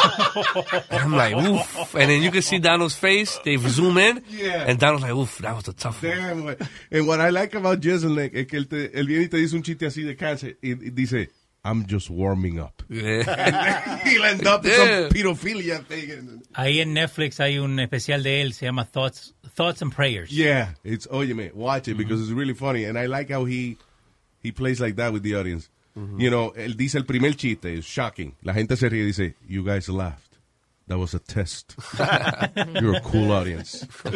Speaker 11: And I'm like, oof. And then you can see Donald's face. They zoom in.
Speaker 5: Yeah.
Speaker 11: And Donald's like, oof, that was a tough one.
Speaker 5: Damn, güey. And what I like about Jeselnik es que él, te, él viene y te dice un chiste así de cáncer y, y dice, I'm just warming up.
Speaker 11: Yeah.
Speaker 5: He'll end up with
Speaker 11: Yeah.
Speaker 5: some pedophilia thing.
Speaker 14: Ahí en Netflix hay un especial de él, se llama Thoughts, Thoughts and Prayers.
Speaker 5: Yeah, it's óyeme, watch it because it's really funny and I like how he he plays like that with the audience.
Speaker 11: Mm-hmm.
Speaker 5: You know, él dice el primer chiste, it's shocking. La gente se ríe y dice, "You guys laughed." That was a test. You're a cool audience.
Speaker 16: What,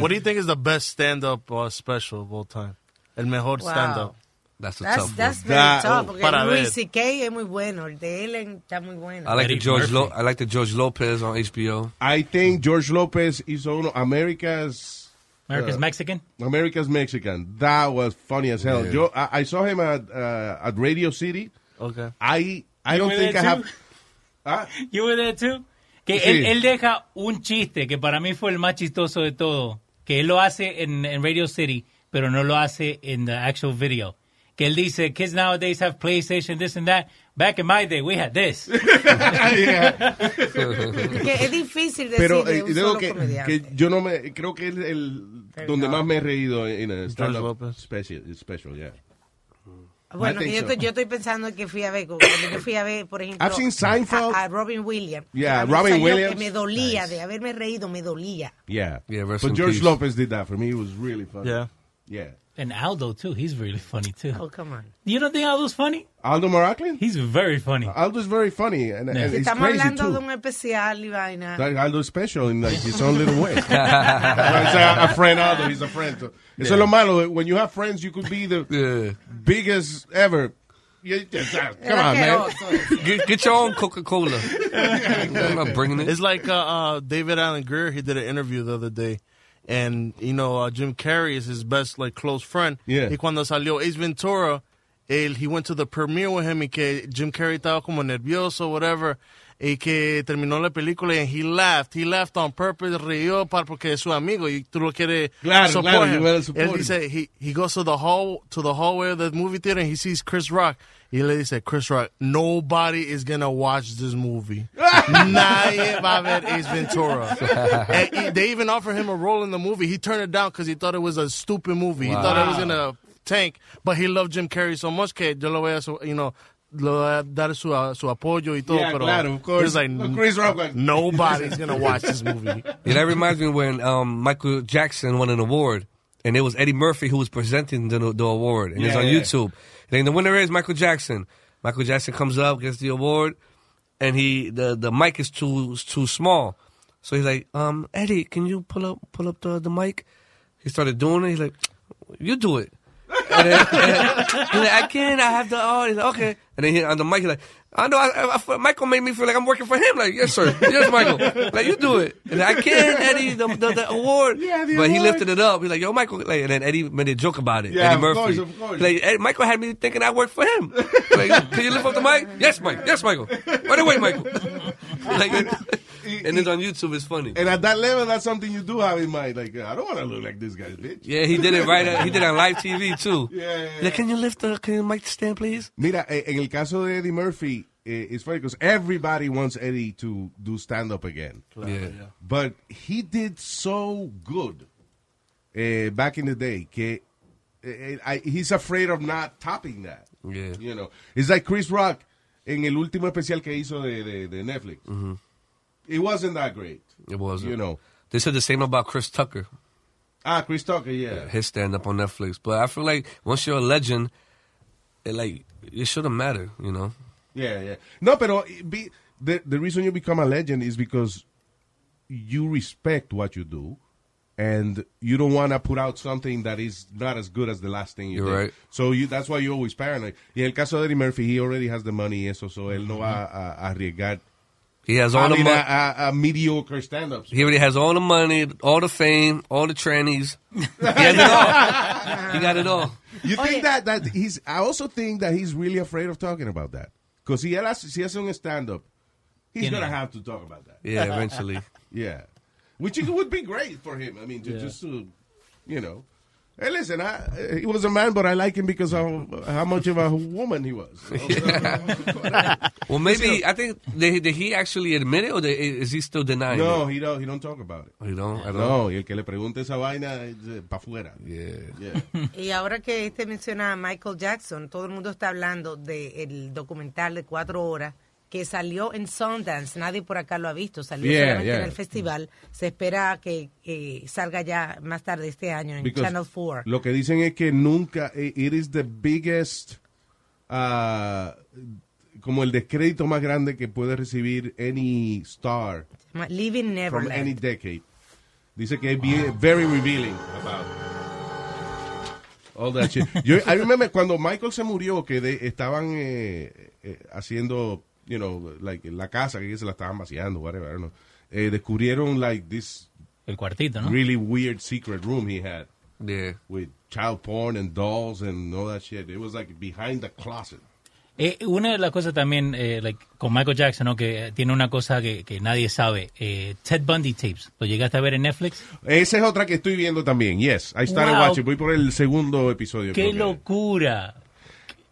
Speaker 16: what do you think is the best stand-up uh, special of all time? El mejor
Speaker 15: Wow.
Speaker 16: stand-up.
Speaker 11: That's
Speaker 15: That's, that's very
Speaker 5: oh,
Speaker 15: tough, porque Luis C.K. es muy bueno, el de él está muy bueno.
Speaker 11: I like the George. Lo- I like the George Lopez on HBO.
Speaker 5: I think George Lopez hizo uno, America's... uh,
Speaker 11: America's
Speaker 14: Mexican?
Speaker 5: America's Mexican. That was funny as hell.
Speaker 11: Yeah.
Speaker 5: Yo, I, I saw him at, uh, at Radio City.
Speaker 16: Okay.
Speaker 5: I, I
Speaker 14: You
Speaker 5: don't
Speaker 14: were
Speaker 5: think
Speaker 14: there
Speaker 5: I have...
Speaker 14: too? You were there too? Que
Speaker 5: Sí.
Speaker 14: él, él deja un chiste que para mí fue el más chistoso de todo, que él lo hace en, en Radio City, pero no lo hace en the actual video. Que él dice, kids nowadays have PlayStation, this and that. Back in my day, we had this.
Speaker 15: Porque es difícil decir
Speaker 5: Pero
Speaker 15: de
Speaker 5: eh,
Speaker 15: un
Speaker 5: digo
Speaker 15: solo
Speaker 5: que,
Speaker 15: comediante.
Speaker 5: que yo no me creo que es el
Speaker 15: Pero
Speaker 5: donde
Speaker 15: no.
Speaker 5: más me he reído en el
Speaker 16: George
Speaker 5: stand-up special, special, yeah.
Speaker 15: Ah, Bueno, que
Speaker 5: I think
Speaker 15: yo,
Speaker 5: so.
Speaker 15: estoy- yo estoy pensando que fui a ver, cuando yo fui a ver, por ejemplo,
Speaker 5: I've seen Seinfeld.
Speaker 15: A, a Robin Williams.
Speaker 5: Yeah,
Speaker 15: A mí
Speaker 5: Robin
Speaker 15: salió
Speaker 5: Williams.
Speaker 15: Que me dolía de haberme reído, me dolía.
Speaker 5: yeah,
Speaker 11: Yeah, rest
Speaker 5: But
Speaker 11: in
Speaker 5: George
Speaker 11: peace.
Speaker 5: Lopez did that for me. It was really funny.
Speaker 11: Yeah.
Speaker 5: yeah.
Speaker 14: And Aldo too, he's really funny too.
Speaker 15: Oh, come on.
Speaker 14: You don't think Aldo's funny?
Speaker 5: Aldo Maraclin?
Speaker 14: He's very funny.
Speaker 5: Aldo's very funny, and,
Speaker 14: Yeah.
Speaker 5: and
Speaker 14: Si
Speaker 5: he's
Speaker 15: Estamos
Speaker 5: crazy
Speaker 15: hablando
Speaker 5: too.
Speaker 15: de un especial y vaina.
Speaker 5: That Aldo's special in like, his own little way. It's a, a friend Aldo. He's a friend. So, Eso es lo malo. When you have friends, you could be the biggest ever. Yeah, yeah, come on, man.
Speaker 11: get, get your own Coca Cola. I'm not bringing it.
Speaker 16: It's like uh, uh, David Allen Greer. He did an interview the other day, and you know uh, Jim Carrey is his best like close friend.
Speaker 5: Yeah.
Speaker 16: Y cuando salió Ace Ventura, él, he went to the premiere with him. Y que Jim Carrey estaba como nervioso, whatever. Y que terminó la película and he laughed. He laughed on purpose. Rió para porque es su amigo y tú lo quieres
Speaker 5: Claro,
Speaker 16: support
Speaker 5: claro,
Speaker 16: him.
Speaker 5: you gotta support
Speaker 16: él
Speaker 5: him.
Speaker 16: dice he he goes to the hall to the hallway of the movie theater and he sees Chris Rock. Y le dice Chris Rock, nobody is gonna watch this movie. Nadie va a ver Ace Ventura.
Speaker 5: Eh,
Speaker 16: And he- they even offered him a role in the movie. He turned it down because he thought it was a stupid movie. He thought it was
Speaker 5: Wow.
Speaker 16: gonna tank, but he loved Jim Carrey so much que yo lo voy a, su- you know, lo voy a dar su, su apoyo y todo.
Speaker 5: Yeah,
Speaker 16: pero
Speaker 5: claro, of course.
Speaker 16: He's like,
Speaker 5: Well, Chris Rock, like-
Speaker 16: nobody's gonna watch this movie.
Speaker 11: Yeah, that reminds me when um, Michael Jackson won an award, and it was Eddie Murphy who was presenting the, the award, and it's
Speaker 16: Yeah,
Speaker 11: on
Speaker 16: yeah.
Speaker 11: YouTube. Then the winner is Michael Jackson. Michael Jackson comes up, gets the award, and he the, the mic is too too small, so he's like, um, Eddie, can you pull up pull up the the mic? He started doing it. He's like, you do it. And then, and then- he's like, I can't. I have the. Oh, he's like, okay. And then he, on the mic, he's like, I know. I, I- I- Michael made me feel like I'm working for him. Like, yes, sir. Yes, Michael. Like, you do it. And then, I can't, Eddie. The, the, the award.
Speaker 2: Yeah, the
Speaker 11: but he
Speaker 2: award.
Speaker 11: lifted it up. He's like, yo, Michael. Like, and then Eddie made a joke about it.
Speaker 2: Yeah,
Speaker 11: Eddie
Speaker 2: of
Speaker 11: Murphy.
Speaker 2: course, of course.
Speaker 11: Like, Ed, Michael had me thinking I worked for him. Like, can you lift up the mic? Yes, Mike. Yes, Michael. By the way, Michael. like, and it's on YouTube. It's funny.
Speaker 5: And at that level, that's something you do have in mind. Like, I don't want to look like this guy's bitch.
Speaker 11: Yeah, he did it right. At, he did it on live TV too.
Speaker 5: Yeah, yeah,
Speaker 11: Like, Can you lift the can you mic stand, please?
Speaker 5: Mira, eh, en el caso de Eddie Murphy, eh, it's funny because everybody wants Eddie to do stand up again.
Speaker 11: Yeah. yeah.
Speaker 5: But he did so good eh, back in the day que eh, eh, I- he's afraid of not topping that.
Speaker 11: Yeah.
Speaker 5: You know, it's like Chris Rock en el último especial que hizo de, de, de Netflix.
Speaker 11: Mm-hmm.
Speaker 5: It wasn't that great.
Speaker 11: It was.
Speaker 5: You know.
Speaker 11: They said the same about Chris Tucker,
Speaker 5: Ah, Chris Tucker, yeah.
Speaker 11: his stand up on Netflix. But I feel like once you're a legend, it like it shouldn't matter, you know.
Speaker 5: Yeah, yeah. No, pero it be, the the reason you become a legend is because you respect what you do, and you don't want to put out something that is not as good as the last thing you
Speaker 11: You're
Speaker 5: did.
Speaker 11: right.
Speaker 5: So you, that's why you're always paranoid. Y en el caso de Eddie Murphy, he already has the money, y eso, so él
Speaker 11: Mm-hmm.
Speaker 5: no va a, a arriesgar.
Speaker 11: He has
Speaker 5: a
Speaker 11: all the
Speaker 5: venir
Speaker 11: mon-
Speaker 5: a, a, a mediocre stand-ups.
Speaker 11: He already has all the money, all the fame, all the trannies. He has it all. He got it all.
Speaker 5: You think that that he's? I also think that he's really afraid of talking about that because he has si hace un stand-up, he's
Speaker 11: You
Speaker 5: gonna
Speaker 11: know.
Speaker 5: have to talk about that.
Speaker 11: Yeah, eventually.
Speaker 5: Yeah. Which it would be great for him. I mean, to,
Speaker 11: Yeah.
Speaker 5: just to, you know. Hey, listen, I, uh, he was a man, but I like him because of how much of a woman he was.
Speaker 11: Well, maybe I think did, did he actually admit it, or did, is he still denying
Speaker 5: No,
Speaker 11: it?
Speaker 5: he don't. He don't talk about it.
Speaker 11: He don't. I don't.
Speaker 5: No, y el que le pregunte esa vaina para afuera. Yeah.
Speaker 15: Y ahora que este menciona a Michael Jackson, todo el mundo está hablando del documental de cuatro horas que salió en Sundance. Nadie por acá lo ha visto. Salió
Speaker 5: Yeah,
Speaker 15: solamente
Speaker 5: yeah.
Speaker 15: en el festival. Se espera que eh, salga ya más tarde este año en
Speaker 5: Because
Speaker 15: Channel 4.
Speaker 5: Lo que dicen es que nunca. eh, It is the biggest. Uh, como el descrédito más grande que puede recibir any star
Speaker 15: Living
Speaker 5: from any
Speaker 15: Neverland.
Speaker 5: decade. Dice que es bien- very revealing about all that shit. Yo, I remember cuando Michael se murió, que de- estaban eh, eh, haciendo, you know, like la casa que se la estaban vaciando, whatever, I don't know. Eh, descubrieron like this
Speaker 14: el cuartito, ¿no?
Speaker 5: Really weird secret room he had. Yeah. With child porn and dolls and all that shit. It was like behind the closet.
Speaker 14: Eh, una de las cosas también, eh, like, con Michael Jackson, ¿no? que eh, tiene una cosa que, que nadie sabe, eh, Ted Bundy tapes. ¿Lo llegaste a ver en Netflix?
Speaker 5: Esa es otra que estoy viendo también. Yes, I started
Speaker 14: Wow.
Speaker 5: watching. Voy por el segundo episodio.
Speaker 14: ¡Qué
Speaker 5: creo que.
Speaker 14: locura!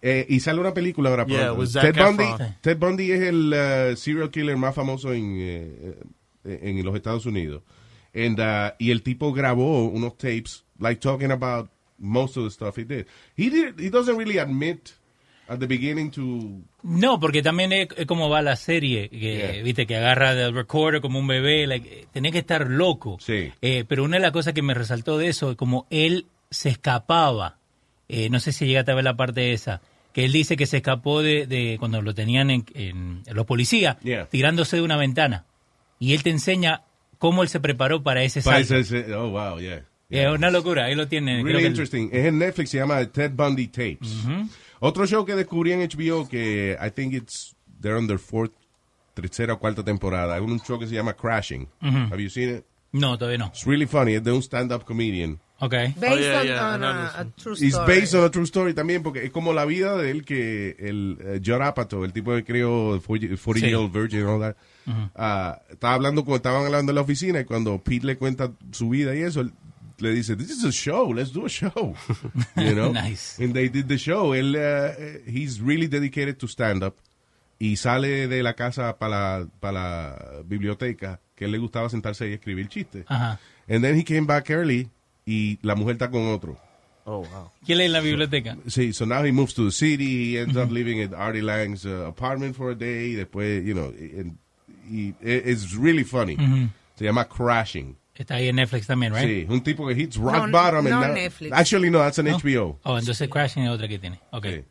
Speaker 5: Eh, y sale una película ahora
Speaker 14: Yeah,
Speaker 5: pronto.
Speaker 14: with Zac
Speaker 5: Ted Bundy,
Speaker 14: Efron.
Speaker 5: Ted Bundy es el eh, serial killer más famoso en, eh, eh, en los Estados Unidos. And, uh, y el tipo grabó unos tapes, like talking about most of the stuff he did. He, did, he doesn't really admit at the beginning to
Speaker 14: No, porque también es, es como va la serie, que, viste, que agarra del recorder como un bebé, like, eh, tenés que estar loco. Eh, pero una de las cosas que me resaltó de eso es como él se escapaba, Eh, no sé si llegaste a ver la parte esa, que él dice que se escapó de, de cuando lo tenían en, en- los policías,
Speaker 5: Yeah.
Speaker 14: tirándose de una ventana. Y él te enseña cómo él se preparó para ese salto.
Speaker 5: Parece ese- oh, wow, yeah.
Speaker 14: Eh, Es una locura, ahí lo tienen. creo
Speaker 5: Really
Speaker 14: que el-
Speaker 5: interesting. Es en Netflix, se llama Ted Bundy Tapes. Otro show que descubrí en HBO que I think it's they're on their fourth, tercera o cuarta temporada. Hay un show que se llama Crashing.
Speaker 14: Ujú.
Speaker 5: Have you seen it?
Speaker 14: No, todavía no.
Speaker 5: It's really funny. Es de un stand-up comedian.
Speaker 14: Ok.
Speaker 15: Based
Speaker 5: Oh,
Speaker 15: on, on uh, a, a true story.
Speaker 5: It's based on a true story también, porque es como la vida de él que el eh, Judd Apatow, el tipo que creó 40 40 Year Old Virgin and all that,
Speaker 3: Ujú.
Speaker 5: ah, estaba hablando, con- estaban hablando en la oficina y cuando Pete le cuenta su vida y eso, él le dice, this is a show, let's do a show. You know?
Speaker 14: Nice.
Speaker 5: And they did the show. Él, eh, he's really dedicated to stand-up y sale de la casa para la, pa' la biblioteca, que él le gustaba sentarse ahí y escribir chistes.
Speaker 14: Ajá.
Speaker 5: And then he came back early y la mujer está con otro.
Speaker 14: Oh, wow. ¿Quién lee en la biblioteca?
Speaker 5: Sí, so now he moves to the city. He ends up living at Artie Lang's uh, apartment for a day. Después, you know, and he- it- it's really funny.
Speaker 14: Ujú.
Speaker 5: Se llama Crashing.
Speaker 14: Está ahí en Netflix también, Mm-hmm. ¿right?
Speaker 5: Sí, un tipo que hits rock
Speaker 14: No,
Speaker 5: bottom. and
Speaker 14: no
Speaker 5: now-
Speaker 14: Netflix.
Speaker 5: Actually, no, that's an
Speaker 14: No.
Speaker 5: HBO.
Speaker 14: Oh, entonces Crashing es otra que tiene. Ok.
Speaker 15: En,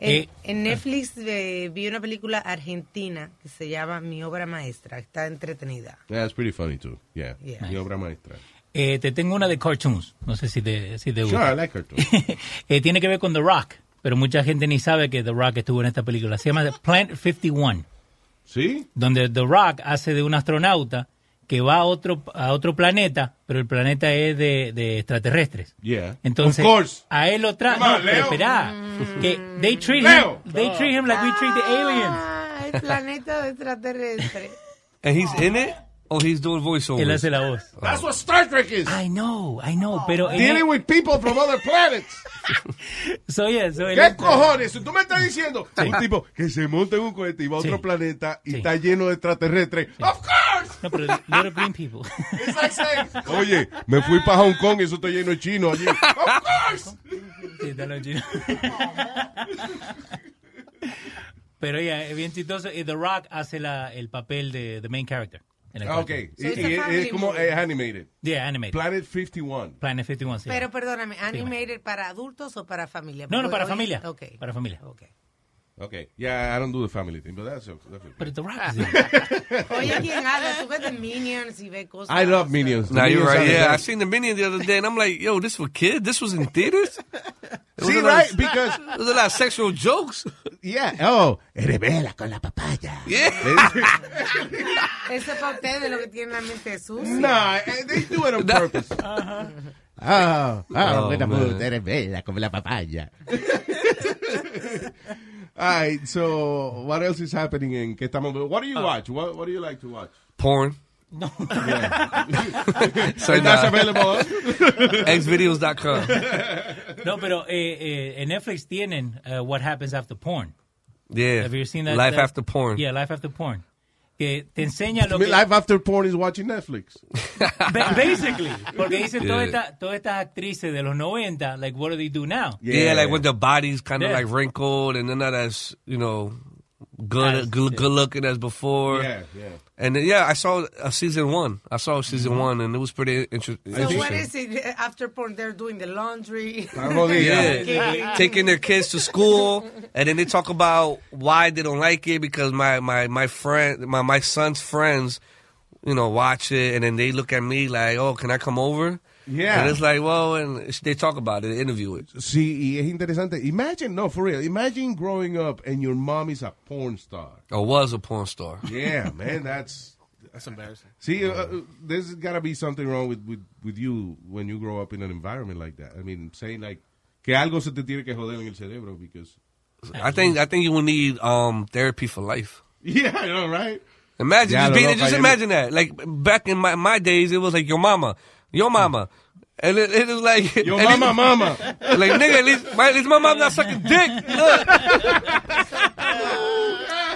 Speaker 14: Eh,
Speaker 15: en Netflix eh, vi una película argentina que se llama Mi obra maestra. Está entretenida.
Speaker 5: Yeah, it's pretty funny too. Yeah.
Speaker 15: Yeah.
Speaker 5: Mi obra maestra.
Speaker 14: eh, te tengo una de cartoons. No sé si te, si te gusta.
Speaker 5: Sure, I like cartoons.
Speaker 14: Eh, tiene que ver con The Rock, pero mucha gente ni sabe que The Rock estuvo en esta película. Se llama The Plant 51.
Speaker 5: ¿Sí?
Speaker 14: Donde The Rock hace de un astronauta que va a otro, a otro planeta, pero el planeta es de, de extraterrestres.
Speaker 5: Yeah.
Speaker 14: Entonces,
Speaker 5: of course.
Speaker 14: a él lo trae.
Speaker 5: Come on,
Speaker 14: No, pero
Speaker 5: Leo.
Speaker 14: espera. Que they treat
Speaker 5: Leo.
Speaker 14: him, they treat him like we treat the aliens.
Speaker 15: Ah, el planeta de extraterrestre.
Speaker 9: And he's in it, or he's doing voiceovers.
Speaker 14: Él hace la voz.
Speaker 9: Oh.
Speaker 5: what Star Trek is.
Speaker 14: I know, I know, pero en
Speaker 5: Dealing
Speaker 14: el-
Speaker 5: with people from other planets.
Speaker 14: so, yeah, so él-
Speaker 5: ¿Qué cojones? Tú me estás diciendo un tipo que se monta en un cohete y va a otro planeta y está lleno de extraterrestres. Of course.
Speaker 14: No, pero little green people.
Speaker 5: It's like saying, "Oh, Oye, me fui para Hong Kong y eso está lleno de chinos allí. Of course.
Speaker 14: Sí, está lo chino. Pero ya, es bien chistoso. Y The Rock hace la, el papel de the main character. en el
Speaker 5: Ah, ok.
Speaker 14: cartoon.
Speaker 5: Y- y- es como es animated.
Speaker 14: Yeah, animated.
Speaker 5: Planet 51.
Speaker 14: Planet 51, sí.
Speaker 15: Pero perdóname,
Speaker 14: Dime.
Speaker 15: ¿animated para adultos o para familia?
Speaker 14: No, no,
Speaker 15: Porque
Speaker 14: para
Speaker 15: hoy-
Speaker 14: familia.
Speaker 15: Ok.
Speaker 14: Para familia.
Speaker 5: Okay. Yeah, I don't do the family thing, but that's okay. That's okay.
Speaker 14: But The Rock
Speaker 15: Oye, ¿quién habla? Tú ves de Minions y ves cosas.
Speaker 5: I love Minions.
Speaker 9: Nah, you're
Speaker 5: Minions are
Speaker 9: right.
Speaker 5: the
Speaker 9: Yeah, I
Speaker 5: best.
Speaker 9: seen the minion the other day, and I'm like, yo, this for kids. This was in theaters. It was
Speaker 5: See,
Speaker 9: a lot
Speaker 5: right?
Speaker 9: of-
Speaker 5: Because-
Speaker 9: it was a lot of sexual jokes.
Speaker 5: Yeah. Oh, revela con la papaya.
Speaker 15: Eso es para ustedes lo que tienen la mente sucia.
Speaker 5: Nah, they do it on purpose.
Speaker 15: Ajá.
Speaker 5: Ah,
Speaker 14: Oh,
Speaker 3: ah, buena
Speaker 5: man.
Speaker 3: mujer, eres bella como la papaya.
Speaker 5: All right, so what else is happening in ¿Qué estamos viendo? What do
Speaker 11: Ah.
Speaker 5: you watch? What, what do you like to watch?
Speaker 9: Porn.
Speaker 14: Ah. No.
Speaker 9: So,
Speaker 5: And that's
Speaker 9: nah.
Speaker 5: available on-
Speaker 9: Xvideos.com.
Speaker 14: No, pero eh, eh, en Netflix tienen uh, What Happens After Porn.
Speaker 9: Yeah.
Speaker 14: Have you seen that?
Speaker 9: Life
Speaker 14: that-
Speaker 9: After Porn.
Speaker 14: Yeah, Life After Porn. Que te enseña lo
Speaker 5: Mi
Speaker 14: que...
Speaker 5: life after porn is watching Netflix.
Speaker 14: Ba- Basically, porque dicen
Speaker 9: Yeah.
Speaker 14: todas estas- todas estas actrices de los 90, like, what do they do now?
Speaker 9: Yeah, like when the body's kind of
Speaker 14: Yeah.
Speaker 9: like wrinkled and they're not as you know good
Speaker 14: As-
Speaker 9: good, good looking as before.
Speaker 5: Yeah, yeah. Mm-hmm.
Speaker 9: And then, yeah, I saw uh, season one. I saw season one, and it was pretty inter-
Speaker 15: So
Speaker 9: interesting.
Speaker 15: what is it after porn? They're doing the laundry.
Speaker 9: Yeah.
Speaker 15: Cooking.
Speaker 9: taking their kids to school, and then they talk about why they don't like it because my my my friend my my son's friends, you know, watch it and then they look at me like, oh, can I come over?
Speaker 5: Yeah.
Speaker 9: and it's like, well, and it's- they talk about it, they interview it.
Speaker 5: Sí, y es interesante. Imagine, no, for real. Imagine growing up and your mom is a porn star.
Speaker 9: Or was a porn star.
Speaker 5: Yeah, man, that's
Speaker 26: That's embarrassing.
Speaker 5: See, uh, uh, there's got to be something wrong with, with, with you when you grow up in an environment like that. I mean, say like que algo se te tiene que joder en el cerebro because
Speaker 9: I think I think you will need um therapy for life.
Speaker 5: Yeah, I know, right?
Speaker 9: Imagine
Speaker 5: Ya
Speaker 9: just
Speaker 5: lo
Speaker 9: being
Speaker 5: loco,
Speaker 9: just
Speaker 5: ya-
Speaker 9: imagine that. Like back in my, my days, it was like your mama, your mama. And it, it was like
Speaker 5: Your
Speaker 9: at least-
Speaker 5: mama, mama.
Speaker 9: Like nigga, at least my, at least my mom not sucking dick. Look.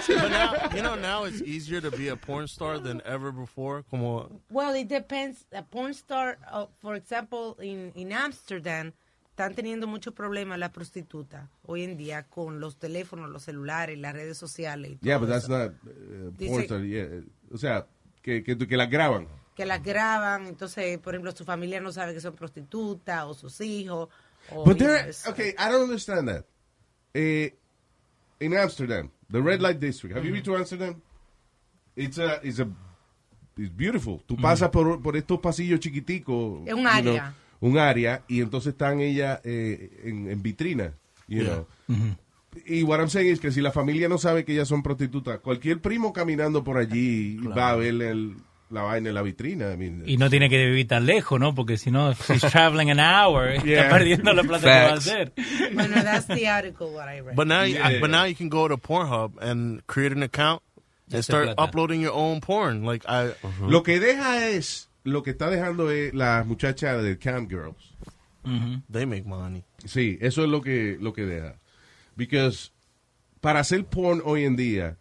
Speaker 16: But now, you know, now it's easier to be a porn star than ever before. Come on.
Speaker 15: Well, it depends. A porn star, uh, for example, in, in Amsterdam, están teniendo mucho problema la prostituta hoy en día con los teléfonos, los celulares, las redes sociales. y
Speaker 5: Yeah,
Speaker 15: todo
Speaker 5: but that's
Speaker 15: eso.
Speaker 5: not uh, porn
Speaker 15: Dice-
Speaker 5: star. Yeah. O sea, que, que, que la graban.
Speaker 15: Que las graban, entonces, por ejemplo, su familia no sabe que son prostitutas o sus hijos. o-
Speaker 5: But
Speaker 15: you
Speaker 5: there,
Speaker 15: know, eso.
Speaker 5: okay, I don't understand that. Eh, in Amsterdam, the red light district. Have you been to Amsterdam? It's a, it's a, it's beautiful. Tú pasas por, por estos pasillos chiquiticos.
Speaker 15: Mm-hmm. Es un
Speaker 5: you
Speaker 15: área.
Speaker 5: know, un área, y entonces están ellas eh, en, en vitrina, you
Speaker 12: Yeah.
Speaker 5: know. Y what I'm saying es que si la familia no sabe que ellas son prostitutas, cualquier primo caminando por allí va a ver el- la vaina en la vitrina. I mean,
Speaker 14: Y no tiene que vivir tan lejos, ¿no? Porque si no, if he's traveling an hour,
Speaker 5: Yeah.
Speaker 14: está perdiendo la plata que
Speaker 16: Facts.
Speaker 14: va a hacer.
Speaker 15: Bueno, that's the article what I read.
Speaker 16: But now, you,
Speaker 15: Yeah.
Speaker 16: but now you can go to Pornhub and create an account and
Speaker 5: Just
Speaker 16: start
Speaker 5: like that.
Speaker 16: uploading your own porn. Like I,
Speaker 5: Lo que deja es, lo que está dejando es las muchachas de Camp Girls.
Speaker 16: They make money.
Speaker 5: Sí, eso es lo que, lo que deja. Because para hacer porn hoy en día,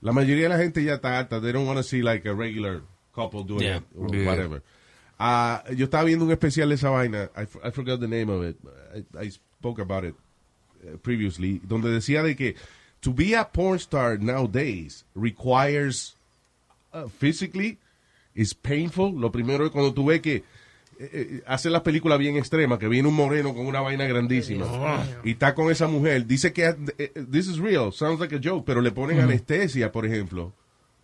Speaker 5: la mayoría de la gente ya está harta. They don't want to see like a regular couple doing
Speaker 12: Yeah.
Speaker 5: it or
Speaker 12: Yeah.
Speaker 5: whatever. Ah, yo estaba viendo un especial de esa vaina. I, f- I forgot the name of it. I, I spoke about it eh, previously. Donde decía de que to be a porn star nowadays requires uh, physically is painful. Lo primero es cuando tú ves que eh, eh, hacen las películas bien extremas, que viene un moreno con una vaina grandísima y está con esa mujer. Dice que eh, eh, this is real, sounds like a joke, pero le ponen
Speaker 12: Ujú.
Speaker 5: anestesia, por ejemplo,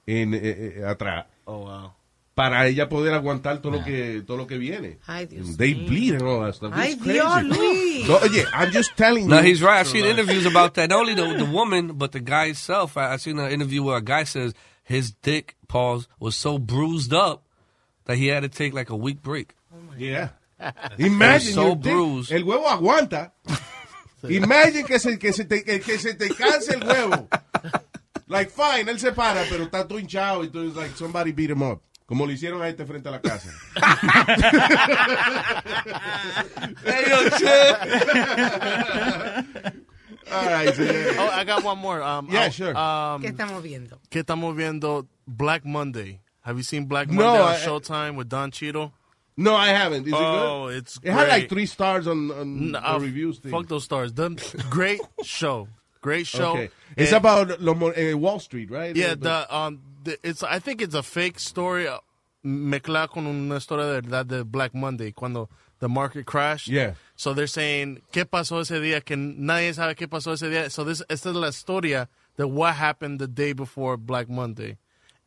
Speaker 5: en eh, eh, atrás.
Speaker 16: Oh wow.
Speaker 5: Para ella poder aguantar todo lo que todo lo que viene.
Speaker 15: Ay, Dios
Speaker 5: They
Speaker 15: mío.
Speaker 5: bleed and all that stuff.
Speaker 15: Ay,
Speaker 5: It's crazy.
Speaker 15: Dios, Luis.
Speaker 5: No, oye, I'm just telling
Speaker 9: No,
Speaker 5: you.
Speaker 9: he's right. I've seen interviews about that. Not only the, the woman, but the guy itself. I, I've seen an interview where a guy says his dick, pause, was so bruised up that he had to take like a week break.
Speaker 5: Yeah.
Speaker 9: It
Speaker 5: Imagine
Speaker 9: was so
Speaker 5: your dick.
Speaker 9: bruised.
Speaker 5: El huevo aguanta. Imagine que se, que, se te, que, que se te canse el huevo. Like, fine, él se para, pero está todo hinchado. Entonces, like, somebody beat him up. Como lo hicieron a este frente a la casa. All right, señores.
Speaker 16: Oh, I got one more. Um,
Speaker 5: Yeah,
Speaker 16: I-
Speaker 5: sure.
Speaker 16: Um,
Speaker 15: ¿Qué estamos viendo?
Speaker 16: ¿Qué estamos viendo? Black Monday. Have you seen Black
Speaker 5: No,
Speaker 16: Monday on
Speaker 5: I-
Speaker 16: Showtime with Don Cheadle?
Speaker 5: No, I haven't. Is it good?
Speaker 16: oh, it's
Speaker 5: It
Speaker 16: great.
Speaker 5: had like three stars on, on
Speaker 16: No,
Speaker 5: the
Speaker 16: uh,
Speaker 5: reviews thing.
Speaker 16: Fuck those stars. Them- great show. Great show.
Speaker 5: Okay. It's
Speaker 16: And-
Speaker 5: about lo, mo- eh, Wall Street, right?
Speaker 16: Yeah,
Speaker 5: But-
Speaker 16: the, um, the, it's. I think it's a fake story uh, mezclada con una historia de verdad de Black Monday cuando the market crashed.
Speaker 5: Yeah.
Speaker 16: So they're saying qué pasó ese día que nadie sabe qué pasó ese día. So this esta es la historia de what happened the day before Black Monday,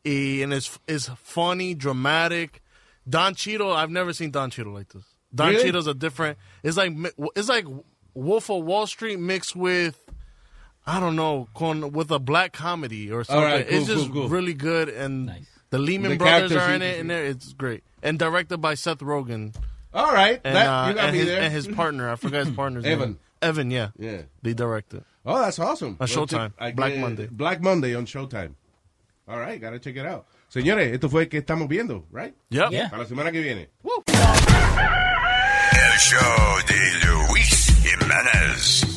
Speaker 16: y, and it's it's funny, dramatic. Don Cheadle, I've never seen Don Cheadle like this. Don
Speaker 5: Really?
Speaker 16: Cheadle's a different. It's like mi- it's like Wolf of Wall Street mixed with I don't know, con, with a black comedy or something.
Speaker 5: right, cool,
Speaker 16: it's just
Speaker 5: cool, cool.
Speaker 16: really good, and the Lehman
Speaker 5: The
Speaker 16: Brothers
Speaker 5: characters
Speaker 16: are in
Speaker 5: you-
Speaker 16: it, and there- it's great. And directed by Seth Rogen.
Speaker 5: All right,
Speaker 16: and,
Speaker 5: that-
Speaker 16: uh,
Speaker 5: you got
Speaker 16: and
Speaker 5: me
Speaker 16: his,
Speaker 5: there.
Speaker 16: and his partner. I forgot his partner's
Speaker 5: Evan.
Speaker 16: name. Evan, yeah,
Speaker 5: Yeah.
Speaker 16: the director.
Speaker 5: Oh, that's awesome.
Speaker 16: On Showtime.
Speaker 5: I-
Speaker 16: Black
Speaker 5: eh,
Speaker 16: Monday.
Speaker 5: Black Monday on Showtime. All right, gotta check it out. Señores, esto fue que estamos viendo, right?
Speaker 16: Yep. Yeah.
Speaker 5: Para la semana que viene.
Speaker 4: El show de Luis Jiménez.